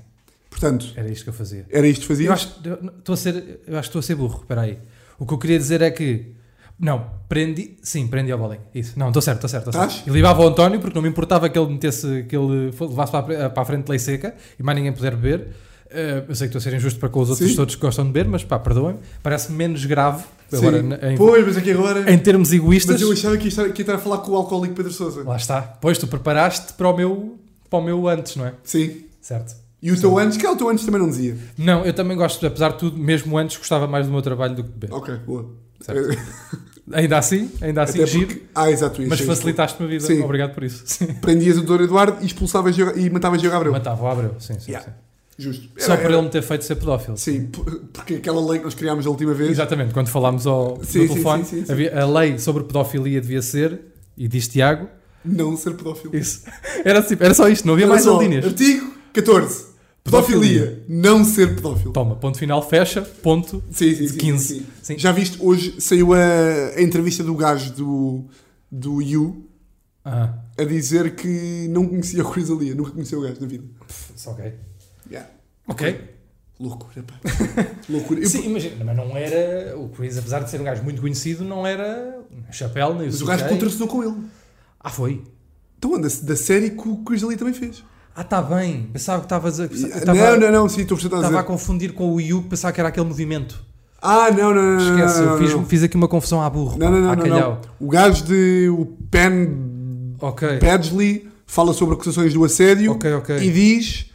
Speaker 1: Portanto,
Speaker 2: era isto que eu fazia.
Speaker 1: era isto que fazias?
Speaker 2: Eu acho, eu não- estou a ser, eu acho que estou a ser burro, espera aí. O que eu queria dizer é que. Não, prendi. Sim, prendi ao bolinho. Isso. Não, estou certo, estou certo. estou
Speaker 1: Estás?
Speaker 2: certo. E libava o António porque não me importava que ele metesse, que ele fo- levasse para a, pre- eh, para a frente de lei seca e mais ninguém puder beber. Eh, eu sei que estou a ser injusto para com os outros
Speaker 1: Sim.
Speaker 2: todos que gostam de beber, mas pá, perdoem-me. Parece menos grave
Speaker 1: Sim.
Speaker 2: agora, em,
Speaker 1: Pois, mas aqui agora.
Speaker 2: em termos egoístas.
Speaker 1: Mas eu achava que ia estar, que ia estar a falar com o alcoólico Pedro Sousa.
Speaker 2: Lá está. Pois tu preparaste para o meu para o meu antes, não é?
Speaker 1: Sim.
Speaker 2: Certo.
Speaker 1: E o teu antes, que é o teu antes também não dizia.
Speaker 2: Não, eu também gosto, apesar de tudo, mesmo antes gostava mais do meu trabalho do que do B.
Speaker 1: Ok, boa.
Speaker 2: Certo. Ainda assim, ainda assim,
Speaker 1: Até
Speaker 2: giro.
Speaker 1: porque- Ah, exato, isso.
Speaker 2: Mas
Speaker 1: é isso.
Speaker 2: facilitaste-me a vida.
Speaker 1: Sim.
Speaker 2: Obrigado por isso. Sim.
Speaker 1: Prendias o Doutor Eduardo e expulsavas Diego- e matavas Diego Abreu.
Speaker 2: Matava o Abreu, sim, sim,
Speaker 1: Yeah.
Speaker 2: sim.
Speaker 1: Justo.
Speaker 2: Só
Speaker 1: Era-
Speaker 2: por
Speaker 1: era-
Speaker 2: ele me ter feito ser pedófilo.
Speaker 1: Sim, por- porque aquela lei que nós criámos da última vez.
Speaker 2: Exatamente, quando falámos
Speaker 1: Sim,
Speaker 2: ao no
Speaker 1: sim,
Speaker 2: telefone,
Speaker 1: sim, sim, sim.
Speaker 2: havia- a lei sobre pedofilia devia ser, e diz Tiago,
Speaker 1: Não ser pedófilo.
Speaker 2: isso. Era, tipo, era só isto, não havia
Speaker 1: Era
Speaker 2: mais
Speaker 1: só,
Speaker 2: linhas.
Speaker 1: Artigo 14. Pedofilia. Não ser pedófilo.
Speaker 2: Toma, ponto final, fecha, ponto
Speaker 1: Sim, sim, sim,
Speaker 2: 15.
Speaker 1: sim.
Speaker 2: Sim.
Speaker 1: Já viste, hoje saiu a, a entrevista do gajo do, do You
Speaker 2: Ah,
Speaker 1: a dizer que não conhecia o Chris Alia, nunca conheceu o gajo na vida.
Speaker 2: só gay.
Speaker 1: Yeah.
Speaker 2: Ok.
Speaker 1: Loucura, pá. Loucura. Eu-
Speaker 2: Sim, imagina, mas não era. O Chris, apesar de ser um gajo muito conhecido, não era o chapéu nem o
Speaker 1: mas o
Speaker 2: CK.
Speaker 1: gajo contracenou com ele.
Speaker 2: Ah, foi.
Speaker 1: Então anda-se da série que o Chris Alia também fez.
Speaker 2: Ah, está bem. Pensava que estavas a.
Speaker 1: Não,
Speaker 2: Estava
Speaker 1: não, não, sim, estou a perceber o que estás
Speaker 2: estava
Speaker 1: a
Speaker 2: a
Speaker 1: dizer.
Speaker 2: confundir com o Yu, pensava que era aquele movimento.
Speaker 1: Ah, não, não, não. não,
Speaker 2: Esquece,
Speaker 1: não, não,
Speaker 2: eu fiz, um
Speaker 1: não.
Speaker 2: fiz aqui uma confusão à burro.
Speaker 1: Não,
Speaker 2: pá,
Speaker 1: não, não,
Speaker 2: à
Speaker 1: não,
Speaker 2: calhau.
Speaker 1: não. O gajo de. O Pen
Speaker 2: Ok.
Speaker 1: Padgley fala sobre acusações do assédio
Speaker 2: Ok, ok.
Speaker 1: e diz: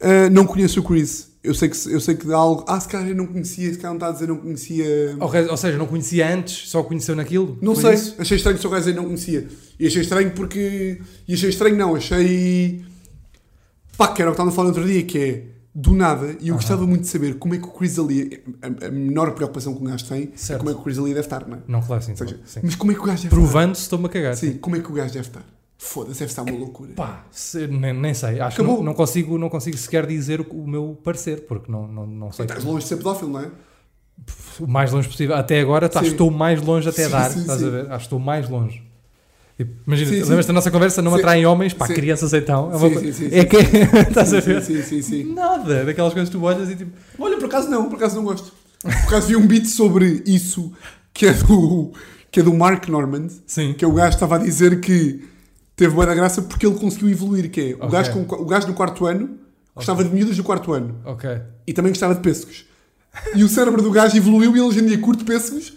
Speaker 1: ah, Não conheço o Chris. Eu sei, que, eu sei que dá algo. Ah, se calhar eu não conhecia, se calhar não está a dizer não conhecia. hum,
Speaker 2: Ok, Ou seja, não conhecia antes, só conheceu naquilo?
Speaker 1: não
Speaker 2: Foi
Speaker 1: sei.
Speaker 2: isso?
Speaker 1: Achei estranho se o gajo dizer não conhecia. E achei estranho porque. E achei estranho, não. Achei. Pá, que era o que estava a falar no outro dia, que é do nada. E eu gostava muito de saber como é que o Chris ali. A, a menor preocupação que um gajo tem é
Speaker 2: Certo.
Speaker 1: como é que o Chris ali deve estar, não é?
Speaker 2: Não, claro, sim.
Speaker 1: Ou seja,
Speaker 2: sim.
Speaker 1: Mas como é que o gajo deve estar?
Speaker 2: Provando-se, estou-me a cagar.
Speaker 1: Sim, como é que o gajo deve estar? Foda-se, deve estar uma loucura.
Speaker 2: Pá, se- nem, nem sei. Acho que
Speaker 1: Acabou.
Speaker 2: não, não consigo, não consigo sequer dizer o, o meu parecer, porque não, não, não sei.
Speaker 1: Estás longe de ser pedófilo, não é?
Speaker 2: O mais longe possível. Até agora, tá,
Speaker 1: Sim.
Speaker 2: estou mais longe até
Speaker 1: Sim,
Speaker 2: dar.
Speaker 1: sim,
Speaker 2: estás
Speaker 1: sim.
Speaker 2: a ver? Acho que estou mais longe. Tipo, Imagina,
Speaker 1: Sim, sim.
Speaker 2: lembras da nossa conversa? Não
Speaker 1: Sim.
Speaker 2: atraem homens? Pá,
Speaker 1: Sim.
Speaker 2: crianças então. É, uma
Speaker 1: Sim,
Speaker 2: coisa-
Speaker 1: sim, sim,
Speaker 2: é
Speaker 1: sim,
Speaker 2: que. estás a
Speaker 1: sim,
Speaker 2: ver?
Speaker 1: Sim, sim, sim.
Speaker 2: Nada. Daquelas coisas que tu olhas e tipo.
Speaker 1: Olha, por acaso não, por acaso não gosto. Por acaso vi um beat sobre isso que é do, que é do Mark Normand,
Speaker 2: Sim.
Speaker 1: que é o gajo que estava a dizer que teve boa da graça porque ele conseguiu evoluir, que é o,
Speaker 2: Ok.
Speaker 1: gajo, com, o gajo no quarto ano gostava de miúdas do quarto ano
Speaker 2: Ok.
Speaker 1: e também gostava de pêssegos. E o cérebro do gajo evoluiu e ele hoje em dia curte pêssegos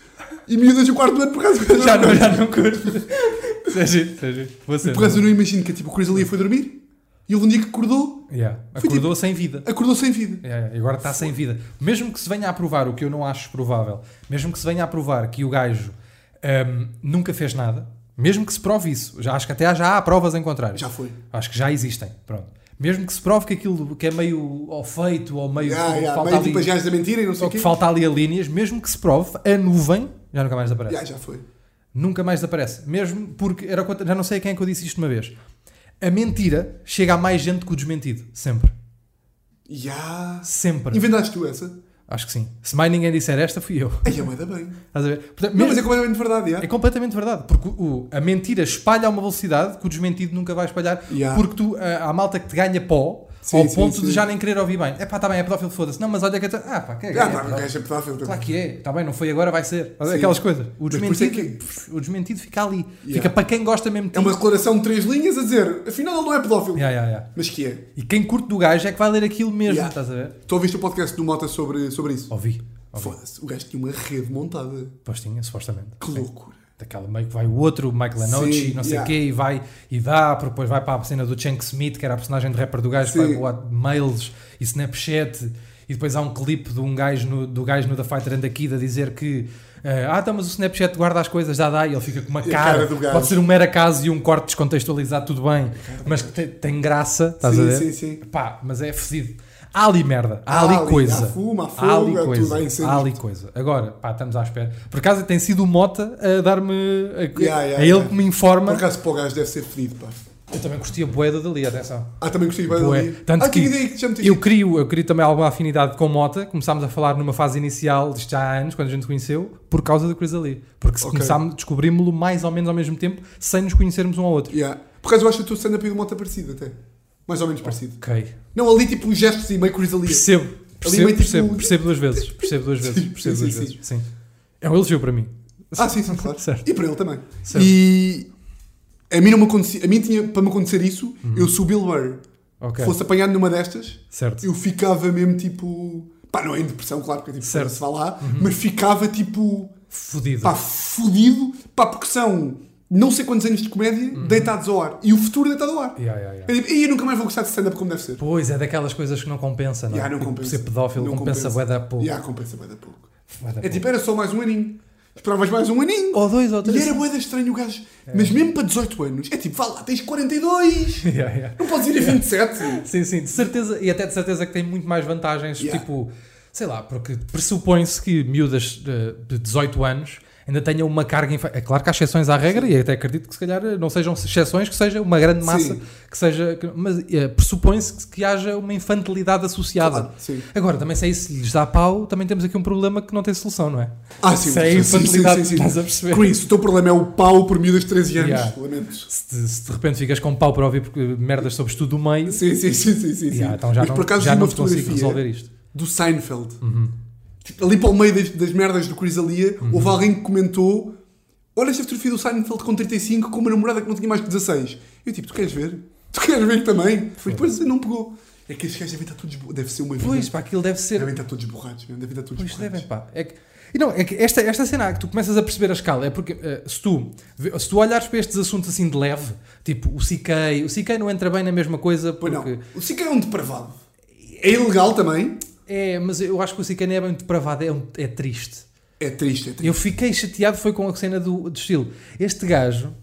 Speaker 1: e miúdas do quarto ano por acaso
Speaker 2: Já não, é já não curto. é seja, seja. Vou ser.
Speaker 1: Por acaso eu não imagino que é tipo, o Chris Alia foi dormir e ele um dia que acordou,
Speaker 2: Yeah.
Speaker 1: Foi tipo
Speaker 2: Acordou sem vida.
Speaker 1: acordou sem vida.
Speaker 2: É, é, agora está sem vida. Mesmo que se venha a provar, o que eu não acho provável, mesmo que se venha a provar que o gajo hum, nunca fez nada, mesmo que se prove isso, já acho que até já há provas em contrário.
Speaker 1: Já foi.
Speaker 2: Acho que já existem, pronto. Mesmo que se prove que aquilo que é meio ou feito ou meio,
Speaker 1: Ah, yeah,
Speaker 2: É, falta
Speaker 1: meio
Speaker 2: ali,
Speaker 1: tipo as gajas da mentira e não sei
Speaker 2: ou
Speaker 1: o quê.
Speaker 2: que falta ali a linhas, mesmo que se prove, a nuvem já nunca mais aparece.
Speaker 1: Yeah, já foi.
Speaker 2: Nunca mais aparece. Mesmo porque era contra- já não sei a quem é que eu disse isto uma vez. A mentira chega a mais gente que o desmentido. Sempre.
Speaker 1: Yeah.
Speaker 2: Sempre.
Speaker 1: Inventaste tu essa?
Speaker 2: Acho que sim. Se mais ninguém disser esta, fui eu.
Speaker 1: Aí é moeda bem.
Speaker 2: Estás a ver? Portanto,
Speaker 1: Não,
Speaker 2: mesmo-
Speaker 1: mas é completamente verdade,
Speaker 2: é
Speaker 1: yeah.
Speaker 2: completamente verdade. Porque o- a mentira espalha a uma velocidade que o desmentido nunca vai espalhar.
Speaker 1: Yeah.
Speaker 2: Porque tu, a, a malta que te ganha pó,
Speaker 1: Sim,
Speaker 2: ao
Speaker 1: sim,
Speaker 2: ponto
Speaker 1: sim.
Speaker 2: de já nem querer ouvir bem. É pá, está bem, é pedófilo, foda-se. Não, mas olha que. é- Ah, pá, que é.
Speaker 1: Ah,
Speaker 2: é
Speaker 1: tá, o
Speaker 2: pedófilo.
Speaker 1: gajo é pedófilo também.
Speaker 2: Claro que é, está bem, não foi agora, vai ser. Estás a ver?
Speaker 1: Sim.
Speaker 2: Aquelas coisas. O
Speaker 1: Mas por isso é
Speaker 2: desmentido, o desmentido fica ali.
Speaker 1: Yeah.
Speaker 2: Fica para quem gosta mesmo de ti.
Speaker 1: É uma declaração de três linhas a dizer, afinal ele não é pedófilo.
Speaker 2: Yeah, yeah, yeah.
Speaker 1: Mas que é?
Speaker 2: E quem curte do gajo é que vai ler aquilo mesmo,
Speaker 1: Yeah.
Speaker 2: estás a ver?
Speaker 1: Tu ouviste o podcast do Mota sobre, sobre isso?
Speaker 2: Ouvi. Ouvi.
Speaker 1: Foda-se, o gajo tinha uma rede montada.
Speaker 2: Pois tinha, supostamente.
Speaker 1: Que loucura.
Speaker 2: daquela meio que vai o outro, o Mike Lanocci,
Speaker 1: Sim,
Speaker 2: não sei o
Speaker 1: yeah.
Speaker 2: quê, e vai e dá, porque depois vai para a cena do Chunk Smith, que era a personagem de rapper do gajo, que vai
Speaker 1: Sim.
Speaker 2: para o lado de mails e Snapchat, e depois há um clipe de um gajo no, do gajo no The Fighter and the Kid a dizer que eh, ah, então, mas o Snapchat guarda as coisas, já dá, e ele fica com uma
Speaker 1: E a
Speaker 2: cara,
Speaker 1: cara do gajo.
Speaker 2: pode ser um mero acaso e um corte descontextualizado, tudo bem, mas que te- tem graça, estás
Speaker 1: Sim,
Speaker 2: a ver?
Speaker 1: sim, sim.
Speaker 2: Pá, mas é fedido. Há ali merda, há
Speaker 1: Há
Speaker 2: ali,
Speaker 1: ali,
Speaker 2: coisa.
Speaker 1: há fumo, há
Speaker 2: há ali
Speaker 1: fogo, há tudo,
Speaker 2: coisa.
Speaker 1: há incêndios,
Speaker 2: Há ali coisa. Agora, pá, estamos à espera. Por acaso tem sido o Mota a dar-me. A,
Speaker 1: Yeah, yeah,
Speaker 2: a ele
Speaker 1: yeah.
Speaker 2: que me informa.
Speaker 1: Por acaso para o gajo deve ser fedido, pá.
Speaker 2: Eu também gostei a boeda dali, atenção.
Speaker 1: Ah, também gostei bem
Speaker 2: Bué.
Speaker 1: ali.
Speaker 2: Tanto
Speaker 1: ah,
Speaker 2: que
Speaker 1: tinha ideia que já me tinha
Speaker 2: Eu crio, eu crio também alguma afinidade com Mota. Começámos a falar numa fase inicial, disto já há anos, quando a gente se conheceu, por causa do Chris Ali. Porque se
Speaker 1: Ok.
Speaker 2: começámos, descobrimos-lo mais ou menos ao mesmo tempo, sem nos conhecermos um ao outro.
Speaker 1: Yeah. Por acaso eu acho que o teu stand-up e o do Mota é parecido até. Mais ou menos parecido.
Speaker 2: Ok.
Speaker 1: Não, ali tipo uns gestos e meio Chris ali.
Speaker 2: Oh. Percebo,
Speaker 1: meio
Speaker 2: percebo,
Speaker 1: tipo-
Speaker 2: percebo, percebo duas vezes. Percebo duas vezes,
Speaker 1: Sim,
Speaker 2: percebo
Speaker 1: sim,
Speaker 2: duas
Speaker 1: sim,
Speaker 2: vezes. Sim. É um elogio para mim.
Speaker 1: Ah, sim, sim, claro.
Speaker 2: Certo.
Speaker 1: E para ele também.
Speaker 2: Certo.
Speaker 1: E a mim, não me acontecia, a mim tinha, para me acontecer isso, eu se o Bill Burr
Speaker 2: Uhum. Ok.
Speaker 1: fosse apanhado numa destas,
Speaker 2: Certo.
Speaker 1: eu ficava mesmo tipo. Pá, não é em depressão, claro, porque tipo,
Speaker 2: Certo. Uhum.
Speaker 1: se vá lá, mas ficava tipo.
Speaker 2: Fodido.
Speaker 1: Pá, fodido, pá, porque são não sei quantos anos de comédia deitados ao ar. E o futuro deitado ao ar.
Speaker 2: Uhum. Yeah, yeah, yeah.
Speaker 1: Eu digo, "Ih, eu nunca mais vou gostar de stand-up como deve ser.
Speaker 2: Pois, é daquelas coisas que não compensa, não é?
Speaker 1: Yeah, não
Speaker 2: Tipo,
Speaker 1: compensa.
Speaker 2: Ser pedófilo
Speaker 1: Não
Speaker 2: compensa bué da pouco.
Speaker 1: Yeah, compensa bué da pouco.
Speaker 2: Bué da
Speaker 1: É
Speaker 2: pouco.
Speaker 1: tipo, era só mais um aninho. Esperavas mais um aninho.
Speaker 2: Ou dois ou
Speaker 1: E
Speaker 2: três.
Speaker 1: era bué da estranho o gajo.
Speaker 2: É.
Speaker 1: Mas mesmo para 18 anos, é tipo, vá lá, tens 42.
Speaker 2: Yeah, yeah.
Speaker 1: Não podes ir a 27.
Speaker 2: Sim, sim, de certeza, e até de certeza que tem muito mais vantagens,
Speaker 1: Yeah.
Speaker 2: tipo, sei lá, porque pressupõe-se que miúdas eh, de 18 anos ainda tenham uma carga. infa- É claro que há exceções à regra, e até acredito que se calhar eh, não sejam exceções, que seja uma grande massa,
Speaker 1: Sim.
Speaker 2: que seja. que- mas eh, pressupõe-se que, que haja uma infantilidade associada.
Speaker 1: Claro, sim.
Speaker 2: Agora, também se é isso lhes dá pau, também temos aqui um problema que não tem solução, não é?
Speaker 1: Ah, sim,
Speaker 2: se é a
Speaker 1: sim, sim,
Speaker 2: infantilidade,
Speaker 1: sim, sim, sim.
Speaker 2: estás a perceber?
Speaker 1: Chris, o teu problema é o pau por miúdas de 13 anos.
Speaker 2: Yeah.
Speaker 1: Lamento.
Speaker 2: Se, de- se de repente ficas com pau para ouvir porque, eh, merdas sobre estudo do meio,
Speaker 1: Sim, sim, sim, sim, sim.
Speaker 2: yeah,
Speaker 1: sim.
Speaker 2: então já
Speaker 1: Mas
Speaker 2: não,
Speaker 1: por acaso
Speaker 2: já
Speaker 1: vi
Speaker 2: não
Speaker 1: uma
Speaker 2: consigo resolver Uhum.
Speaker 1: fotografia
Speaker 2: isto.
Speaker 1: do Seinfeld. Tipo, Ali para o meio das, das merdas do Chris Alia,
Speaker 2: Uhum.
Speaker 1: houve alguém que comentou: Olha esta fotografia do Seinfeld com 35, com uma namorada que não tinha mais que 16. Eu tipo, tu queres ver? Tu queres ver também? Mas depois não pegou. É que estes gajos devem estar todos. bo- Deve ser uma vida.
Speaker 2: Pois, pá, aquilo deve ser.
Speaker 1: Devem estar todos borrados, meu. devem estar todos
Speaker 2: Pois devem,
Speaker 1: borrados.
Speaker 2: pá. É que, e não, é que esta, esta cena que tu começas a perceber a escala é porque eh, se, tu, ve- se tu olhares para estes assuntos assim de leve, tipo o CK, o CK não entra bem na mesma coisa
Speaker 1: Pois não.
Speaker 2: porque.
Speaker 1: O Sica é um depravado. É ilegal também.
Speaker 2: É, mas eu acho que o CK não é bem depravado, é, um- é triste.
Speaker 1: É triste, é triste.
Speaker 2: Eu fiquei chateado foi com a cena do, do estilo. Este gajo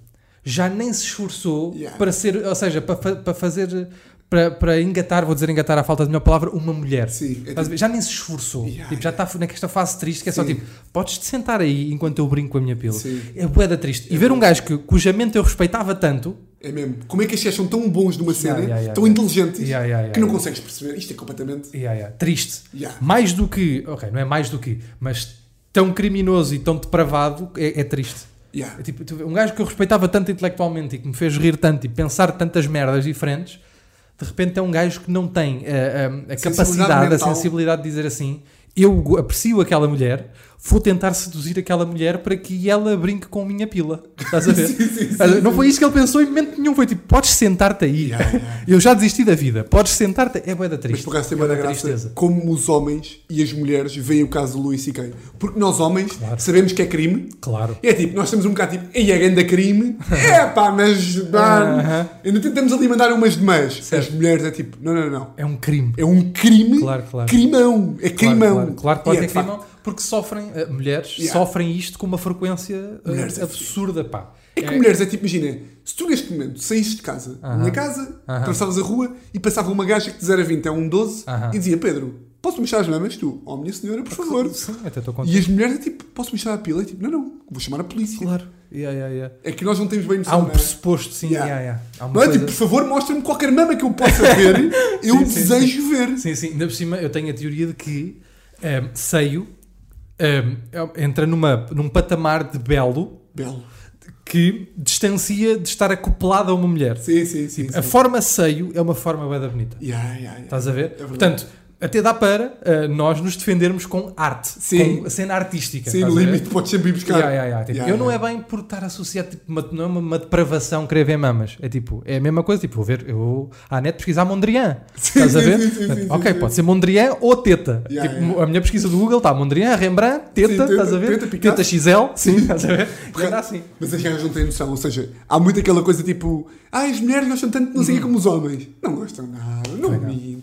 Speaker 2: já nem se esforçou
Speaker 1: Yeah.
Speaker 2: para ser, ou seja, para, fa- para fazer. Para, para engatar, vou dizer engatar à falta de melhor palavra, uma mulher.
Speaker 1: Sim, é
Speaker 2: Estás a ver? já nem se esforçou.
Speaker 1: Yeah,
Speaker 2: tipo, já está nesta fase triste que é só
Speaker 1: Sim.
Speaker 2: tipo, podes-te sentar aí enquanto eu brinco com a minha pila.
Speaker 1: Sim.
Speaker 2: É boeda triste. E ver um gajo que, cuja mente eu respeitava tanto,
Speaker 1: É mesmo. Como é que estes gajos são tão bons numa cena,
Speaker 2: yeah, yeah,
Speaker 1: tão
Speaker 2: yeah.
Speaker 1: inteligentes,
Speaker 2: Yeah, yeah, yeah,
Speaker 1: que não
Speaker 2: yeah.
Speaker 1: consegues perceber? Isto é completamente.
Speaker 2: yeah, yeah, triste.
Speaker 1: Yeah.
Speaker 2: Mais do que, ok, não é mais do que, mas tão criminoso e tão depravado, é- é triste.
Speaker 1: Yeah.
Speaker 2: É tipo, tu vê, um gajo que eu respeitava tanto intelectualmente e que me fez rir tanto e pensar tantas merdas diferentes, de repente é um gajo que não tem eh, eh, a, capacidade,
Speaker 1: mental.
Speaker 2: a sensibilidade de dizer assim: eu go- aprecio aquela mulher, vou tentar seduzir aquela mulher para que ela brinque com a minha pila. Estás a ver? Estás a ver? não foi isso que ele pensou em momento nenhum. Foi tipo: podes sentar-te aí.
Speaker 1: Yeah, yeah.
Speaker 2: eu já desisti da vida. Podes sentar-te. É boeda triste.
Speaker 1: Mas por acaso tem
Speaker 2: bué
Speaker 1: bué da
Speaker 2: da
Speaker 1: graça
Speaker 2: tristeza.
Speaker 1: como os homens e as mulheres veem o caso do Luís C.K. Porque nós homens
Speaker 2: Claro.
Speaker 1: sabemos que é crime.
Speaker 2: Claro.
Speaker 1: É tipo, nós temos um bocado tipo, ei, é grande crime. é pá, mas. pá,
Speaker 2: Aham.
Speaker 1: Ainda tentamos ali mandar umas de mas. As
Speaker 2: Certo.
Speaker 1: mulheres é tipo, não, não, não.
Speaker 2: É um crime.
Speaker 1: É um crime.
Speaker 2: Claro, claro.
Speaker 1: Crimão. É
Speaker 2: Claro,
Speaker 1: crimão.
Speaker 2: Claro, claro,
Speaker 1: E
Speaker 2: claro que é
Speaker 1: de facto.
Speaker 2: crimão, porque sofrem, eh, mulheres
Speaker 1: Yeah.
Speaker 2: sofrem isto com uma frequência eh,
Speaker 1: Mulheres é
Speaker 2: absurda, pá.
Speaker 1: É que mulheres é tipo, imagina, se tu neste momento saíste de casa, da
Speaker 2: Aham.
Speaker 1: minha casa,
Speaker 2: Aham.
Speaker 1: atravessavas a rua e passava uma gaja que de 0 a 20 é um 12
Speaker 2: Aham. Ah,
Speaker 1: e dizia, Pedro, posso mexer as mamas? Tu, oh minha senhora, por favor.
Speaker 2: Sim, até estou
Speaker 1: E
Speaker 2: contente.
Speaker 1: as mulheres é tipo, posso mexer a pila? É tipo, não, não, vou chamar a polícia.
Speaker 2: Claro. Yeah, yeah, yeah.
Speaker 1: É que nós não temos bem noção.
Speaker 2: Há um
Speaker 1: não é?
Speaker 2: pressuposto, sim.
Speaker 1: Yeah.
Speaker 2: Yeah. yeah. Há uma
Speaker 1: Não é?
Speaker 2: coisa-
Speaker 1: Tipo, por favor, mostra-me qualquer mama que eu possa ver, eu
Speaker 2: Sim, sim,
Speaker 1: desejo ver.
Speaker 2: Sim, sim. Ainda por cima, eu tenho a teoria de que ehm, seio ehm, entra numa, num patamar de belo
Speaker 1: Belo.
Speaker 2: que distancia de estar acoplado a uma mulher.
Speaker 1: Sim, sim, sim.
Speaker 2: Tipo, A
Speaker 1: sim.
Speaker 2: forma seio é uma forma bem bonita.
Speaker 1: Yeah, yeah, yeah.
Speaker 2: Estás a ver?
Speaker 1: É verdade.
Speaker 2: Portanto, até dá para eh, nós nos defendermos com arte,
Speaker 1: Sim.
Speaker 2: com cena artística.
Speaker 1: Sim,
Speaker 2: estás
Speaker 1: no
Speaker 2: a ver?
Speaker 1: limite podes sempre ir buscar.
Speaker 2: Yeah, yeah, yeah. Tipo,
Speaker 1: Yeah,
Speaker 2: eu não
Speaker 1: yeah.
Speaker 2: é bem por estar associado, tipo, uma, não é uma, uma depravação querer ver mamas. É tipo, é a mesma coisa, tipo, vou ver, eu vou à net pesquisar Mondrian.
Speaker 1: Sim,
Speaker 2: estás a
Speaker 1: sim,
Speaker 2: ver?
Speaker 1: sim, sim, sim,
Speaker 2: ok,
Speaker 1: sim,
Speaker 2: pode ser Mondrian ou teta.
Speaker 1: Yeah,
Speaker 2: tipo,
Speaker 1: yeah.
Speaker 2: A minha pesquisa do Google está Mondrian, Rembrandt, teta,
Speaker 1: Sim, teta,
Speaker 2: estás a ver?
Speaker 1: teta, Picasso.
Speaker 2: XL, sim, estás a ver? E anda assim.
Speaker 1: Mas as gajas não têm noção, ou seja, há muito aquela coisa tipo, ah, as mulheres gostam tanto de não sei o quê como os homens. Não gostam nada, não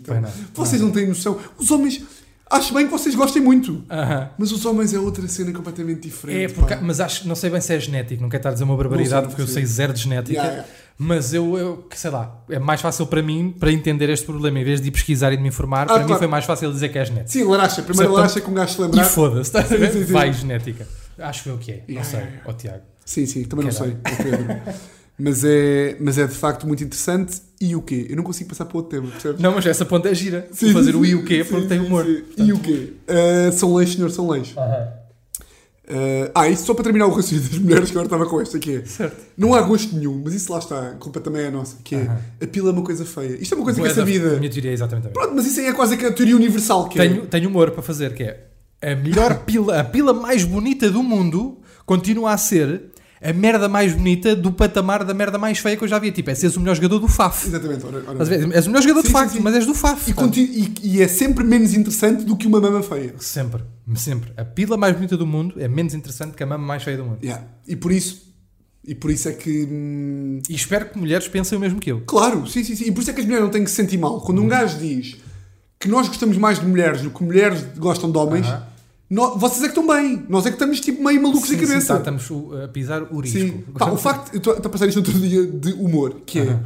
Speaker 2: Uhum. Pois não,
Speaker 1: mintam.
Speaker 2: pois não,
Speaker 1: vocês não. têm noção. Os homens, acho bem que vocês gostem muito,
Speaker 2: Aham.
Speaker 1: mas os homens é outra cena completamente
Speaker 2: Ah. É,
Speaker 1: diferente.
Speaker 2: porque,
Speaker 1: Hum, pá.
Speaker 2: mas acho, não sei bem se é genético, não quero estar a dizer uma barbaridade
Speaker 1: Não sei, não
Speaker 2: porque eu
Speaker 1: sei.
Speaker 2: sei zero de genética,
Speaker 1: Yeah, yeah.
Speaker 2: mas eu, eu, que sei lá, é mais fácil para mim, para entender este problema, em vez de ir pesquisar e de me informar, para mim
Speaker 1: Ah, claro.
Speaker 2: foi mais fácil dizer que é genética.
Speaker 1: Sim, Laracha, primeiro
Speaker 2: Certo.
Speaker 1: Laracha que um gajo se
Speaker 2: E
Speaker 1: lembrar.
Speaker 2: foda-se, estás a ver?
Speaker 1: sim, sim.
Speaker 2: Vai genética. Acho eu que é, não
Speaker 1: Yeah,
Speaker 2: sei,
Speaker 1: yeah,
Speaker 2: ó Tiago.
Speaker 1: Sim, sim, também não sei,
Speaker 2: Caralho.
Speaker 1: ó Pedro. mas, é, mas é de facto muito interessante. E o quê? Eu não consigo passar para outro tema, percebes?
Speaker 2: Não, mas essa ponta é gira. Vou
Speaker 1: Sim,
Speaker 2: fazer
Speaker 1: sim,
Speaker 2: o i o quê,
Speaker 1: sim,
Speaker 2: porque tem
Speaker 1: sim,
Speaker 2: humor.
Speaker 1: sim. E é o quê? Ah, são leis, senhor, são leis.
Speaker 2: Aham.
Speaker 1: Ah, ah, isso só para terminar o raciocínio das mulheres, que agora estava com esta, que é.
Speaker 2: Certo.
Speaker 1: Não há gosto nenhum, mas isso lá está, a culpa também é a nossa, que é.
Speaker 2: Aham.
Speaker 1: A pila é uma coisa feia. Isto é uma coisa
Speaker 2: Boa
Speaker 1: que é
Speaker 2: da- A
Speaker 1: sabida.
Speaker 2: minha teoria é exatamente a mesma.
Speaker 1: Pronto, mas isso aí é quase que a teoria universal, que é-
Speaker 2: Tenho, tenho humor para fazer, que é a melhor pila, a pila mais bonita do mundo continua a ser a merda mais bonita do patamar da merda mais feia que eu já vi. Tipo, é seres o melhor jogador do
Speaker 1: é.
Speaker 2: FAF.
Speaker 1: Exatamente, ora, ora.
Speaker 2: Às vezes, és o melhor jogador
Speaker 1: Sim,
Speaker 2: de facto,
Speaker 1: sim, sim.
Speaker 2: mas és do FAF.
Speaker 1: E,
Speaker 2: portanto.
Speaker 1: conti- e- e é sempre menos interessante do que uma mama feia.
Speaker 2: Sempre, sempre. A pila mais bonita do mundo é menos interessante que a mama mais feia do mundo.
Speaker 1: Yeah. E por isso, E por isso é que. hum,
Speaker 2: E espero que mulheres pensem o mesmo que eu.
Speaker 1: Claro, sim, sim, sim. E por isso é que as mulheres não têm que se sentir mal.
Speaker 2: Uhum.
Speaker 1: Quando um gajo diz que nós gostamos mais de mulheres do que mulheres gostam de homens,
Speaker 2: Aham.
Speaker 1: nó- vocês é que estão bem. Nós é que estamos tipo meio malucos
Speaker 2: Sim,
Speaker 1: da
Speaker 2: sim,
Speaker 1: cabeça.
Speaker 2: tá, estamos o- a pisar o risco.
Speaker 1: Sim. Pá, o facto. Eu estou a passar isto outro dia de humor, que é.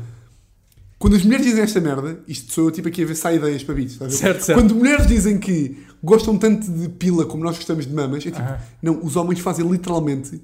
Speaker 1: Quando as mulheres dizem esta merda, isto sou eu tipo aqui a ver se há ideias para bits. estás a ver?
Speaker 2: Certo, certo.
Speaker 1: Quando mulheres dizem que gostam tanto de pila como nós gostamos de mamas, é tipo,
Speaker 2: Aham.
Speaker 1: não, os homens fazem literalmente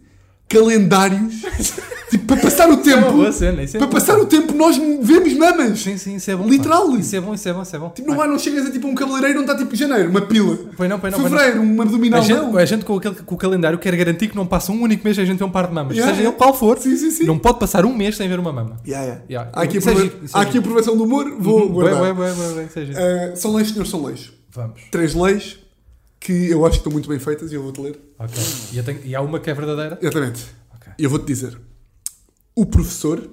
Speaker 1: calendários tipo, para passar o
Speaker 2: é uma
Speaker 1: tempo.
Speaker 2: boa cena, isso é
Speaker 1: para
Speaker 2: bom.
Speaker 1: passar o tempo nós vemos mamas.
Speaker 2: Sim, sim, isso é bom. pá.
Speaker 1: Literal.
Speaker 2: Isso é bom, isso é bom, isso é bom.
Speaker 1: Tipo, não há, não chegas a tipo um cabeleireiro, não está tipo janeiro, uma pila.
Speaker 2: Pois não, pois não, é, pois não.
Speaker 1: Fevereiro, uma abdominal,
Speaker 2: a gente,
Speaker 1: não.
Speaker 2: a gente com, aquele- com o calendário quer garantir que não passa um único mês sem a gente ter um par de mamas.
Speaker 1: Yeah,
Speaker 2: Seja
Speaker 1: yeah.
Speaker 2: ele qual for,
Speaker 1: Sim, sim, sim.
Speaker 2: não pode passar um mês sem ver uma mama.
Speaker 1: Yeah, yeah.
Speaker 2: Yeah,
Speaker 1: Há aqui,
Speaker 2: isso é
Speaker 1: aprove-
Speaker 2: giro, isso é
Speaker 1: há aqui
Speaker 2: giro. Uhum.
Speaker 1: aprovação do humor, vou
Speaker 2: Ué,
Speaker 1: guardar.
Speaker 2: ué, ué, ué, ué, seja.
Speaker 1: Uh, são leis, senhores, são leis.
Speaker 2: Vamos.
Speaker 1: Três leis que eu acho que estão muito bem feitas e eu vou-te ler.
Speaker 2: Ok. E, eu tenho- e há uma que é verdadeira?
Speaker 1: Exatamente.
Speaker 2: Ok.
Speaker 1: E eu vou-te dizer. O professor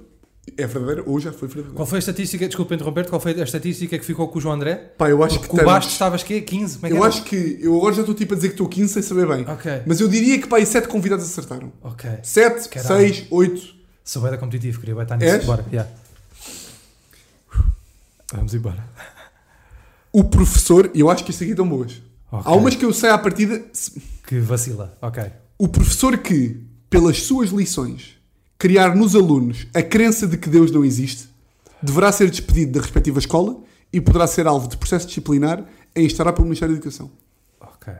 Speaker 1: é verdadeiro ou já foi verdadeiro?
Speaker 2: Qual foi a estatística? Desculpa interromper-te, qual foi a estatística que ficou com o João André?
Speaker 1: Pá, eu acho
Speaker 2: Porque
Speaker 1: que
Speaker 2: com o Bastos
Speaker 1: estamos...
Speaker 2: estavas quê? 15? Como é que
Speaker 1: Eu
Speaker 2: era?
Speaker 1: acho que... Eu agora já estou tipo a dizer que estou 15 sem saber bem.
Speaker 2: Ok.
Speaker 1: Mas eu diria que pá, aí 7 convidados acertaram.
Speaker 2: Ok.
Speaker 1: 7,
Speaker 2: Caralho.
Speaker 1: 6, 8...
Speaker 2: Sou bem da competitivo, queria vai estar nisso.
Speaker 1: És?
Speaker 2: Bora. yeah. Vamos embora.
Speaker 1: O professor... Eu acho que isto aqui estão boas.
Speaker 2: Ok.
Speaker 1: Há umas que eu sei à partida... se-
Speaker 2: Que vacila. Ok.
Speaker 1: O professor que, pelas suas lições, criar nos alunos a crença de que Deus não existe, deverá ser despedido da respectiva escola e poderá ser alvo de processo disciplinar em instaurar pelo Ministério da Educação.
Speaker 2: Ok.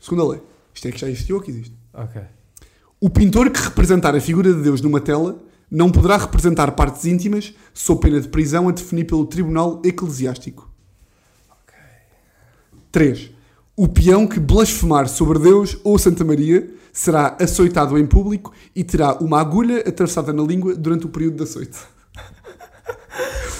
Speaker 1: Segunda lei. Isto é que já existiu ou que existe.
Speaker 2: Ok.
Speaker 1: O pintor que representar a figura de Deus numa tela não poderá representar partes íntimas sob pena de prisão a definir pelo Tribunal Eclesiástico. 3. O peão que blasfemar sobre Deus ou Santa Maria será açoitado em público e terá uma agulha atravessada na língua durante o período de açoite.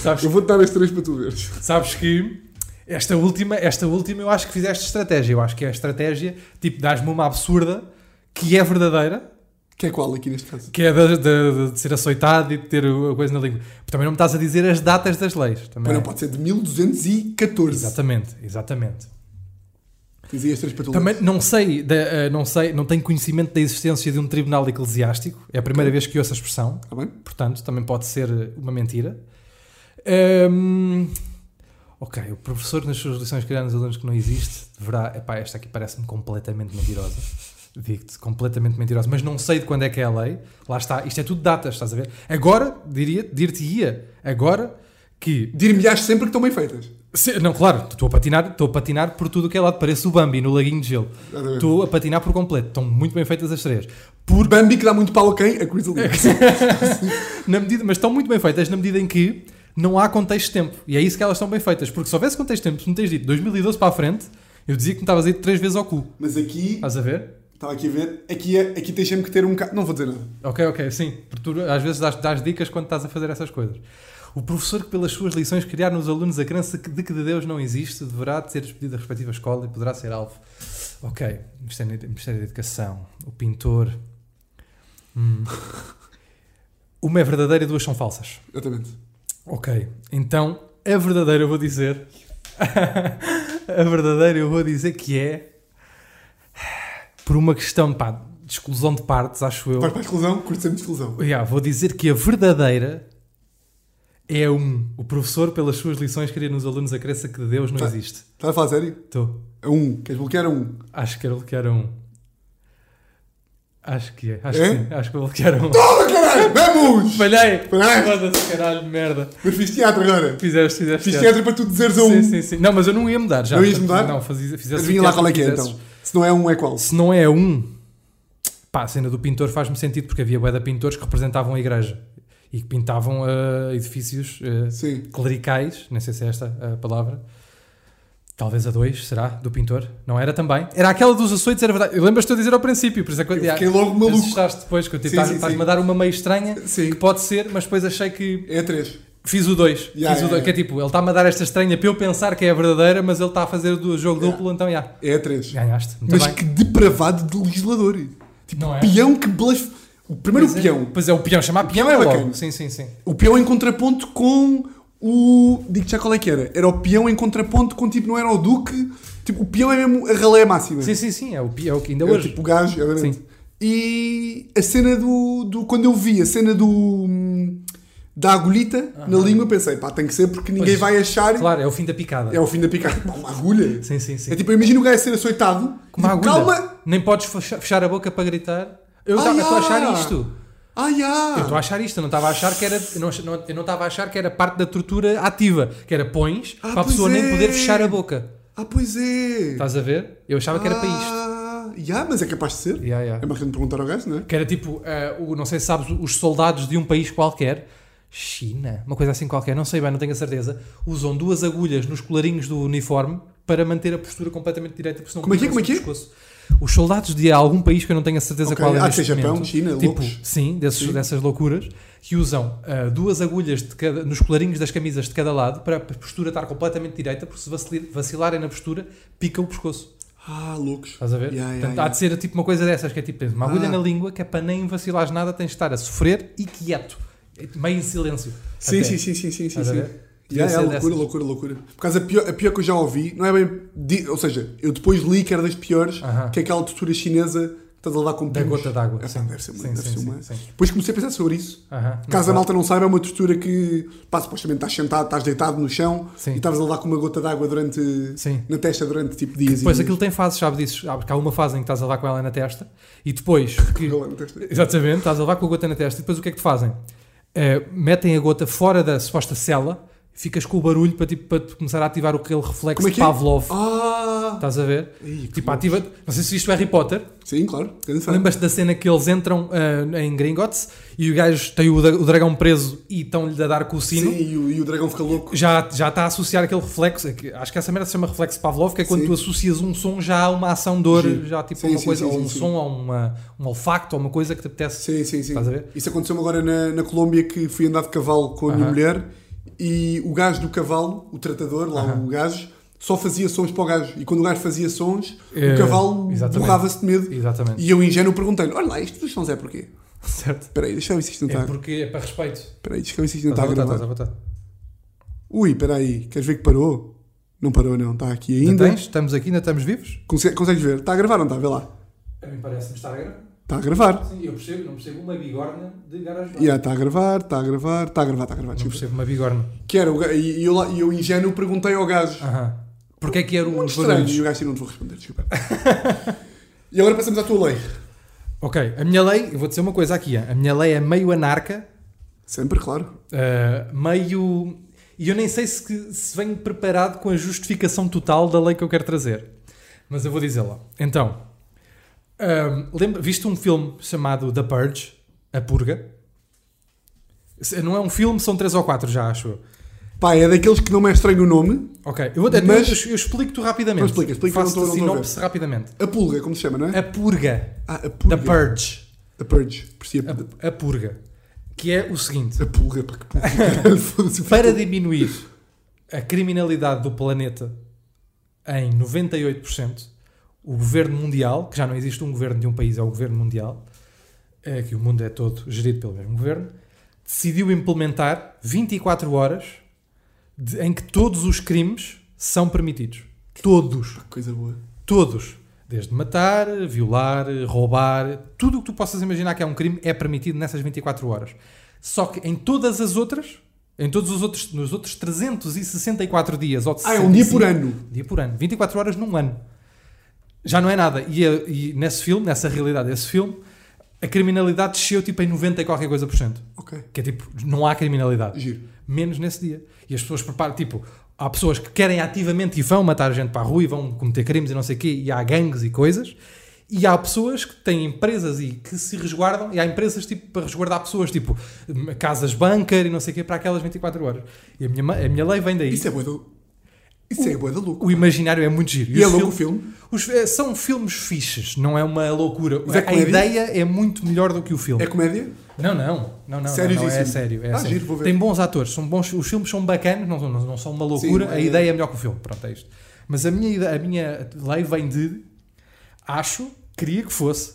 Speaker 2: Sabes,
Speaker 1: Eu vou te dar as três para tu veres.
Speaker 2: sabes que esta última, esta última eu acho que fizeste estratégia. Eu acho que é a estratégia, tipo, dás-me uma absurda que é verdadeira,
Speaker 1: Que é qual aqui neste caso?
Speaker 2: que é de, de- de ser açoitado e de ter a coisa na língua. Também não me estás a dizer as datas das leis. Também.
Speaker 1: Mas
Speaker 2: é.
Speaker 1: não pode ser de 1214.
Speaker 2: Exatamente, exatamente.
Speaker 1: Dizia as três para tu
Speaker 2: Também
Speaker 1: veres.
Speaker 2: não sei, da- eh, não sei, não tenho conhecimento da existência de um tribunal eclesiástico. É a primeira vez que ouço a expressão.
Speaker 1: Está tá bem?
Speaker 2: Portanto, também pode ser uma mentira. Ahm, ok, o professor nas suas lições criar nos alunos que não existe deverá. Epá, esta aqui parece-me completamente mentirosa. Digo-te, completamente mentirosa. Mas não sei de quando é que é a lei. Lá está, isto é tudo datas, estás a ver? Agora, diria, dir-te-ia, agora que.
Speaker 1: Dir-me-ás sempre que estão bem feitas.
Speaker 2: se- não, claro, estou a patinar, estou a patinar por tudo o que é lado. Parece o Bambi no laguinho de gelo.
Speaker 1: Exatamente.
Speaker 2: Estou a patinar por completo. Estão muito bem feitas as três. Por
Speaker 1: Bambi que dá muito pau a quem? A Grizzly.
Speaker 2: É na medida, mas estão muito bem feitas na medida em que não há contexto de tempo. E é isso que elas estão bem feitas. Porque se houvesse contexto de tempo, se me tens dito 2012 para a frente, eu dizia que me estavas a ir três vezes ao cu.
Speaker 1: Mas aqui,
Speaker 2: Estás a ver?
Speaker 1: estava aqui a ver, aqui, é- aqui tens sempre que ter um bocado. Não vou dizer nada.
Speaker 2: Ok, ok, sim. Porque tu às vezes dás, dás dicas quando estás a fazer essas coisas. O professor que pelas suas lições criar nos alunos a crença que- de que de Deus não existe deverá de ser despedido da respectiva escola e poderá ser alvo. Ok, Ministério, Ministério da Educação, o pintor... Hum. Uma é verdadeira e duas são falsas.
Speaker 1: Exatamente.
Speaker 2: Ok, então a verdadeira eu vou dizer. a verdadeira eu vou dizer que é. Por uma questão pá, de exclusão de partes, acho eu.
Speaker 1: Vais para a exclusão, curto sempre de exclusão.
Speaker 2: Yeah, vou dizer que a verdadeira é um. O professor, pelas suas lições, queria nos alunos a crença que Deus não
Speaker 1: Tá.
Speaker 2: existe.
Speaker 1: Estás a falar sério?
Speaker 2: Estou.
Speaker 1: A um. Queres bloquear a um?
Speaker 2: Acho que era que era um. Acho que é. Acho
Speaker 1: É?
Speaker 2: que sim. Acho que ele que era um.
Speaker 1: Toma, caralho! Vamos!
Speaker 2: Falhei!
Speaker 1: Falhaste.
Speaker 2: Foda-se, caralho, merda.
Speaker 1: Mas fiz teatro agora.
Speaker 2: Fizeste, fizeste.
Speaker 1: Fiz
Speaker 2: certo.
Speaker 1: teatro para tu dizeres a um.
Speaker 2: Sim, sim, sim. Não, mas eu não ia mudar já.
Speaker 1: Não ias
Speaker 2: Portanto,
Speaker 1: mudar?
Speaker 2: Não, fazia, fizesse
Speaker 1: Adivinha
Speaker 2: o
Speaker 1: lá
Speaker 2: que
Speaker 1: qual é que é
Speaker 2: quisesses.
Speaker 1: então. Se não é um, é qual?
Speaker 2: Se não é um, pá, a cena do pintor faz-me sentido porque havia bué de pintores que representavam a igreja e que pintavam ah, edifícios ah,
Speaker 1: Sim.
Speaker 2: clericais, não sei se é esta a palavra. Talvez a dois, será? Do pintor? Não era também? Era aquela dos açoites, era verdade. Lembras-te de eu dizer ao princípio, por isso é que eu,
Speaker 1: Eu fiquei logo maluco.
Speaker 2: Assustaste depois, que eu te
Speaker 1: Sim,
Speaker 2: estás-
Speaker 1: sim,
Speaker 2: estás-me
Speaker 1: sim.
Speaker 2: a dar uma meio estranha,
Speaker 1: Sim.
Speaker 2: que pode ser, mas depois achei que
Speaker 1: É a três.
Speaker 2: Fiz o 2.
Speaker 1: Yeah,
Speaker 2: fiz o
Speaker 1: yeah,
Speaker 2: dois,
Speaker 1: yeah.
Speaker 2: Que é tipo, ele está-me a dar esta estranha para eu pensar que é a verdadeira, mas ele está a fazer do jogo
Speaker 1: Yeah.
Speaker 2: duplo, então já.
Speaker 1: É a três.
Speaker 2: Ganhaste. Muito
Speaker 1: Mas
Speaker 2: bem.
Speaker 1: que depravado de legislador. Tipo,
Speaker 2: Não é?
Speaker 1: peão que blasf... O primeiro
Speaker 2: Pois é.
Speaker 1: peão.
Speaker 2: Pois é, o peão. Chamar peão
Speaker 1: peão
Speaker 2: é
Speaker 1: é
Speaker 2: logo.
Speaker 1: bacana.
Speaker 2: Sim, sim, sim.
Speaker 1: O peão em contraponto com o... Digo já qual é que era. Era o peão em contraponto com, tipo, não era o duque. Tipo, o peão é mesmo a ralé máxima.
Speaker 2: Sim, sim, sim. É o peão que ainda
Speaker 1: É
Speaker 2: hoje.
Speaker 1: tipo o gajo, obviamente.
Speaker 2: Sim.
Speaker 1: E a cena do, do. Quando eu vi a cena do. da agulhita na língua, pensei, pá, tem que ser porque ninguém
Speaker 2: Pois,
Speaker 1: vai achar.
Speaker 2: Claro, é o fim da picada.
Speaker 1: É o fim da picada. Pá, uma agulha.
Speaker 2: Sim, sim, sim.
Speaker 1: É tipo, imagina o gajo ser açoitado.
Speaker 2: Com uma
Speaker 1: tipo,
Speaker 2: agulha.
Speaker 1: Calma!
Speaker 2: Nem podes fecha- fechar a boca para gritar. Eu
Speaker 1: Ah,
Speaker 2: estava a achar
Speaker 1: yeah.
Speaker 2: isto.
Speaker 1: Ai, ah,
Speaker 2: Eu estou a achar isto, eu não estava a achar que era. eu não ach- não- Eu não estava a achar que era parte da tortura ativa, que era pões
Speaker 1: Ah,
Speaker 2: para a pessoa
Speaker 1: pois
Speaker 2: nem
Speaker 1: é.
Speaker 2: poder fechar a boca.
Speaker 1: ah, pois é.
Speaker 2: Estás a ver? Eu achava que era para isto.
Speaker 1: Ah, yeah, mas é capaz de ser.
Speaker 2: Yeah, yeah.
Speaker 1: É mais que perguntar ao gajo, não é?
Speaker 2: Que era tipo, eh, o, não sei se sabes, os soldados de um país qualquer, China, uma coisa assim qualquer, não sei bem, não tenho a certeza, usam duas agulhas nos colarinhos do uniforme para manter a postura completamente direita, porque senão
Speaker 1: Como é que é?
Speaker 2: cortam-se
Speaker 1: Como é
Speaker 2: o pescoço. Os soldados de algum país que eu não tenho a certeza
Speaker 1: Ok.
Speaker 2: qual é
Speaker 1: Ah,
Speaker 2: neste
Speaker 1: que é Japão,
Speaker 2: momento,
Speaker 1: China,
Speaker 2: tipo,
Speaker 1: loucos.
Speaker 2: Sim, desses- dessas loucuras, que usam ah, duas agulhas de cada- nos colarinhos das camisas de cada lado para a postura estar completamente direita, porque se vacil- vacilarem na postura, pica o pescoço.
Speaker 1: Ah, loucos.
Speaker 2: Estás a ver?
Speaker 1: Yeah, yeah,
Speaker 2: Portanto,
Speaker 1: yeah.
Speaker 2: há de ser tipo uma coisa dessas que é tipo, tens uma agulha
Speaker 1: Ah.
Speaker 2: na língua que é para nem vacilares nada, tens de estar a sofrer e quieto, É meio em silêncio.
Speaker 1: Sim,
Speaker 2: Até.
Speaker 1: sim, sim, sim, sim, sim.
Speaker 2: Estás a
Speaker 1: sim.
Speaker 2: ver? Podia
Speaker 1: Yeah,
Speaker 2: ser
Speaker 1: é loucura,
Speaker 2: dessas.
Speaker 1: loucura, loucura. Por causa a pior, a pior que eu já ouvi, não é bem. di- ou seja, eu depois li que era das piores,
Speaker 2: Aham.
Speaker 1: que é aquela tortura chinesa que estás a levar com
Speaker 2: Da
Speaker 1: pinos.
Speaker 2: gota d'água,
Speaker 1: Ah, pá,
Speaker 2: sim.
Speaker 1: Deve ser uma.
Speaker 2: Sim,
Speaker 1: deve
Speaker 2: sim,
Speaker 1: ser
Speaker 2: sim,
Speaker 1: uma.
Speaker 2: sim.
Speaker 1: Depois comecei a pensar sobre isso.
Speaker 2: Aham, não
Speaker 1: Caso a
Speaker 2: claro.
Speaker 1: malta não saiba, é uma tortura que pá, supostamente estás sentado, estás deitado no chão
Speaker 2: Sim.
Speaker 1: e estavas a levar com uma gota d'água durante
Speaker 2: Sim.
Speaker 1: na testa durante tipo dias
Speaker 2: Depois
Speaker 1: e
Speaker 2: aquilo tem fases, sabe disso? Há porque há uma fase em que estás a levar com ela na testa e depois que. é
Speaker 1: aquilo.
Speaker 2: Exatamente, estás a levar com a gota na testa e depois o que é que te fazem? Eh, metem a gota fora da suposta cela, ficas com o barulho para, tipo, para te começar a ativar aquele reflexo
Speaker 1: Como é
Speaker 2: de
Speaker 1: que é?
Speaker 2: Pavlov.
Speaker 1: Ah!
Speaker 2: Estás a ver?
Speaker 1: Ih, que
Speaker 2: tipo,
Speaker 1: loucos.
Speaker 2: ativa. Não sei se viste o Harry Potter.
Speaker 1: Sim, claro. grande fã.
Speaker 2: Lembras-te da cena que eles entram ah, em Gringotts e o gajo tem o, da- o dragão preso e estão-lhe a dar com o sino?
Speaker 1: Sim, e o, e o dragão fica louco.
Speaker 2: Já, já está a associar aquele reflexo, é que- acho que essa merda se chama reflexo Pavlov, que é quando
Speaker 1: Sim.
Speaker 2: tu associas um som já a uma ação de dor,
Speaker 1: Giro.
Speaker 2: já tipo
Speaker 1: Sim,
Speaker 2: uma
Speaker 1: sim,
Speaker 2: coisa,
Speaker 1: sim,
Speaker 2: ou
Speaker 1: sim,
Speaker 2: um
Speaker 1: sim.
Speaker 2: som, ou uma, um olfacto, ou uma coisa que te apetece.
Speaker 1: Sim, sim, sim.
Speaker 2: Estás a ver?
Speaker 1: Isso aconteceu agora na, na Colômbia que fui andar de cavalo com a minha
Speaker 2: Aham.
Speaker 1: mulher e o gajo do cavalo, o tratador, lá o gajo, só fazia sons para o gajo. E quando o gajo fazia sons,
Speaker 2: É,
Speaker 1: o cavalo
Speaker 2: exatamente.
Speaker 1: borrava-se de medo.
Speaker 2: Exatamente.
Speaker 1: E eu, ingênuo, perguntei-lhe: Olha lá, isto dos sons é porquê?
Speaker 2: Certo.
Speaker 1: Espera aí, deixa-me ver se isto não
Speaker 2: É
Speaker 1: está.
Speaker 2: porque é para respeito. Tá,
Speaker 1: Espera aí, deixa-me ver se isto não
Speaker 2: Estás
Speaker 1: está
Speaker 2: à
Speaker 1: a
Speaker 2: vontade,
Speaker 1: gravar.
Speaker 2: estás à vontade.
Speaker 1: Ui, espera aí, queres ver que parou? Não parou, não, está aqui
Speaker 2: Ainda
Speaker 1: ainda.
Speaker 2: tens? Estamos aqui, ainda estamos vivos?
Speaker 1: Conse- consegues ver? Está a gravar, não está? Vê lá.
Speaker 2: A mim parece-me estar a gravar.
Speaker 1: Está a gravar.
Speaker 2: Sim, eu percebo, não percebo uma bigorna de garagem.
Speaker 1: Yeah, está a gravar, está a gravar, está a gravar, está a gravar.
Speaker 2: Não
Speaker 1: desculpa.
Speaker 2: percebo uma bigorna.
Speaker 1: Que era o ga- e e eu, lá- e eu ingênuo, perguntei ao gajo.
Speaker 2: Aham. Porque é que eram
Speaker 1: Muito
Speaker 2: os
Speaker 1: estranho.
Speaker 2: barulhos?
Speaker 1: E o gajo assim, não te vou responder, desculpa. e agora passamos à tua lei.
Speaker 2: Ok, a minha lei, eu vou dizer uma coisa aqui, a minha lei é meio anarca,
Speaker 1: Sempre, claro.
Speaker 2: eh, meio. E eu nem sei se, que- se venho preparado com a justificação total da lei que eu quero trazer, mas eu vou dizê-la. Então, ahm, lembra, viste um filme chamado The Purge, A Purga? Se- Não é um filme, são três ou quatro já, acho eu.
Speaker 1: Pá, é daqueles que não me é estranho o nome.
Speaker 2: Ok, eu, vou até-
Speaker 1: Mas-
Speaker 2: eu- eu explico-te rapidamente.
Speaker 1: Não, explica, explica,
Speaker 2: Faço-te
Speaker 1: não
Speaker 2: a
Speaker 1: estou- não estou a ver.
Speaker 2: sinopse rapidamente.
Speaker 1: A pulga, como se chama, não é?
Speaker 2: A Purga,
Speaker 1: Ah, a
Speaker 2: The
Speaker 1: pulga.
Speaker 2: Purge,
Speaker 1: A purge. Percia. A,
Speaker 2: a, a Purga, que é o seguinte.
Speaker 1: a pulga, pá, que pulga. Foda-se.
Speaker 2: para diminuir a criminalidade do planeta em 98%, o governo mundial, que já não existe um governo de um país, é o governo mundial, é que o mundo é todo gerido pelo mesmo governo, decidiu implementar 24 horas de- em que todos os crimes são permitidos. Todos.
Speaker 1: Coisa boa.
Speaker 2: Todos. Desde matar, violar, roubar, tudo o que tu possas imaginar que é um crime é permitido nessas 24 horas. Só que em todas as outras, em todos os outros, nos outros 364 dias, ou de
Speaker 1: Ah, é um dia
Speaker 2: 65,
Speaker 1: por ano.
Speaker 2: Dia por ano. 24 horas num ano. Já não é nada. E, a- e nesse filme, nessa realidade desse filme, a criminalidade desceu tipo em 90 e qualquer coisa por cento.
Speaker 1: Ok.
Speaker 2: Que é tipo, não há criminalidade.
Speaker 1: Giro.
Speaker 2: Menos nesse dia. E as pessoas preparam, tipo, há pessoas que querem ativamente e vão matar gente para a rua e vão cometer crimes e não sei o quê, e há gangues e coisas. E há pessoas que têm empresas e que se resguardam, e há empresas tipo para resguardar pessoas, tipo hum, casas bunker e não sei o quê, para aquelas 24 horas. E a minha, ma- a minha lei vem daí.
Speaker 1: Isso é boa da... Isso é boa da louco.
Speaker 2: O imaginário é muito giro.
Speaker 1: E é
Speaker 2: os
Speaker 1: louco o
Speaker 2: filmes-
Speaker 1: filme.
Speaker 2: os- eh, são filmes fixes, não é uma loucura.
Speaker 1: Mas é
Speaker 2: a
Speaker 1: comédia?
Speaker 2: ideia é muito melhor do que o filme.
Speaker 1: É comédia?
Speaker 2: Não, não, não, não,
Speaker 1: Sério
Speaker 2: não, não, é
Speaker 1: disso?
Speaker 2: sério. É
Speaker 1: Ah,
Speaker 2: sério.
Speaker 1: giro, vou ver.
Speaker 2: Tem bons atores, são bons, os filmes são bacanas, não, não, não são uma loucura,
Speaker 1: Sim,
Speaker 2: a
Speaker 1: é-
Speaker 2: ideia é melhor que o filme, pronto, é isto. Mas a minha, ide- a minha lei vem de, acho, queria que fosse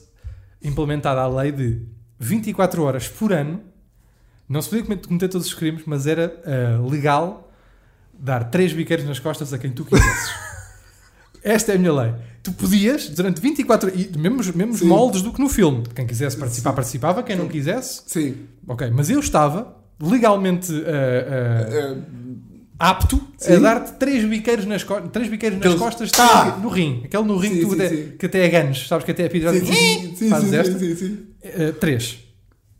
Speaker 2: implementada a lei de 24 horas por ano, não se podia cometer, cometer todos os crimes, mas eh, era ah, legal dar três biqueiros nas costas a quem tu quisesses. Esta é a minha lei. Tu podias, durante 24 e mesmos, mesmos
Speaker 1: Sim.
Speaker 2: moldes do que no filme. Quem quisesse participar, participava. Quem não quisesse,
Speaker 1: Sim.
Speaker 2: ok. Mas eu estava legalmente ah, ah,
Speaker 1: Eh,
Speaker 2: apto a
Speaker 1: Sim.
Speaker 2: dar-te três biqueiros nas, co três biqueiros nas
Speaker 1: Aqueles-
Speaker 2: costas
Speaker 1: Ah!
Speaker 2: no rim. Aquele no rim
Speaker 1: Sim,
Speaker 2: que, tu
Speaker 1: sim,
Speaker 2: até,
Speaker 1: sim.
Speaker 2: que até é ganos. Sabes que até é pedra.
Speaker 1: sim, sim, sim,
Speaker 2: Fazes
Speaker 1: sim,
Speaker 2: esta.
Speaker 1: sim, sim, sim.
Speaker 2: Eh, três.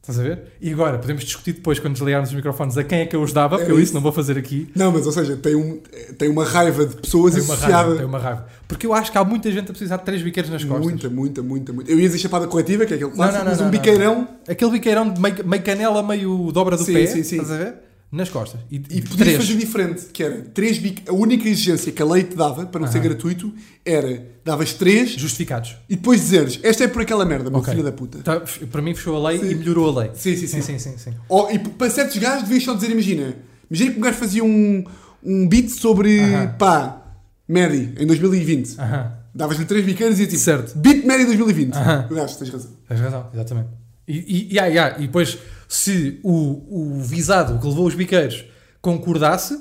Speaker 2: Estás a ver? E agora, podemos discutir depois, quando desligarmos os microfones, a quem é que eu os dava, porque
Speaker 1: É
Speaker 2: eu isso
Speaker 1: isso.
Speaker 2: não vou fazer aqui.
Speaker 1: Não, mas ou seja, tem, um, tem uma raiva de pessoas
Speaker 2: Tenho uma raiva,
Speaker 1: associada.
Speaker 2: tenho uma raiva. Porque eu acho que há muita gente a precisar de três biqueiros nas costas.
Speaker 1: Muita, muita, muita, muita. Eu ia dizer chapada coletiva, que é aquele clássico,
Speaker 2: não, não,
Speaker 1: mas
Speaker 2: não,
Speaker 1: um
Speaker 2: não.
Speaker 1: biqueirão
Speaker 2: Aquele biqueirão de meio, meio canela, meio dobra do
Speaker 1: Sim,
Speaker 2: pé,
Speaker 1: sim, sim.
Speaker 2: estás a ver? Nas costas. E,
Speaker 1: E podias
Speaker 2: três.
Speaker 1: fazer diferente, que era três bic... A única exigência que a lei te dava, para não ser gratuito, era davas três
Speaker 2: Justificados.
Speaker 1: e depois dizeres, esta é por aquela merda, meu
Speaker 2: Ok.
Speaker 1: filho da puta.
Speaker 2: Tá, f- para mim fechou a lei
Speaker 1: Sim.
Speaker 2: e melhorou a lei.
Speaker 1: Sim, sim, sim.
Speaker 2: sim, sim, sim.
Speaker 1: Ou, e p- para certos gajos devias só dizer, imagina, imagina que um gajo fazia um, um beat sobre,
Speaker 2: Aham.
Speaker 1: pá, Mary, em 2020.
Speaker 2: Aham.
Speaker 1: Davas-lhe três biqueiros e ia tipo,
Speaker 2: Certo.
Speaker 1: beat Mary 2020.
Speaker 2: Aham.
Speaker 1: O gajo, tens razão.
Speaker 2: Tens razão, exatamente. E, e, e, há- e há- e depois, se o, o visado que levou os biqueiros concordasse,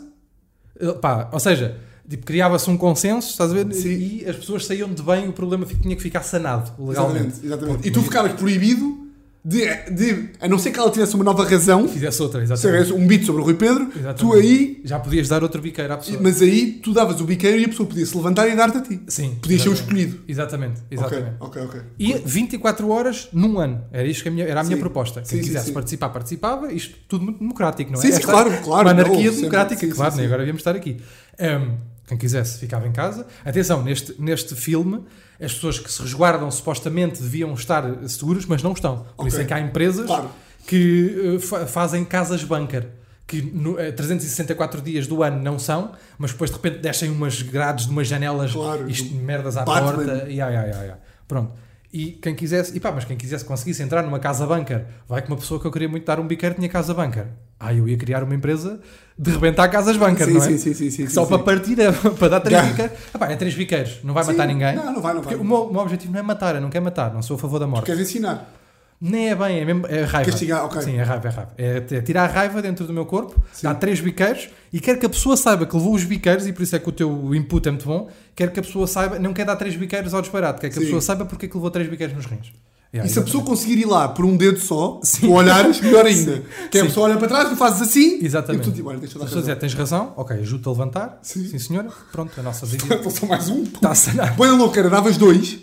Speaker 2: eh, pá, ou seja, tipo, criava-se um consenso, estás a ver?
Speaker 1: Sim.
Speaker 2: E as pessoas saíam de bem, o problema fi- tinha que ficar sanado legalmente.
Speaker 1: Exatamente, exatamente. E tu ficavas proibido de, de, a não ser que ela tivesse uma nova razão, se
Speaker 2: Fizesse outra, exatamente.
Speaker 1: tivesse um beat sobre o Rui Pedro, tu
Speaker 2: Exatamente.
Speaker 1: aí
Speaker 2: Já podias dar outro biqueiro à pessoa.
Speaker 1: Mas aí tu davas o biqueiro e a pessoa podia se levantar e dar-te a ti.
Speaker 2: Sim.
Speaker 1: Podias ser o
Speaker 2: exatamente.
Speaker 1: escolhido.
Speaker 2: Exatamente, exatamente.
Speaker 1: Ok, ok, ok.
Speaker 2: E 24 horas num ano. Era, isto que a minha, era a minha
Speaker 1: Sim.
Speaker 2: proposta. Quem
Speaker 1: Sim, sim,
Speaker 2: quisesse
Speaker 1: sim.
Speaker 2: participar, participava. Isto tudo muito democrático, não é?
Speaker 1: Sim, sim,
Speaker 2: Esta
Speaker 1: claro,
Speaker 2: é
Speaker 1: claro,
Speaker 2: Uma anarquia
Speaker 1: não, sempre.
Speaker 2: democrática,
Speaker 1: Sim, sim,
Speaker 2: claro,
Speaker 1: sim.
Speaker 2: nem agora devíamos estar aqui. Ahm, quem quisesse ficava em casa. Atenção, neste, neste filme, as pessoas que se resguardam supostamente deviam estar seguros, mas não estão. Por isso é
Speaker 1: Ok.
Speaker 2: que há empresas
Speaker 1: Claro.
Speaker 2: que eh, fa- fazem casas bunker. Que no, eh, 364 dias do ano não são, mas depois de repente deixem umas grades de umas janelas
Speaker 1: Claro,
Speaker 2: isto,
Speaker 1: do
Speaker 2: merdas à
Speaker 1: Batman.
Speaker 2: porta. Ya, ya, ya, ya. Pronto. E quem quisesse, e pá, mas quem quisesse conseguisse entrar numa casa bunker, vai que uma pessoa que eu queria muito dar um biqueiro tinha casa bunker. Ah, eu ia criar uma empresa de rebentar casas bunker,
Speaker 1: Sim,
Speaker 2: não é?
Speaker 1: sim, sim, sim, sim,
Speaker 2: Que só
Speaker 1: sim,
Speaker 2: para
Speaker 1: sim.
Speaker 2: partir, é, para dar três
Speaker 1: Já.
Speaker 2: biqueiros. Ah, pá, é três biqueiros, não vai matar
Speaker 1: Sim,
Speaker 2: ninguém.
Speaker 1: Não, não vai, não
Speaker 2: Porque
Speaker 1: vai.
Speaker 2: o meu, o meu objetivo não é matar, eu não quero matar, não sou a favor da morte.
Speaker 1: Queres ensinar?
Speaker 2: Nem é bem, é, mesmo, é raiva.
Speaker 1: Castigar, ok.
Speaker 2: Sim, é raiva, é raiva. É, t- é tirar a raiva dentro do meu corpo, dar três biqueiros e quero que a pessoa saiba que levou os biqueiros e por isso é que o teu input é muito bom. Quero que a pessoa saiba, não quer dar três biqueiros ao disparate, quer que a
Speaker 1: Sim. é
Speaker 2: pessoa saiba porque é que levou três biqueiros nos rins.
Speaker 1: E se a pessoa conseguir ir lá por um dedo só, tu olhares, melhor ainda. Que é a
Speaker 2: Sim.
Speaker 1: pessoa olha para trás, tu fazes assim,
Speaker 2: Exatamente.
Speaker 1: e tu tipo, olha, deixa eu
Speaker 2: a
Speaker 1: dar
Speaker 2: pessoa
Speaker 1: razão.
Speaker 2: dizer, tens razão, ok, ajudo-te a levantar. Sim,
Speaker 1: Sim.
Speaker 2: senhora. Pronto, a nossa dívida
Speaker 1: Só mais um.
Speaker 2: está a sanar.
Speaker 1: Põe a louca, era, davas dois,
Speaker 2: Tá.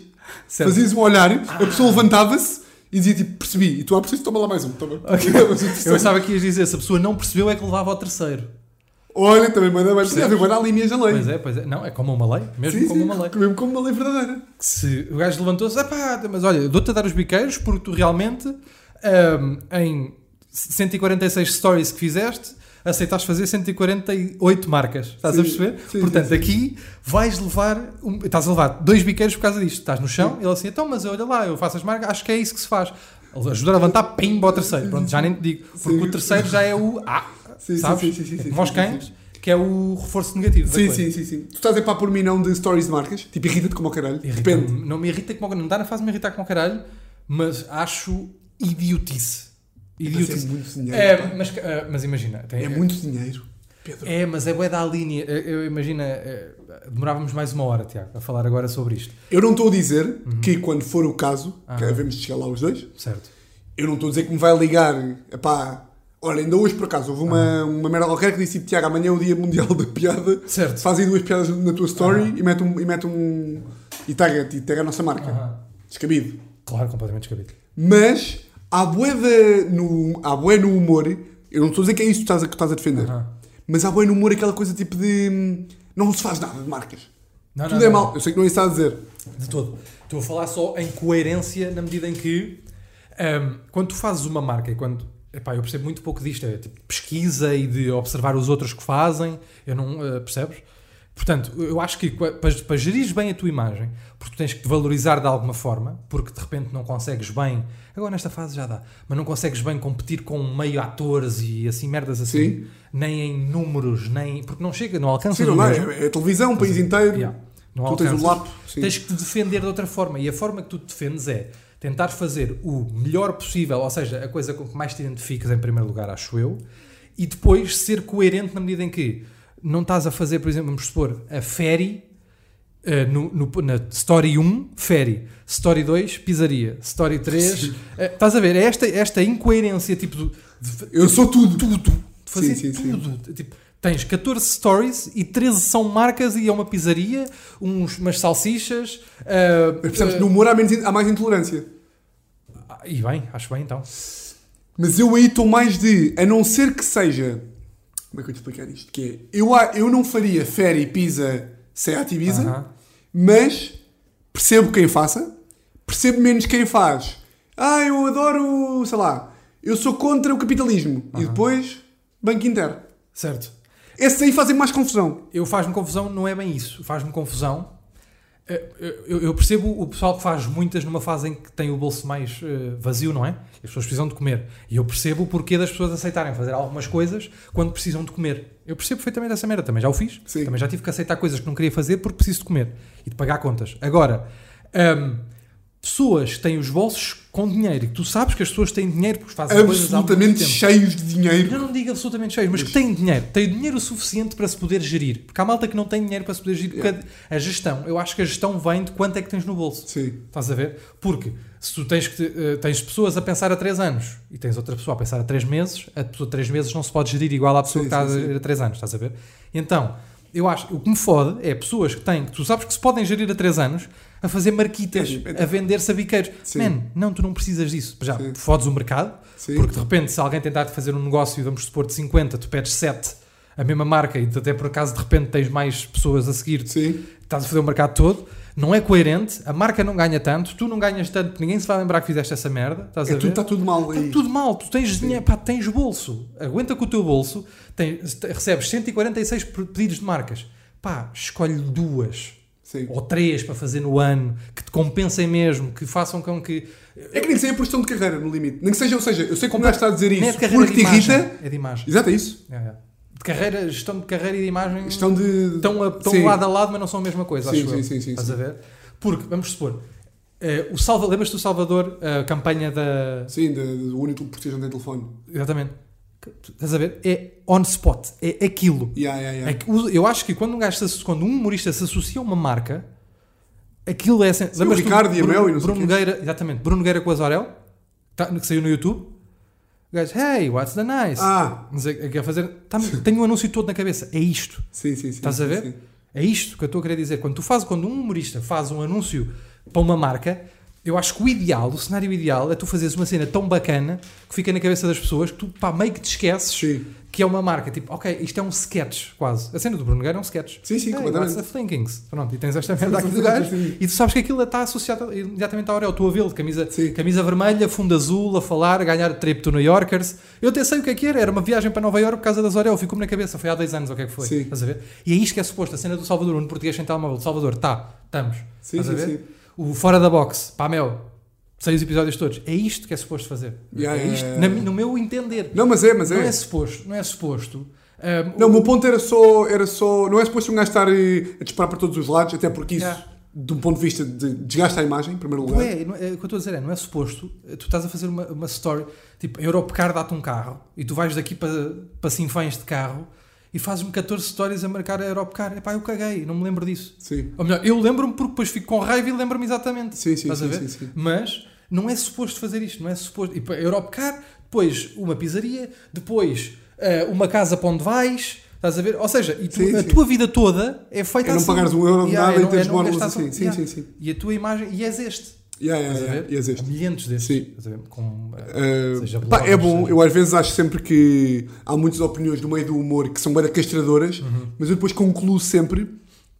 Speaker 2: Certo. Ah.
Speaker 1: fazias um olhar, a pessoa levantava-se e dizia tipo, percebi. E tu, ah, preciso, toma lá mais um. Toma. Mas o
Speaker 2: Eu
Speaker 1: terceiro-
Speaker 2: pensava que ias dizer, se a pessoa não percebeu é que levava ao terceiro.
Speaker 1: Olha, também manda mais. Sim, agora há linhas da lei.
Speaker 2: Pois é, pois é. Não, é como uma lei, mesmo
Speaker 1: Sim,
Speaker 2: como
Speaker 1: sim,
Speaker 2: uma lei.
Speaker 1: Mesmo como uma lei verdadeira.
Speaker 2: que se o gajo levantou-se, "Epá, mas olha, dou-te a dar os biqueiros porque tu realmente ahm, em 146 stories que fizeste aceitaste fazer 148 marcas. Estás a
Speaker 1: Sim,
Speaker 2: perceber?
Speaker 1: sim,
Speaker 2: Portanto,
Speaker 1: sim, sim.
Speaker 2: aqui vais levar um- estás a levar dois biqueiros por causa disto. Estás no chão, ele assim, então, mas olha lá, eu faço as marcas, acho que é isso que se faz. Ele Ajudar a levantar, pimba ao terceiro. Pronto, já nem te digo. Porque
Speaker 1: Sim.
Speaker 2: o terceiro já é o ah,
Speaker 1: Sim, sim,
Speaker 2: sabes?
Speaker 1: sim, sim, sim, sim,
Speaker 2: Vós
Speaker 1: sim, sim,
Speaker 2: cães, que é o reforço negativo. da
Speaker 1: Sim,
Speaker 2: coisa.
Speaker 1: sim, sim, sim. Tu estás a pá por mim não de stories de marcas? Tipo, irrita-te como ao caralho.
Speaker 2: Irrita-me.
Speaker 1: Depende.
Speaker 2: Não me irrita como. Não está na fase de me irritar como caralho, mas acho idiotice.
Speaker 1: Mas é
Speaker 2: Idiotice.
Speaker 1: muito dinheiro.
Speaker 2: É,
Speaker 1: pá.
Speaker 2: mas, é, mas imagina. tem-
Speaker 1: é, muito dinheiro. Pedro.
Speaker 2: É, mas é bué da linha. Eu, eu imagino. é, demorávamos mais uma hora, Tiago, a falar agora sobre isto.
Speaker 1: Eu não estou a dizer que quando for o caso, que
Speaker 2: Uhum. Aham.
Speaker 1: devemos chegar lá os dois,
Speaker 2: Certo.
Speaker 1: eu não estou a dizer que me vai ligar. Epá, olha, ainda hoje por acaso houve uma, uma merda qualquer que disse: tipo, Tiago, amanhã é o dia mundial da piada.
Speaker 2: Certo.
Speaker 1: Faz aí duas piadas na tua story e mete um. E, mete um, e taga-te e taga a nossa marca.
Speaker 2: Aham.
Speaker 1: Descabido.
Speaker 2: Claro, completamente descabido.
Speaker 1: Mas há bué, da- no, há bué no humor, eu não estou a dizer que é isso que estás a, que estás a defender,
Speaker 2: Aham.
Speaker 1: mas há bué no humor aquela coisa tipo de hum, não se faz nada de marcas.
Speaker 2: Não,
Speaker 1: Tudo é mal, eu sei que não é isso que estás a dizer.
Speaker 2: De todo. Estou a falar só em coerência na medida em que ahm, quando tu fazes uma marca e quando. Epá, eu percebo muito pouco disto, é tipo pesquisa e de observar os outros que fazem, eu não. ah, percebes? Portanto, eu acho que qua- para, para gerires bem a tua imagem, porque tu tens que te valorizar de alguma forma, porque de repente não consegues bem. Agora nesta fase já dá, mas não consegues bem competir com meio atores e assim merdas assim,
Speaker 1: Sim.
Speaker 2: nem em números, nem. Porque não chega, não alcança
Speaker 1: Sim, não dá, é, é televisão, o país inteiro.
Speaker 2: Yeah. Não
Speaker 1: Tu tens
Speaker 2: alcanças.
Speaker 1: o lápis, sim.
Speaker 2: Tens que te defender de outra forma. E a forma que tu te defendes é tentar fazer o melhor possível, ou seja, a coisa com que mais te identificas em primeiro lugar, acho eu, e depois ser coerente na medida em que não estás a fazer, por exemplo, vamos supor, a Ferry eh, no, no- na Story 1, Ferry. Story 2, Pisaria. Story 3. eh, estás a ver? É esta, esta incoerência, tipo. do- de-
Speaker 1: Eu sou tudo. Tudo.
Speaker 2: de fazer
Speaker 1: sim, sim,
Speaker 2: tudo. Tipo, tens 14 stories e 13 são marcas e é uma pizzaria, uns, umas salsichas. ah,
Speaker 1: Mas percebes,
Speaker 2: ah,
Speaker 1: no humor há, menos, in- há mais intolerância.
Speaker 2: ah, e bem, acho bem então.
Speaker 1: Mas eu aí estou mais de, a não ser que seja. Como é que eu te explicar isto? Que é, eu, a- eu não faria Ferry Pizza sem a Ibiza,
Speaker 2: Aham.
Speaker 1: mas percebo quem faça, percebo menos quem faz. Ah, eu adoro, sei lá, eu sou contra o capitalismo. E depois, Banco Inter.
Speaker 2: Certo.
Speaker 1: Esses aí fazem mais confusão.
Speaker 2: Eu faz-me confusão, não é bem isso. Faz-me confusão. eh, Eu, eu percebo o pessoal que faz muitas numa fase em que tem o bolso mais eh, vazio, não é? E As pessoas precisam de comer. E eu percebo o porquê das pessoas aceitarem fazer algumas coisas quando precisam de comer. Eu percebo perfeitamente essa merda. Também já o fiz.
Speaker 1: Sim.
Speaker 2: Também já tive que aceitar coisas que não queria fazer porque preciso de comer e de pagar contas. Agora, ahm, pessoas que têm os bolsos com dinheiro e que tu sabes que as pessoas têm dinheiro porque fazem coisas há muito
Speaker 1: Absolutamente
Speaker 2: tempo.
Speaker 1: cheios de
Speaker 2: Eu
Speaker 1: dinheiro.
Speaker 2: não digo absolutamente cheios, mas que têm dinheiro. Têm dinheiro suficiente para se poder gerir. Porque há malta que não tem dinheiro para se poder gerir. Porque a, a gestão, eu acho que a gestão vem de quanto é que tens no bolso.
Speaker 1: Sim.
Speaker 2: Estás a ver? Porque se tu tens, que, te- eh, tens pessoas a pensar a 3 anos e tens outra pessoa a pensar a 3 meses, a pessoa de 3 meses não se pode gerir igual à pessoa
Speaker 1: Sim,
Speaker 2: que está
Speaker 1: sim, sim.
Speaker 2: a- a 3 anos, estás a ver? Então, eu acho, o que me fode é pessoas que têm, que tu sabes que se podem gerir a 3 anos, a fazer marquitas,
Speaker 1: É, tipo, é
Speaker 2: a vender sabiqueiros.
Speaker 1: Sim.
Speaker 2: Man, não, tu não precisas disso. Já
Speaker 1: Sim.
Speaker 2: fodes o mercado,
Speaker 1: Sim.
Speaker 2: porque de repente, se alguém tentar-te fazer um negócio, vamos supor, de 50, tu pedes 7, a mesma marca, e tu até por acaso de repente tens mais pessoas a seguir
Speaker 1: Sim.
Speaker 2: estás a fazer o mercado todo, não é coerente, a marca não ganha tanto, tu não ganhas tanto, porque ninguém se vai lembrar que fizeste essa merda, estás
Speaker 1: É
Speaker 2: a ver?
Speaker 1: tudo, está tudo mal
Speaker 2: Tá
Speaker 1: aí.
Speaker 2: tudo mal, tu tens dinheiro, pá, tens bolso, aguenta com o teu bolso, tens- te- recebes 146 pe- pedidos de marcas, pá, escolhe duas
Speaker 1: Sim.
Speaker 2: ou três para fazer no ano, que te compensem mesmo, que façam com que.
Speaker 1: É que nem que seja por questão de carreira, no limite. Nem que seja, ou seja, eu sei que o gajo está a dizer
Speaker 2: Não é
Speaker 1: isso
Speaker 2: de carreira
Speaker 1: porque
Speaker 2: de
Speaker 1: te
Speaker 2: imagem.
Speaker 1: irrita.
Speaker 2: É de imagem.
Speaker 1: Exato, é isso.
Speaker 2: É, é. De carreira, gestão de carreira e de imagem.
Speaker 1: Estão de.
Speaker 2: estão, a- estão
Speaker 1: Sim.
Speaker 2: lado a lado, mas não são a mesma coisa,
Speaker 1: Sim,
Speaker 2: acho
Speaker 1: sim,
Speaker 2: eu.
Speaker 1: sim, sim,
Speaker 2: Estás
Speaker 1: sim.
Speaker 2: a ver? Porque, vamos supor, eh, o Salva, lembras-te do Salvador, a campanha da.
Speaker 1: Sim, de- do único português não tem telefone.
Speaker 2: Exatamente. Estás a ver? É on spot, é aquilo.
Speaker 1: Yeah, yeah, yeah.
Speaker 2: É que o- eu acho que quando um gajo se asso- quando um humorista se associa a uma marca, aquilo é assim.
Speaker 1: o Ricardo e a Mel e não sei
Speaker 2: Bruno
Speaker 1: o quê.
Speaker 2: Nogueira, exatamente, Bruno Nogueira com a Zorel, tá- que saiu no YouTube. O gajo, hey, what's the nice?
Speaker 1: Ah,
Speaker 2: Não sei o que é que é fazer. Tá- tenho um anúncio todo na cabeça. É isto.
Speaker 1: sim, sim, sim.
Speaker 2: Estás
Speaker 1: sim,
Speaker 2: a ver?
Speaker 1: sim.
Speaker 2: É isto que eu estou a querer dizer. Quando, tu faz, quando um humorista faz um anúncio para uma marca, eu acho que o ideal, o cenário ideal, é tu fazeres uma cena tão bacana que fica na cabeça das pessoas que tu pá, meio que te esqueces
Speaker 1: Sim.
Speaker 2: que é uma marca. Tipo, ok, isto é um sketch, quase. A cena do Bruno Guerra é um sketch.
Speaker 1: Sim, sim,
Speaker 2: hey,
Speaker 1: completamente.
Speaker 2: what's the Flinkings? Pronto, e tens esta merda aqui
Speaker 1: sim,
Speaker 2: do gajo
Speaker 1: sim.
Speaker 2: e tu sabes que aquilo está associado imediatamente à Aurel. Tu a vê-lo, de camisa,
Speaker 1: Sim.
Speaker 2: camisa vermelha, fundo azul, a falar, a ganhar o trip do New Yorkers. Eu até sei o que é que era. Era uma viagem para Nova York por causa das Aurel. Ficou-me na cabeça. Foi há dois anos, ou o que é que foi?
Speaker 1: Sim.
Speaker 2: Estás a ver? E é isto que é suposto. A cena do Salvador, um português sem telemóvel. Salvador, tá, estamos.
Speaker 1: Sim,
Speaker 2: Estás a
Speaker 1: sim,
Speaker 2: ver?
Speaker 1: sim.
Speaker 2: O Fora da Box, pá, Mel. Sei os episódios todos. É isto que é suposto fazer.
Speaker 1: Yeah,
Speaker 2: é
Speaker 1: yeah,
Speaker 2: isto,
Speaker 1: yeah,
Speaker 2: na
Speaker 1: yeah.
Speaker 2: mi- no meu entender.
Speaker 1: Não, mas é, mas
Speaker 2: Não
Speaker 1: é.
Speaker 2: é suposto. Não é suposto. Um,
Speaker 1: Não, o meu ponto era só, era só. Não é suposto um gajo estar eh, a disparar para todos os lados, até porque isso,
Speaker 2: Yeah.
Speaker 1: de um ponto de vista de desgasta a imagem, em primeiro
Speaker 2: Não
Speaker 1: lugar.
Speaker 2: é, não é- o que eu estou a dizer é, não é suposto. Tu estás a fazer uma, uma story, tipo, a Europcar dá-te um carro e tu vais daqui para, para Sinfãs de carro e fazes-me 14 stories a marcar a Europcar. Epá, eu caguei, não me lembro disso.
Speaker 1: Sim.
Speaker 2: Ou melhor, eu lembro-me porque depois fico com raiva e lembro-me exatamente.
Speaker 1: Sim, sim,
Speaker 2: Estás a
Speaker 1: sim, sim,
Speaker 2: ver?
Speaker 1: sim.
Speaker 2: Mas não é suposto fazer isto, não é suposto. E para Europcar, depois uma pizzaria, depois ah, uma casa para onde vais. Estás a ver? Ou seja, e tu-
Speaker 1: Sim,
Speaker 2: a
Speaker 1: sim.
Speaker 2: tua vida toda é feita
Speaker 1: É não
Speaker 2: assim.
Speaker 1: pagares um euro de
Speaker 2: Yeah,
Speaker 1: nada
Speaker 2: é
Speaker 1: e
Speaker 2: não-
Speaker 1: teres
Speaker 2: é não
Speaker 1: bónus
Speaker 2: gastar
Speaker 1: assim.
Speaker 2: com-
Speaker 1: Sim, sim, sim.
Speaker 2: E a tua imagem, e és este.
Speaker 1: Yeah, yeah,
Speaker 2: Estás a
Speaker 1: yeah.
Speaker 2: ver?
Speaker 1: E és este.
Speaker 2: Há Milhentos destes.
Speaker 1: Sim.
Speaker 2: Estás a ver? Com, eh,
Speaker 1: Uh,
Speaker 2: seja
Speaker 1: pá, é
Speaker 2: blogs,
Speaker 1: bom,
Speaker 2: seja-
Speaker 1: eu às vezes acho sempre que há muitas opiniões no meio do humor que são bem castradoras, mas eu depois concluo sempre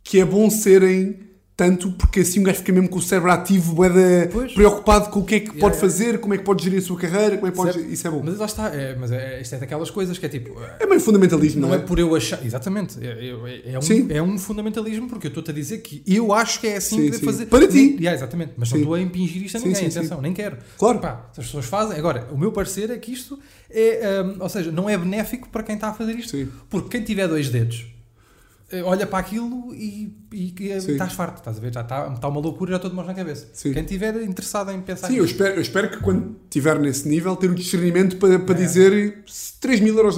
Speaker 1: que é bom serem tanto porque assim um gajo fica mesmo com o cérebro ativo, bué da-
Speaker 2: Pois.
Speaker 1: preocupado com o que é que pode
Speaker 2: yeah.
Speaker 1: fazer, como é que pode gerir a sua carreira, como é que pode.
Speaker 2: Certo.
Speaker 1: Isso é bom.
Speaker 2: Mas lá está. É, mas é, isto é daquelas coisas que é tipo. eh,
Speaker 1: É meio fundamentalismo,
Speaker 2: Não
Speaker 1: não
Speaker 2: é
Speaker 1: é?
Speaker 2: por eu achar. Exatamente. É, é- é
Speaker 1: Sim.
Speaker 2: um, é um fundamentalismo, porque eu estou-te a dizer que eu acho que é assim
Speaker 1: Sim,
Speaker 2: que deve
Speaker 1: sim.
Speaker 2: fazer.
Speaker 1: Para ti.
Speaker 2: Nem- Yeah, exatamente. Mas não
Speaker 1: Sim.
Speaker 2: estou a impingir isto a
Speaker 1: Sim,
Speaker 2: ninguém.
Speaker 1: sim,
Speaker 2: atenção, nem quero.
Speaker 1: Claro.
Speaker 2: Pá, se as pessoas fazem. Agora, o meu parecer é que isto é. hum, ou seja, não é benéfico para quem está a fazer isto.
Speaker 1: Sim.
Speaker 2: Porque quem tiver dois dedos. eh, Olha para aquilo e, e, que, eh,
Speaker 1: Sim.
Speaker 2: estás farto, estás a ver? Já está, está uma loucura, já estou de mãos na cabeça.
Speaker 1: Sim.
Speaker 2: Quem estiver interessado em pensar
Speaker 1: Sim, eu
Speaker 2: nisto,
Speaker 1: espero, eu espero que quando estiver nesse nível, ter o discernimento para, para dizer 3 mil, euros,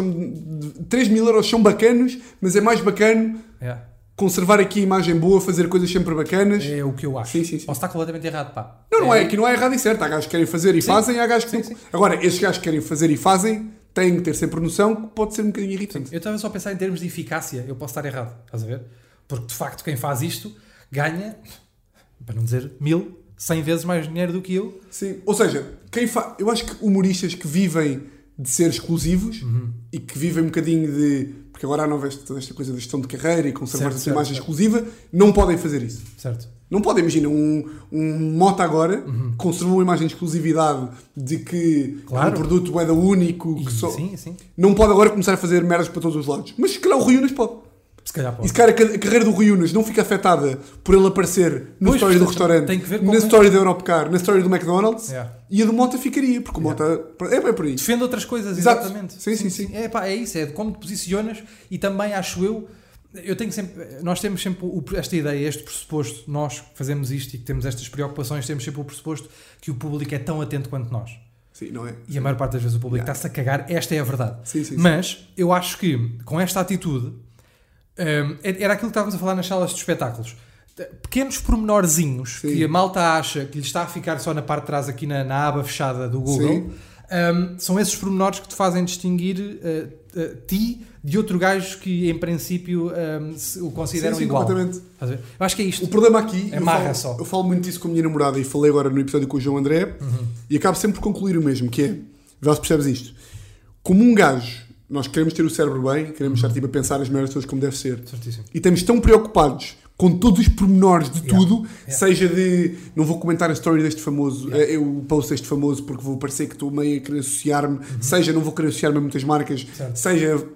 Speaker 1: 3 mil euros são bacanos, mas é mais bacano
Speaker 2: yeah.
Speaker 1: conservar aqui a imagem boa, fazer coisas sempre bacanas.
Speaker 2: É o que eu acho.
Speaker 1: Sim, sim, sim.
Speaker 2: Posso estar completamente errado, pá.
Speaker 1: Não, não é, aqui não é errado e certo. Há gajos que querem fazer e fazem, há gajos que não.
Speaker 2: sim.
Speaker 1: Agora, estes gajos que querem fazer e fazem têm que ter sempre noção que pode ser um bocadinho irritante.
Speaker 2: Eu estava só a pensar em termos de eficácia, eu posso estar errado, estás a ver? Porque de facto quem faz isto ganha, para não dizer mil, cem vezes mais dinheiro do que eu.
Speaker 1: Sim. Ou seja, quem fa... eu acho que humoristas que vivem de ser exclusivos
Speaker 2: Uhum.
Speaker 1: e que vivem um bocadinho de. Porque agora há nova esta, esta coisa da gestão de carreira e conservar
Speaker 2: Certo,
Speaker 1: essa
Speaker 2: certo,
Speaker 1: imagem
Speaker 2: certo.
Speaker 1: exclusiva, não podem fazer isso.
Speaker 2: Certo.
Speaker 1: Não pode, imagina, um, um Mota agora conservou uma imagem de exclusividade de que é
Speaker 2: Uhum. Claro.
Speaker 1: um produto é único,
Speaker 2: E,
Speaker 1: que só...
Speaker 2: Sim, sim.
Speaker 1: Não pode agora começar a fazer merdas para todos os lados. Mas se calhar o Rui Unas pode.
Speaker 2: Se calhar pode.
Speaker 1: E se calhar a ca- a carreira do Rui Unas não fica afetada por ele aparecer no
Speaker 2: Pois,
Speaker 1: story do
Speaker 2: portanto,
Speaker 1: restaurante,
Speaker 2: tem que ver como
Speaker 1: na
Speaker 2: é.
Speaker 1: story da Europcar, na story do McDonald's,
Speaker 2: Yeah.
Speaker 1: e a do Mota ficaria, porque o Mota... É bem por aí.
Speaker 2: Defende outras coisas,
Speaker 1: Exato.
Speaker 2: exatamente.
Speaker 1: Sim, sim, sim.
Speaker 2: É, pá, é isso, é de como te posicionas e também acho eu. Eu tenho sempre, nós temos sempre o- esta ideia, este pressuposto, nós que fazemos isto e que temos estas preocupações, temos sempre o pressuposto que o público é tão atento quanto nós.
Speaker 1: Sim, não é?
Speaker 2: E a maior parte das vezes o público está-se a cagar, esta é a verdade.
Speaker 1: Sim, sim, sim.
Speaker 2: Mas eu acho que com esta atitude hum, era aquilo que estávamos a falar nas salas de espetáculos. T- Pequenos pormenorzinhos que a malta acha que lhe está a ficar só na parte de trás aqui na, na aba fechada do Google.
Speaker 1: Sim.
Speaker 2: hum, são esses pormenores que te fazem distinguir uh, uh, ti de outro gajo que em princípio hum, se- o consideram
Speaker 1: sim,
Speaker 2: igual.
Speaker 1: completamente.
Speaker 2: Estás a ver? Eu acho que é
Speaker 1: O
Speaker 2: isto.
Speaker 1: problema aqui,
Speaker 2: É
Speaker 1: eu, falo,
Speaker 2: marra só.
Speaker 1: eu falo muito disso com a minha namorada e falei agora no episódio com o João André e acabo sempre por concluir o mesmo, que é, já se percebes isto, como um gajo, nós queremos ter o cérebro bem, queremos estar tipo a pensar as merdas todas como deve ser,
Speaker 2: Certíssimo.
Speaker 1: e estamos tão preocupados com todos os pormenores de
Speaker 2: Yeah.
Speaker 1: tudo,
Speaker 2: Yeah.
Speaker 1: seja de não vou comentar a story deste famoso, eh, o post deste famoso porque vou parecer que estou meio a querer associar-me, seja não vou querer associar-me a muitas marcas,
Speaker 2: Uhum. Certo.
Speaker 1: seja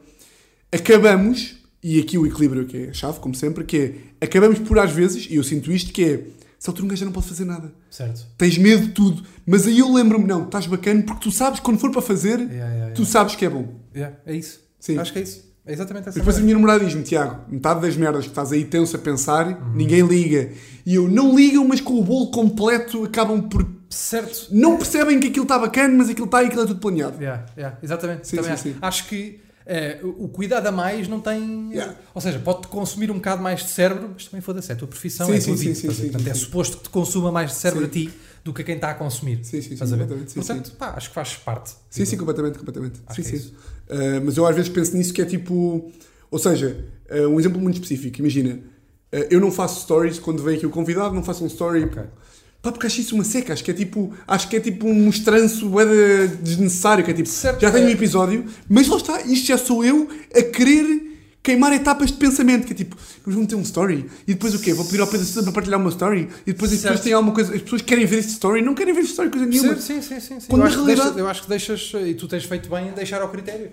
Speaker 1: acabamos, e aqui o equilíbrio que é a chave, como sempre, que é acabamos por às vezes, e eu sinto isto, que é se altura um gajo já não pode fazer nada.
Speaker 2: Certo.
Speaker 1: Tens medo de tudo, mas aí eu lembro-me, não, estás bacana porque tu sabes que quando for para fazer,
Speaker 2: Yeah, yeah, yeah.
Speaker 1: tu sabes que é bom.
Speaker 2: Yeah, é isso.
Speaker 1: Sim.
Speaker 2: Acho que é isso. É exatamente essa
Speaker 1: E depois a
Speaker 2: maneira.
Speaker 1: minha namorada diz-me, Tiago, metade das merdas que estás aí tenso a pensar,
Speaker 2: Uhum.
Speaker 1: ninguém liga. E eu, não ligam, mas com o bolo completo acabam por.
Speaker 2: Certo.
Speaker 1: Não percebem que aquilo está bacana, mas aquilo está e aquilo é tudo planeado.
Speaker 2: Yeah, yeah, exatamente.
Speaker 1: Sim,
Speaker 2: Também
Speaker 1: sim,
Speaker 2: acho.
Speaker 1: sim.
Speaker 2: Acho que eh, o o cuidado a mais não tem. eh,
Speaker 1: Yeah.
Speaker 2: Ou seja, pode-te consumir um bocado mais de cérebro, mas também foda-se, é a tua profissão,
Speaker 1: Sim,
Speaker 2: é
Speaker 1: sim,
Speaker 2: tudo
Speaker 1: sim,
Speaker 2: isso.
Speaker 1: sim,
Speaker 2: estás a ver?
Speaker 1: sim,
Speaker 2: Portanto, é
Speaker 1: sim.
Speaker 2: suposto que te consuma mais de cérebro
Speaker 1: Sim.
Speaker 2: a ti do que a quem está a consumir.
Speaker 1: Sim, sim, sim,
Speaker 2: Estás a ver?
Speaker 1: completamente, sim,
Speaker 2: Portanto, pá, acho que faz parte.
Speaker 1: Sim, sim, completamente, completamente.
Speaker 2: Acho
Speaker 1: sim,
Speaker 2: que é
Speaker 1: sim. Ah, mas eu às vezes penso nisso que é tipo. Ou seja, ah, um exemplo muito específico, imagina, ah, eu não faço stories quando vem aqui o convidado, não faço um story.
Speaker 2: Ok.
Speaker 1: Pá, porque acho isso uma seca, acho que é tipo, acho que é tipo um mostranço bué de desnecessário, que é tipo,
Speaker 2: Certo,
Speaker 1: já tenho um
Speaker 2: é.
Speaker 1: episódio, mas lá está, isto já sou eu a querer queimar etapas de pensamento, que é tipo, mas vamos ter um story, e depois o quê? Vou pedir ao Pedro Sousa para partilhar uma story, e depois as
Speaker 2: Certo.
Speaker 1: pessoas têm alguma coisa, as pessoas querem ver este story, não querem ver este story, coisa nenhuma.
Speaker 2: Sim, sim, sim, sim, sim.
Speaker 1: Quando na
Speaker 2: Eu, acho que
Speaker 1: realidade-
Speaker 2: deixas, eu acho que deixas, eh, e tu tens feito bem em deixar ao critério.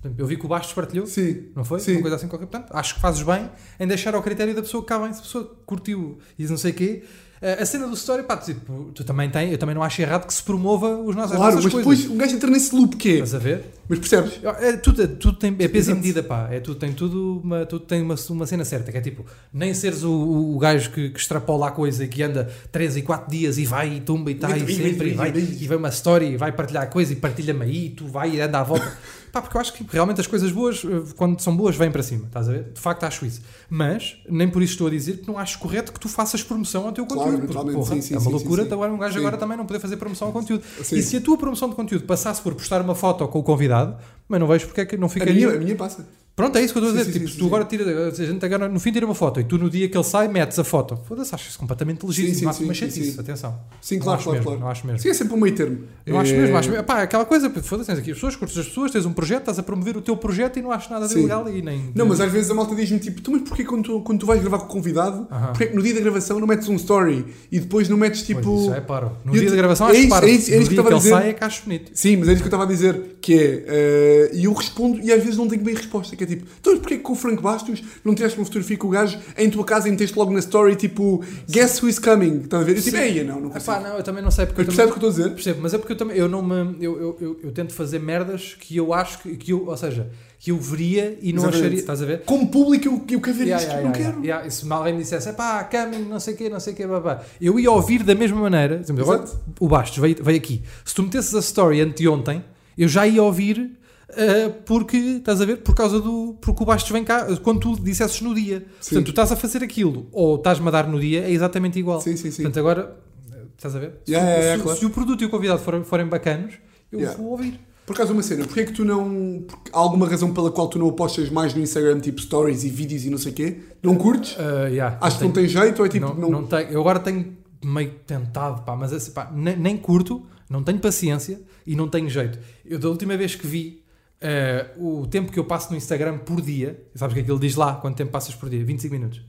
Speaker 2: Portanto, Eu vi que o Bastos partilhou,
Speaker 1: Sim.
Speaker 2: não foi?
Speaker 1: Sim.
Speaker 2: Uma coisa assim qualquer. Portanto, acho que fazes bem em deixar ao critério da pessoa que cá vem. Se a pessoa curtiu e não sei o quê. eh, A cena do story, pá, tipo, tu também tem, eu também não acho errado que se promova os nossos, as
Speaker 1: Claro,
Speaker 2: nossas
Speaker 1: mas
Speaker 2: coisas.
Speaker 1: depois um gajo entra nesse loop que é,
Speaker 2: Estás a ver?
Speaker 1: mas percebes?
Speaker 2: É, tudo, é- tudo tem, é peso e
Speaker 1: Exato.
Speaker 2: medida, pá. É, tudo, tem tudo uma, tudo tem uma, uma cena certa, que é tipo, nem seres o, o gajo que, que extrapola a coisa e que anda 3 e 4 dias e vai e tumba e tá
Speaker 1: Muito
Speaker 2: e
Speaker 1: bem,
Speaker 2: sempre
Speaker 1: muito
Speaker 2: e vai,
Speaker 1: bem, muito bem.
Speaker 2: e vai uma história e vai partilhar a coisa e partilha-me aí e tu vai e anda à volta. pá, porque eu acho que realmente as coisas boas, eh, quando são boas, vêm para cima, estás a ver? De facto acho isso. Mas, nem por isso estou a dizer que não acho correto que tu faças promoção ao teu
Speaker 1: Claro,
Speaker 2: conteúdo. porque,
Speaker 1: naturalmente,
Speaker 2: porra,
Speaker 1: sim, sim,
Speaker 2: é uma
Speaker 1: sim,
Speaker 2: loucura
Speaker 1: sim, sim.
Speaker 2: agora um gajo
Speaker 1: Sim.
Speaker 2: agora também não poder fazer promoção ao conteúdo.
Speaker 1: Sim.
Speaker 2: E se a tua promoção de conteúdo passasse por postar uma foto com o convidado, mas não vejo porque é que não
Speaker 1: A minha, a
Speaker 2: ficaria.
Speaker 1: minha passa.
Speaker 2: Pronto, é isso que eu estou a
Speaker 1: Sim,
Speaker 2: dizer.
Speaker 1: sim,
Speaker 2: tipo,
Speaker 1: sim,
Speaker 2: se tu
Speaker 1: sim.
Speaker 2: agora tira, a gente agora no fim tira uma foto e tu no dia que ele sai metes a foto. Foda-se, acho isso completamente
Speaker 1: sim,
Speaker 2: legítimo. Acho
Speaker 1: sim,
Speaker 2: uma
Speaker 1: sim,
Speaker 2: chatice,
Speaker 1: sim.
Speaker 2: atenção.
Speaker 1: Sim,
Speaker 2: Não
Speaker 1: claro,
Speaker 2: acho
Speaker 1: claro,
Speaker 2: mesmo,
Speaker 1: claro.
Speaker 2: Não acho mesmo.
Speaker 1: Sim, é sempre um meio termo.
Speaker 2: Não acho
Speaker 1: É,
Speaker 2: mesmo, acho mesmo. Pá, aquela coisa, pô, foda-se, tens aqui as pessoas, curtes as pessoas, tens um projeto, estás a promover o teu projeto e não acho nada de
Speaker 1: Sim.
Speaker 2: ilegal e nem.
Speaker 1: Não, mas é às vezes a malta diz-me tipo, tu, mas porquê quando tu, quando tu vais gravar com o convidado,
Speaker 2: Aham.
Speaker 1: porquê que no dia da gravação não metes um story e depois não metes
Speaker 2: Pois,
Speaker 1: tipo.
Speaker 2: isso é paro. No
Speaker 1: Eu
Speaker 2: dia
Speaker 1: te-
Speaker 2: da gravação
Speaker 1: é
Speaker 2: acho
Speaker 1: isso,
Speaker 2: paro.
Speaker 1: é isso- é
Speaker 2: no
Speaker 1: isso que
Speaker 2: dia
Speaker 1: eu estava
Speaker 2: que
Speaker 1: a
Speaker 2: ele
Speaker 1: dizer.
Speaker 2: sai é que acho bonito.
Speaker 1: Sim, mas é isso que eu estava a dizer, que é. eh, E eu respondo e às vezes não tenho bem resposta, que é tipo, então mas porquê que com o Franco Bastos não tiraste uma fotografia com o gajo em tua casa e meteste logo na story tipo, guess who is coming? Estás a ver? Eu tipo,
Speaker 2: Sim.
Speaker 1: "Eia, não, não
Speaker 2: Ah,
Speaker 1: consigo.
Speaker 2: pá, não, eu também não sei porque
Speaker 1: Mas
Speaker 2: eu
Speaker 1: percebes
Speaker 2: também-
Speaker 1: o que eu estou a dizer?
Speaker 2: Percebo, mas é porque eu também eu não me, eu, eu, eu, eu tento fazer merdas que eu acho que, que eu, ou seja, que eu veria e não
Speaker 1: Exatamente.
Speaker 2: acharia, estás a ver?
Speaker 1: Como público eu, eu quero ver
Speaker 2: Yeah,
Speaker 1: isto,
Speaker 2: yeah,
Speaker 1: eu não
Speaker 2: yeah,
Speaker 1: quero.
Speaker 2: yeah, yeah. E se alguém me dissesse, pá, coming, não sei o quê, não sei o quê, blá, blá", eu ia ouvir da mesma maneira. Por exemplo, agora,
Speaker 1: Exato.
Speaker 2: o Bastos veio, veio aqui. Se tu metesses a story anteontem, eu já ia ouvir ah, porque, estás a ver, por causa do. Porque o Bastos vem cá, quando tu dissesses no dia.
Speaker 1: Sim.
Speaker 2: Portanto, tu estás a fazer aquilo ou estás-me a dar no dia, é exatamente igual.
Speaker 1: Sim, sim, sim.
Speaker 2: Portanto, agora, eh, estás a ver? Se
Speaker 1: Yeah,
Speaker 2: o-
Speaker 1: yeah,
Speaker 2: se,
Speaker 1: yeah, claro.
Speaker 2: se o produto e o convidado forem, forem bacanos, eu
Speaker 1: Yeah.
Speaker 2: vou ouvir.
Speaker 1: Por acaso, uma cena, porque é que tu não. porque há alguma razão pela qual tu não apostas mais no Instagram, tipo stories e vídeos e não sei o quê? Não curtes?
Speaker 2: Ah, yeah,
Speaker 1: Acho que
Speaker 2: tenho-
Speaker 1: não Eh, tem jeito ou é tipo.
Speaker 2: não,
Speaker 1: Não,
Speaker 2: não tenho. Eu agora tenho meio tentado, pá, mas assim, pá, nem, nem curto, não tenho paciência e não tenho jeito. Eu da última vez que vi eh, o tempo que eu passo no Instagram por dia, sabes o que é que ele diz lá? Quanto tempo passas por dia? 25 minutos.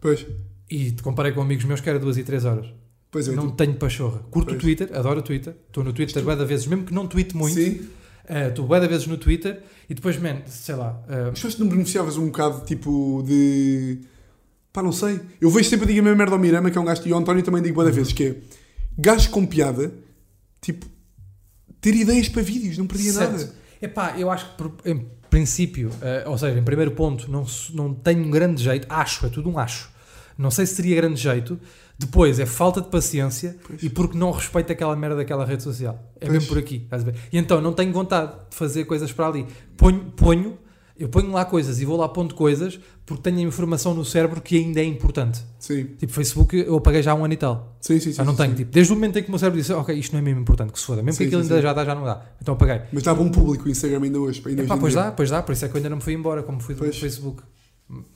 Speaker 1: Pois,
Speaker 2: E te comparei com amigos meus que era 2 e 3 horas.
Speaker 1: pois é.
Speaker 2: não
Speaker 1: tipo,
Speaker 2: tenho pachorra. Curto
Speaker 1: Pois.
Speaker 2: o Twitter, adoro o Twitter. Estou no Twitter bué da vezes, mesmo que não tweete muito.
Speaker 1: Sim.
Speaker 2: eh, Estou bué da vezes no Twitter e depois, man, sei lá. eh,
Speaker 1: Mas tu não beneficiavas um bocado, tipo, de. Pá, não sei. Eu vejo sempre, digo a mesma merda ao Mirama, que é um gajo, e ao António também digo boa
Speaker 2: Uhum.
Speaker 1: vezes, que é. Gajo com piada, tipo. Ter ideias para vídeos, não perdia nada.
Speaker 2: É pá, eu acho que por- em princípio, eh, ou seja, em primeiro ponto, não, se- não tenho um grande jeito, acho, é tudo um acho. Não sei se teria grande jeito. Depois é falta de paciência e porque não respeito aquela merda daquela rede social. É mesmo por aqui, estás a ver? E então não tenho vontade de fazer coisas para ali. Ponho, ponho, eu ponho lá coisas e vou lá pondo coisas porque tenho a informação no cérebro que ainda é importante.
Speaker 1: Sim,
Speaker 2: Tipo, Facebook eu apaguei já há um ano e tal.
Speaker 1: sim, sim. sim
Speaker 2: Já não
Speaker 1: sim,
Speaker 2: tenho.
Speaker 1: sim.
Speaker 2: Tipo, desde o momento em que o meu cérebro disse, ok, isto não é mesmo importante, que se foda. Mesmo
Speaker 1: Sim,
Speaker 2: que aquilo
Speaker 1: sim,
Speaker 2: ainda
Speaker 1: sim.
Speaker 2: já dá, já não dá. Então apaguei.
Speaker 1: Mas dá bom público o Instagram ainda hoje. Ainda
Speaker 2: Epá,
Speaker 1: hoje em
Speaker 2: pois
Speaker 1: dia.
Speaker 2: dá, pois dá, por isso é que eu ainda não me fui embora, como fui do
Speaker 1: Pois.
Speaker 2: Facebook.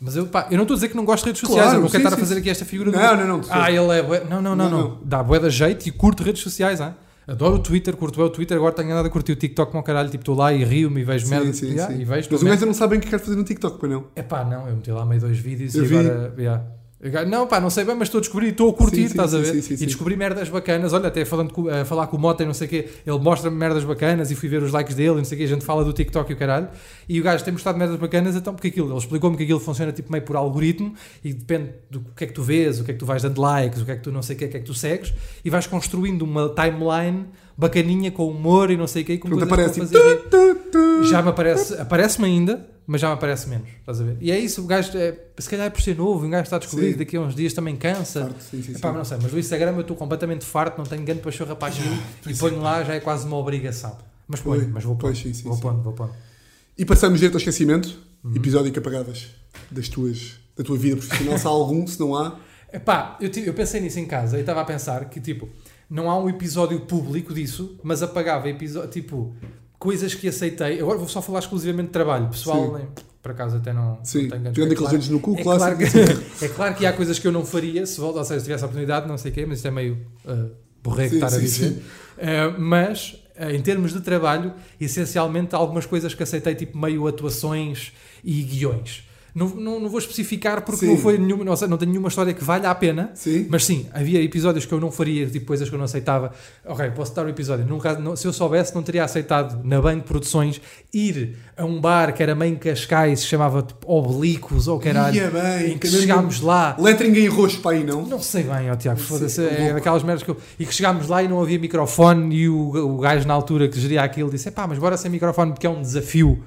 Speaker 2: Mas eu, pá, eu não estou a dizer que não gosto de redes sociais,
Speaker 1: Claro,
Speaker 2: eu não quero
Speaker 1: sim, sim,
Speaker 2: estar a fazer
Speaker 1: sim.
Speaker 2: aqui esta figura do-
Speaker 1: Não, não, não, de
Speaker 2: Ah, ele é bué. Não, não, não,
Speaker 1: Não,
Speaker 2: não. Dá bué da jeito e curto redes sociais, hein? Adoro o Twitter, curto bué o Twitter, agora tenho andado a curtir o TikTok como ao caralho, tipo, estou lá e rio-me e vejo merda.
Speaker 1: Sim, sim,
Speaker 2: yeah,
Speaker 1: sim.
Speaker 2: E vejo
Speaker 1: Mas o
Speaker 2: também.
Speaker 1: gajo não sabe bem o que quer fazer no TikTok, pois não?
Speaker 2: É pá, não, eu meti lá meio dois vídeos
Speaker 1: Eu
Speaker 2: e
Speaker 1: vi.
Speaker 2: agora. yeah. Agora- Não, pá, não sei bem, mas estou a descobrir, estou a curtir,
Speaker 1: Sim, sim,
Speaker 2: estás a
Speaker 1: sim,
Speaker 2: ver?
Speaker 1: sim, sim,
Speaker 2: e
Speaker 1: sim.
Speaker 2: descobri merdas bacanas. Olha, até falando com, a falar com o Mota e não sei o quê, ele mostra-me merdas bacanas e fui ver os likes dele e não sei o quê. A gente fala do TikTok e o caralho. E o gajo tem mostrado merdas bacanas, então porque aquilo, ele explicou-me que aquilo funciona tipo meio por algoritmo e depende do que é que tu vês, o que é que tu vais dando likes, o que é que tu não sei o quê, o que é que tu segues e vais construindo uma timeline bacaninha com humor e não sei o quê. e Com
Speaker 1: Pronto,
Speaker 2: coisas para
Speaker 1: aparece tipo.
Speaker 2: é, fazer rir
Speaker 1: tu, tu, tu.
Speaker 2: já me aparece, aparece-me ainda, mas já me aparece menos, estás a ver? E é isso, o gajo, é, se calhar é por ser novo, um gajo está a descobrir,
Speaker 1: Sim.
Speaker 2: daqui a uns dias também cansa.
Speaker 1: Farto, sim, sim, sim.
Speaker 2: Epá, mas não sei, mas o Instagram eu estou completamente farto, não tenho grande pachorra para aquilo e ponho lá, já é quase uma obrigação. Mas ponho,
Speaker 1: Oi,
Speaker 2: mas vou pondo,
Speaker 1: pois, sim, sim,
Speaker 2: vou
Speaker 1: sim.
Speaker 2: pondo, vou pondo.
Speaker 1: E passamos direto ao esquecimento,
Speaker 2: Uhum.
Speaker 1: episódio que apagadas das tuas, da tua vida profissional, se há algum, se não há.
Speaker 2: Epá, eu, ti- eu pensei nisso em casa e estava a pensar que, tipo, não há um episódio público disso, mas apagava episódio, tipo, coisas que aceitei. Agora vou só falar exclusivamente de trabalho, pessoal,
Speaker 1: Sim.
Speaker 2: nem, por acaso até não,
Speaker 1: Sim,
Speaker 2: não tenho grandes-
Speaker 1: tirando
Speaker 2: é
Speaker 1: aqueles
Speaker 2: claro-
Speaker 1: dedos no cu,
Speaker 2: é
Speaker 1: clássico.
Speaker 2: claro, que, é claro que há coisas que eu não faria, se volta, ou seja, se tivesse a oportunidade, não sei o quê, mas isto é meio uh, borrego
Speaker 1: Sim,
Speaker 2: estar a
Speaker 1: sim,
Speaker 2: dizer.
Speaker 1: sim.
Speaker 2: Uh, mas, uh, em termos de trabalho, essencialmente há algumas coisas que aceitei, tipo meio atuações e guiões. Não, não, não vou especificar porque
Speaker 1: Sim.
Speaker 2: não foi nenhuma, não, sei, não tenho nenhuma história que valha a pena,
Speaker 1: Sim.
Speaker 2: mas sim, havia episódios que eu não faria, tipo coisas que eu não aceitava. Ok, posso dar o episódio. Nunca, não- se eu soubesse, não teria aceitado na Banco Produções ir a um bar que era meio em Cascais, se chamava tipo, Oblíquos ou caralho,
Speaker 1: Ia bem,
Speaker 2: em que
Speaker 1: que mesmo-
Speaker 2: chegámos lá.
Speaker 1: Lettering em roxo para aí, não?
Speaker 2: Não sei bem, ó Tiago, foda-se,
Speaker 1: Sim, é
Speaker 2: é
Speaker 1: louco.
Speaker 2: daquelas merdas que eu... E que chegámos lá e não havia microfone e o, o gajo na altura que geria aquilo disse, pá, mas bora sem microfone porque é um desafio.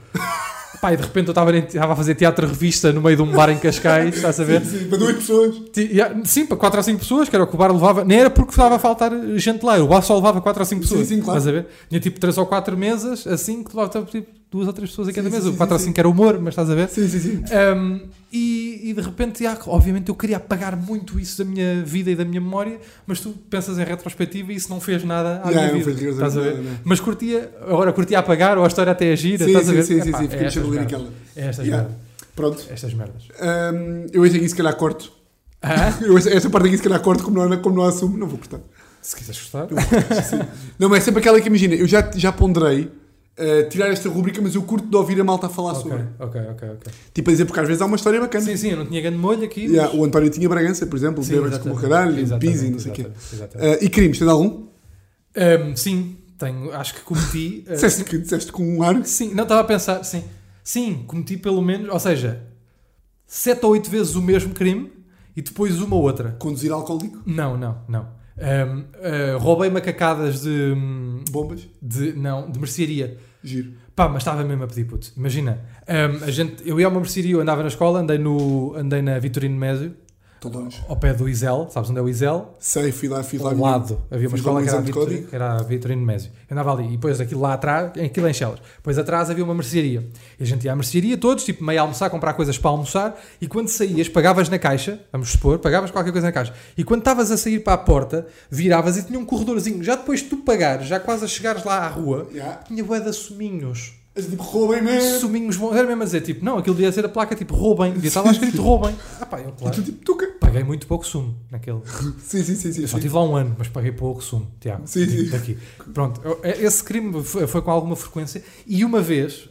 Speaker 2: pá, e de repente eu estava em- estava a fazer teatro-revista no meio de um bar em Cascais, estás a ver?
Speaker 1: Sim, para duas pessoas.
Speaker 2: Ti- yeah, Sim, para 4 ou 5 pessoas, que era o que o bar levava. Nem era porque estava a faltar eh, gente lá, o bar só levava 4 ou 5
Speaker 1: Sim,
Speaker 2: pessoas.
Speaker 1: sim, claro.
Speaker 2: Estás a ver? Tinha tipo 3 ou 4 mesas, assim, que levava tipo 2 ou 3 pessoas a cada
Speaker 1: Sim,
Speaker 2: mesa.
Speaker 1: sim,
Speaker 2: o 4
Speaker 1: sim,
Speaker 2: ou 5 era humor, mas estás a ver?
Speaker 1: Sim, sim, sim.
Speaker 2: Um, e, e de repente, ah, obviamente, eu queria apagar muito isso da minha vida e da minha memória, mas tu pensas em retrospectiva e isso não fez nada à
Speaker 1: Yeah, não
Speaker 2: minha
Speaker 1: fez
Speaker 2: vida.
Speaker 1: rigorosamente
Speaker 2: Estás a ver?
Speaker 1: nada, não.
Speaker 2: Mas curtia, agora curtia apagar, ou a história até é gira,
Speaker 1: Sim,
Speaker 2: estás a
Speaker 1: sim,
Speaker 2: ver?
Speaker 1: sim, sim,
Speaker 2: Epá,
Speaker 1: sim,
Speaker 2: é
Speaker 1: fiquei
Speaker 2: estas
Speaker 1: chabalina
Speaker 2: merdas.
Speaker 1: aquela.
Speaker 2: É estas
Speaker 1: Yeah.
Speaker 2: merdas. É
Speaker 1: Pronto.
Speaker 2: Estas merdas.
Speaker 1: Hum, eu este aqui se calhar corto.
Speaker 2: Ah,
Speaker 1: Eu esta, esta parte aqui se calhar corto, como não, como não assumo, não vou cortar.
Speaker 2: se quiseres gostar.
Speaker 1: Não, mas é sempre aquela que imagina, eu já, já ponderei eh, tirar esta rubrica, mas eu curto de ouvir a malta a falar
Speaker 2: Ok,
Speaker 1: sobre.
Speaker 2: ok, ok, ok.
Speaker 1: Tipo a dizer, porque às vezes há uma história bacana.
Speaker 2: Sim, sim, eu não tinha grande molho aqui.
Speaker 1: Yeah, o António tinha Bragança, por exemplo,
Speaker 2: mas... Sim,
Speaker 1: bebes como o caralho,
Speaker 2: exatamente,
Speaker 1: Pizzi, não sei o quê.
Speaker 2: exatamente, exatamente.
Speaker 1: Eh, e crimes, tens algum?
Speaker 2: Ahm, sim, tenho, acho que cometi. ah,
Speaker 1: Disseste, que, disseste com um ar.
Speaker 2: sim, não estava a pensar, sim. Sim, cometi pelo menos, ou seja, sete ou oito vezes o mesmo crime e depois uma outra.
Speaker 1: Conduzir alcoólico?
Speaker 2: Não, não, não. Ahm, ah, roubei macacadas de,
Speaker 1: Bombas?
Speaker 2: de. Não, de mercearia.
Speaker 1: Giro.
Speaker 2: Pá, mas estava mesmo a pedir, puto. Imagina, hum, a gente, eu ia a uma mercearia, eu andava na escola, andei, no, andei na Vitorino Mésio,
Speaker 1: Estou longe.
Speaker 2: ao pé do Isel, sabes onde é o Isel?
Speaker 1: Sei, fui lá, fiz lá.
Speaker 2: Ao
Speaker 1: mesmo.
Speaker 2: Um lado havia uma
Speaker 1: Fiz lá
Speaker 2: escola
Speaker 1: um
Speaker 2: que era,
Speaker 1: exame
Speaker 2: a
Speaker 1: de
Speaker 2: Vitor-
Speaker 1: código.
Speaker 2: que era a Vitorino Mésio. Eu andava ali e depois aquilo lá atrás, aquilo é em Chelas. Depois atrás havia uma mercearia. E a gente ia à mercearia todos, tipo meio a almoçar, comprar coisas para almoçar. E quando saías, pagavas na caixa, vamos supor, pagavas qualquer coisa na caixa. E quando estavas a sair para a porta, viravas e tinha um corredorzinho. Já depois de tu pagares, já quase a chegares lá à rua,
Speaker 1: Yeah.
Speaker 2: tinha bué de suminhos.
Speaker 1: Mas, Tipo, roubem-me.
Speaker 2: Suminhos vão. Era mesmo a dizer, tipo, não, aquilo devia ser a placa, tipo, roubem. Devia estar lá escrito roubem. Ah pá, eu,
Speaker 1: Tu,
Speaker 2: claro,
Speaker 1: tipo, tuca.
Speaker 2: paguei muito pouco sumo naquele.
Speaker 1: Sim, sim, sim. sim,
Speaker 2: Eu só
Speaker 1: sim.
Speaker 2: tive lá um ano, mas paguei pouco sumo, Tiago.
Speaker 1: Sim,
Speaker 2: Tipo,
Speaker 1: sim.
Speaker 2: Daqui. Pronto, eu- é, esse crime foi foi com alguma frequência. E uma vez.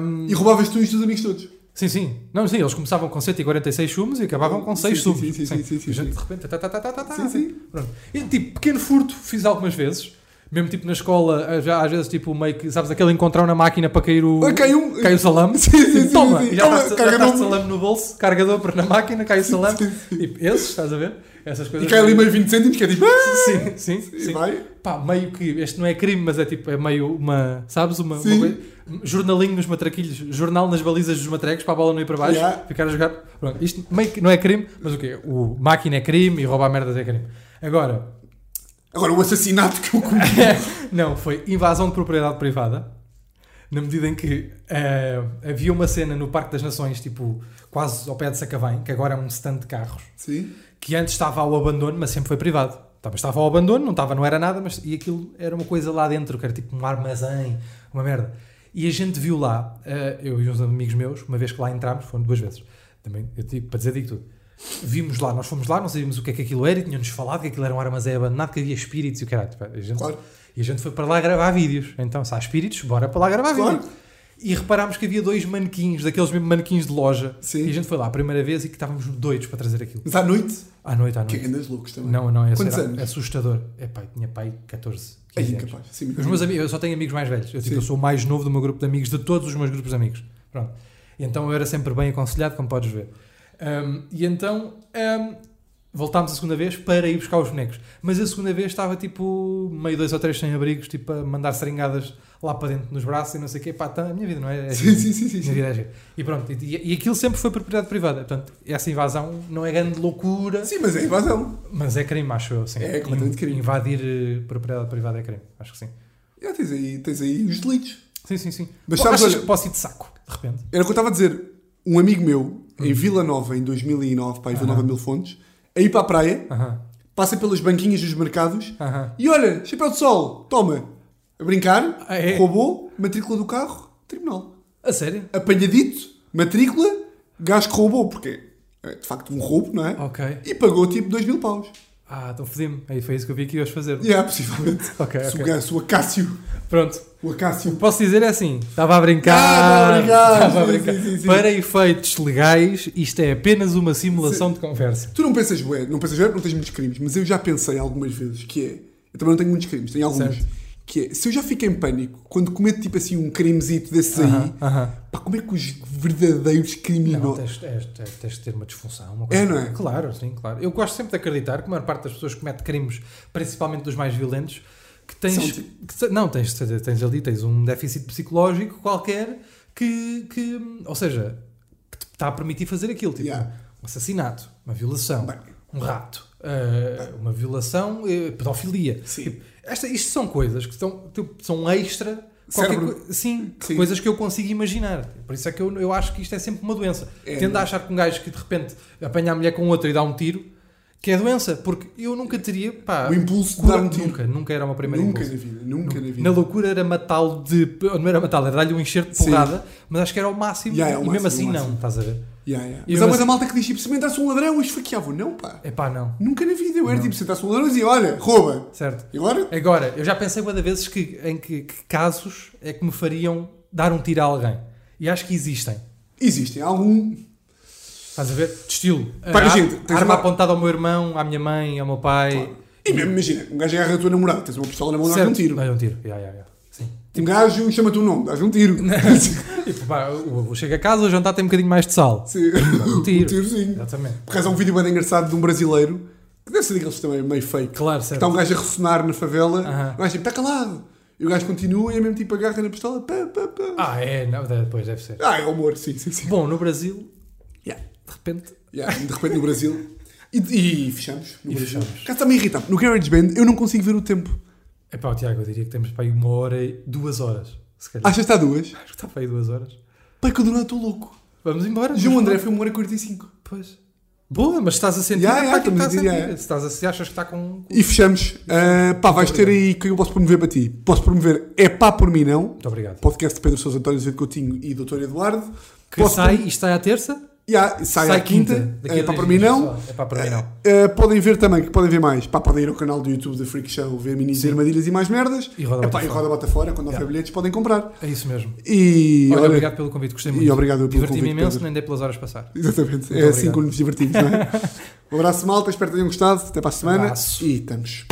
Speaker 2: hum,
Speaker 1: E roubavas tu e os teus amigos todos.
Speaker 2: Sim, sim. Não, sim, eles começavam com 146 sumos e acabavam com
Speaker 1: Sim,
Speaker 2: 6
Speaker 1: sim,
Speaker 2: sumos.
Speaker 1: sim, sim, sim, sim, sim,
Speaker 2: E a gente,
Speaker 1: sim.
Speaker 2: de repente. Tá, tá, tá, tá, tá, tá,
Speaker 1: Sim, sim.
Speaker 2: Pronto. E tipo, pequeno furto fiz algumas vezes. Mesmo tipo na escola, já às vezes, tipo, meio que, sabes, aquele encontrar na máquina para cair o.
Speaker 1: Ah, cai um-
Speaker 2: Cai o salame.
Speaker 1: Sim, sim,
Speaker 2: Tipo,
Speaker 1: sim,
Speaker 2: Toma!
Speaker 1: sim.
Speaker 2: E já
Speaker 1: Toma,
Speaker 2: estás já
Speaker 1: carregador.
Speaker 2: estás de salame no bolso, carregador para na máquina, cai o salame. Tipo, esses, estás a ver? Essas
Speaker 1: E
Speaker 2: coisas.
Speaker 1: cai ali meio 20 cêntimos, que é tipo. ah,
Speaker 2: Sim, sim,
Speaker 1: E
Speaker 2: sim.
Speaker 1: vai.
Speaker 2: Pá, meio que este não é crime, mas é tipo, é meio uma, sabes, uma, uma
Speaker 1: Sim.
Speaker 2: coisa, jornalinho nos matraquilhos, jornal nas balizas dos matrecos para a bola não ir para baixo,
Speaker 1: Yeah.
Speaker 2: ficar a jogar. Pronto, isto meio que não é crime, mas o quê? O máquina é crime e roubar merdas é crime. Agora,
Speaker 1: Agora, o assassinato que eu cometi.
Speaker 2: não, foi invasão de propriedade privada, na medida em que eh, havia uma cena no Parque das Nações, tipo, quase ao pé de Sacavém, que agora é um stand de carros,
Speaker 1: Sim.
Speaker 2: que antes estava ao abandono, mas sempre foi privado. Tá, mas Estava ao abandono, não estava, não era nada, mas e aquilo era uma coisa lá dentro, que era tipo um armazém, uma merda. E a gente viu lá, eh, eu e uns amigos meus, uma vez que lá entrámos, foram duas vezes, também, eu digo- para dizer digo tudo. Vimos lá, nós fomos lá, não sabíamos o que é que aquilo era e tinham-nos falado que aquilo era um armazém abandonado, que havia espíritos e o caralho. Tipo, a gente-
Speaker 1: Claro.
Speaker 2: E a gente foi para lá gravar vídeos. Então, se há espíritos, bora para lá gravar
Speaker 1: Claro.
Speaker 2: vídeos. E reparámos que havia dois manequins, daqueles mesmo manequins de loja.
Speaker 1: Sim.
Speaker 2: E a gente foi lá a primeira vez e que estávamos doidos para trazer aquilo.
Speaker 1: Mas à noite.
Speaker 2: À noite, à
Speaker 1: Que
Speaker 2: noite.
Speaker 1: andas loucos também.
Speaker 2: Não, não, é
Speaker 1: Quantos
Speaker 2: era
Speaker 1: anos?
Speaker 2: assustador. É pai, tinha pai 14.
Speaker 1: É
Speaker 2: 15 anos.
Speaker 1: incapaz. Sim, é
Speaker 2: Os meus amigos, eu só tenho amigos mais velhos. Eu, tipo,
Speaker 1: Sim.
Speaker 2: eu sou o mais novo do meu grupo de amigos, de todos os meus grupos de amigos. Pronto. E Então eu era sempre bem aconselhado, como podes ver. Ahm, e então ahm, voltámos a segunda vez para ir buscar os bonecos. Mas a segunda vez estava tipo meio dois ou três sem abrigos, tipo a mandar seringadas lá para dentro nos braços e não sei o quê. Pá, tá, a minha vida não é. é
Speaker 1: Sim, sim, sim, sim,
Speaker 2: minha
Speaker 1: sim.
Speaker 2: vida é gira. E pronto, e, e aquilo sempre foi propriedade privada. Portanto, essa invasão não é grande loucura.
Speaker 1: Sim, mas é invasão.
Speaker 2: Mas é crime, acho eu, sim.
Speaker 1: É completamente
Speaker 2: In-
Speaker 1: crime.
Speaker 2: Invadir eh, propriedade privada é crime, acho que sim.
Speaker 1: Já tens aí, tens aí os delitos.
Speaker 2: Sim, sim, sim.
Speaker 1: Mas
Speaker 2: Pô,
Speaker 1: sabes,
Speaker 2: achas
Speaker 1: olha-
Speaker 2: que posso ir de saco, de repente?
Speaker 1: Era o que eu estava a dizer. Um amigo meu,
Speaker 2: Uhum.
Speaker 1: em Vila Nova, em 2009, para Vila Nova de Mil Fontes, a ir para a praia,
Speaker 2: Aham,
Speaker 1: passa pelas banquinhas dos mercados
Speaker 2: aham.
Speaker 1: e olha, chapéu de sol, toma. A brincar,
Speaker 2: Ah, é?
Speaker 1: roubou, matrícula do carro, tribunal.
Speaker 2: A sério?
Speaker 1: Apanhadito, matrícula, gajo que roubou, porque é de facto um roubo, não é?
Speaker 2: Ok.
Speaker 1: E pagou tipo 2 mil paus.
Speaker 2: Ah, então fodi-me. Aí foi isso que eu vi que ias fazer.
Speaker 1: E é, possivelmente.
Speaker 2: Ok,
Speaker 1: Se o
Speaker 2: ok.
Speaker 1: gajo- o Acácio,
Speaker 2: Pronto.
Speaker 1: o Acácio
Speaker 2: Posso dizer é assim, estava a brincar.
Speaker 1: Ah, Estava a brincar,
Speaker 2: estava a
Speaker 1: sim,
Speaker 2: brincar.
Speaker 1: sim, sim, sim.
Speaker 2: Para efeitos legais, isto é apenas uma simulação de conversa.
Speaker 1: Tu não pensas, ué, não pensas, ué, porque não tens muitos crimes, mas eu já pensei algumas vezes que é. Eu também não tenho muitos crimes, tenho alguns.
Speaker 2: Certo.
Speaker 1: Que é, se eu já fico em pânico quando cometo tipo assim um crimezito desses aí,
Speaker 2: Aham, aham.
Speaker 1: pá, como é que os verdadeiros
Speaker 2: Não,
Speaker 1: criminosos.
Speaker 2: tens, tens- tens- tens de ter uma disfunção. Uma
Speaker 1: É,
Speaker 2: coisa assim.
Speaker 1: não é?
Speaker 2: Claro, sim, claro. Eu gosto sempre de acreditar que a maior parte das pessoas que comete crimes, principalmente dos mais violentos, que
Speaker 1: São
Speaker 2: tens.
Speaker 1: tipo-
Speaker 2: que se- não, tens, tens ali, tens um déficit psicológico qualquer que. que ou seja, que te está a permitir fazer aquilo. Tipo,
Speaker 1: Yeah.
Speaker 2: um assassinato, uma violação,
Speaker 1: Bem.
Speaker 2: um rato, eh, uma violação, eh, pedofilia.
Speaker 1: Sim.
Speaker 2: Tipo, esta, isto são coisas que são, tipo, são extra. qualquer
Speaker 1: Cérebro.
Speaker 2: coi- sim,
Speaker 1: Sim.
Speaker 2: coisas que eu consigo imaginar. Por isso é que eu, eu acho que isto é sempre uma doença.
Speaker 1: É,
Speaker 2: Tendo
Speaker 1: não
Speaker 2: a
Speaker 1: é?
Speaker 2: achar que um gajo que de repente apanha a mulher com outra e dá um tiro, que é doença. Porque eu nunca teria. Pá,
Speaker 1: O impulso de
Speaker 2: cura-
Speaker 1: dar um tiro.
Speaker 2: Nunca, nunca era o meu primeiro
Speaker 1: Nunca
Speaker 2: impulso.
Speaker 1: na vida, nunca na vida.
Speaker 2: Na loucura era matá-lo de. Não era matá-lo, era dar-lhe um enxerto de
Speaker 1: Sim.
Speaker 2: porrada, mas acho que era o máximo.
Speaker 1: Yeah, é o
Speaker 2: e mesmo
Speaker 1: máximo,
Speaker 2: assim,
Speaker 1: o
Speaker 2: não,
Speaker 1: máximo.
Speaker 2: estás a ver?
Speaker 1: Yeah, yeah.
Speaker 2: E
Speaker 1: Mas
Speaker 2: eu-
Speaker 1: há mais a malta que diz tipo, se entrasse um ladrão, eu esfaqueava. Não, pá.
Speaker 2: É pá, não. É.
Speaker 1: Nunca na vida. Eu era tipo, se entrasse um ladrão, eu dizia, olha, rouba.
Speaker 2: Certo.
Speaker 1: E agora?
Speaker 2: Agora, eu já pensei muitas vezes que, em que, que casos é que me fariam dar um tiro a alguém. E acho que existem.
Speaker 1: Existem algum.
Speaker 2: Estás a ver? De estilo.
Speaker 1: Para,
Speaker 2: a,
Speaker 1: gente, tens
Speaker 2: arma
Speaker 1: uma-
Speaker 2: apontada ao meu irmão, à minha mãe, ao meu pai.
Speaker 1: E mesmo, imagina, um gajo agarra a tua namorada, tens uma pistola na mão, dá-lhe
Speaker 2: Certo.
Speaker 1: um tiro.
Speaker 2: Dá-lhe um tiro. Ya, ya, ya. Sim.
Speaker 1: Um gajo chama-te o nome, dá-lhe um tiro.
Speaker 2: Tipo, pá, eu eu chego a casa, o jantar tem um bocadinho mais de sal.
Speaker 1: Sim.
Speaker 2: Um tiro.
Speaker 1: Um tirozinho.
Speaker 2: Exatamente.
Speaker 1: Por causa há um vídeo bem engraçado de um brasileiro, que deve ser daqueles também é meio fake.
Speaker 2: Claro,
Speaker 1: Está um
Speaker 2: certo.
Speaker 1: gajo a ressonar na favela,
Speaker 2: Aham.
Speaker 1: o gajo tipo, está calado. E o gajo continua e é mesmo tipo, agarra na pistola, pá, pá, pá. Ah,
Speaker 2: Ah, é, não, depois deve ser.
Speaker 1: é o amor, sim, sim, sim.
Speaker 2: Bom, no Brasil,
Speaker 1: Yeah.
Speaker 2: de repente,
Speaker 1: Yeah. De repente no Brasil. E, e fechamos. No
Speaker 2: E
Speaker 1: Brasil.
Speaker 2: fechamos.
Speaker 1: Cá também irrita No GarageBand eu não consigo ver o tempo.
Speaker 2: Epá, Tiago, eu diria que temos para aí uma hora e duas horas. Se calhar.
Speaker 1: Achas que está duas?
Speaker 2: Acho que está para aí duas horas.
Speaker 1: Pai, que eu do nada estou louco.
Speaker 2: Vamos embora.
Speaker 1: João
Speaker 2: Mas
Speaker 1: André
Speaker 2: pronto,
Speaker 1: foi uma hora e 45.
Speaker 2: Pois. Boa, mas estás a sentir.
Speaker 1: Ya,
Speaker 2: epá,
Speaker 1: ya,
Speaker 2: que
Speaker 1: estamos a
Speaker 2: estás a
Speaker 1: dizer,
Speaker 2: sentir.
Speaker 1: ya.
Speaker 2: Se estás a, se achas que está com.
Speaker 1: E fechamos. Ah, pá, vais ter aí quem eu posso promover para ti. Posso promover É Pá Por Mim Não,
Speaker 2: Muito obrigado.
Speaker 1: podcast de Pedro Sousa António Zé Coutinho e Dr. Eduardo.
Speaker 2: Que
Speaker 1: Posso
Speaker 2: sai e está à terça?
Speaker 1: Yeah, sai, à quinta.
Speaker 2: Daqui a
Speaker 1: É Pá
Speaker 2: dois
Speaker 1: Por Mim
Speaker 2: dias,
Speaker 1: Não.
Speaker 2: pessoal. É pá, para mim não.
Speaker 1: Uh, podem ver também, que podem ver mais. Pá, podem ir ao canal do YouTube da Freak Show, ver minis
Speaker 2: Sim.
Speaker 1: armadilhas e mais merdas.
Speaker 2: E roda
Speaker 1: É pá,
Speaker 2: bota
Speaker 1: e
Speaker 2: fora.
Speaker 1: roda bota fora, quando
Speaker 2: Yeah.
Speaker 1: houver bilhetes podem comprar.
Speaker 2: É isso mesmo.
Speaker 1: E
Speaker 2: Olha,
Speaker 1: olha,
Speaker 2: obrigado pelo convite, gostei
Speaker 1: e
Speaker 2: muito.
Speaker 1: obrigado pelo
Speaker 2: Diverti-me
Speaker 1: convite,
Speaker 2: imenso,
Speaker 1: Pedro.
Speaker 2: nem dei pelas horas passar.
Speaker 1: Exatamente, é
Speaker 2: Muito
Speaker 1: assim
Speaker 2: obrigado.
Speaker 1: que nos divertimos, não é? um abraço malta, espero que tenham gostado. Até para a semana.
Speaker 2: Abraço.
Speaker 1: E estamos.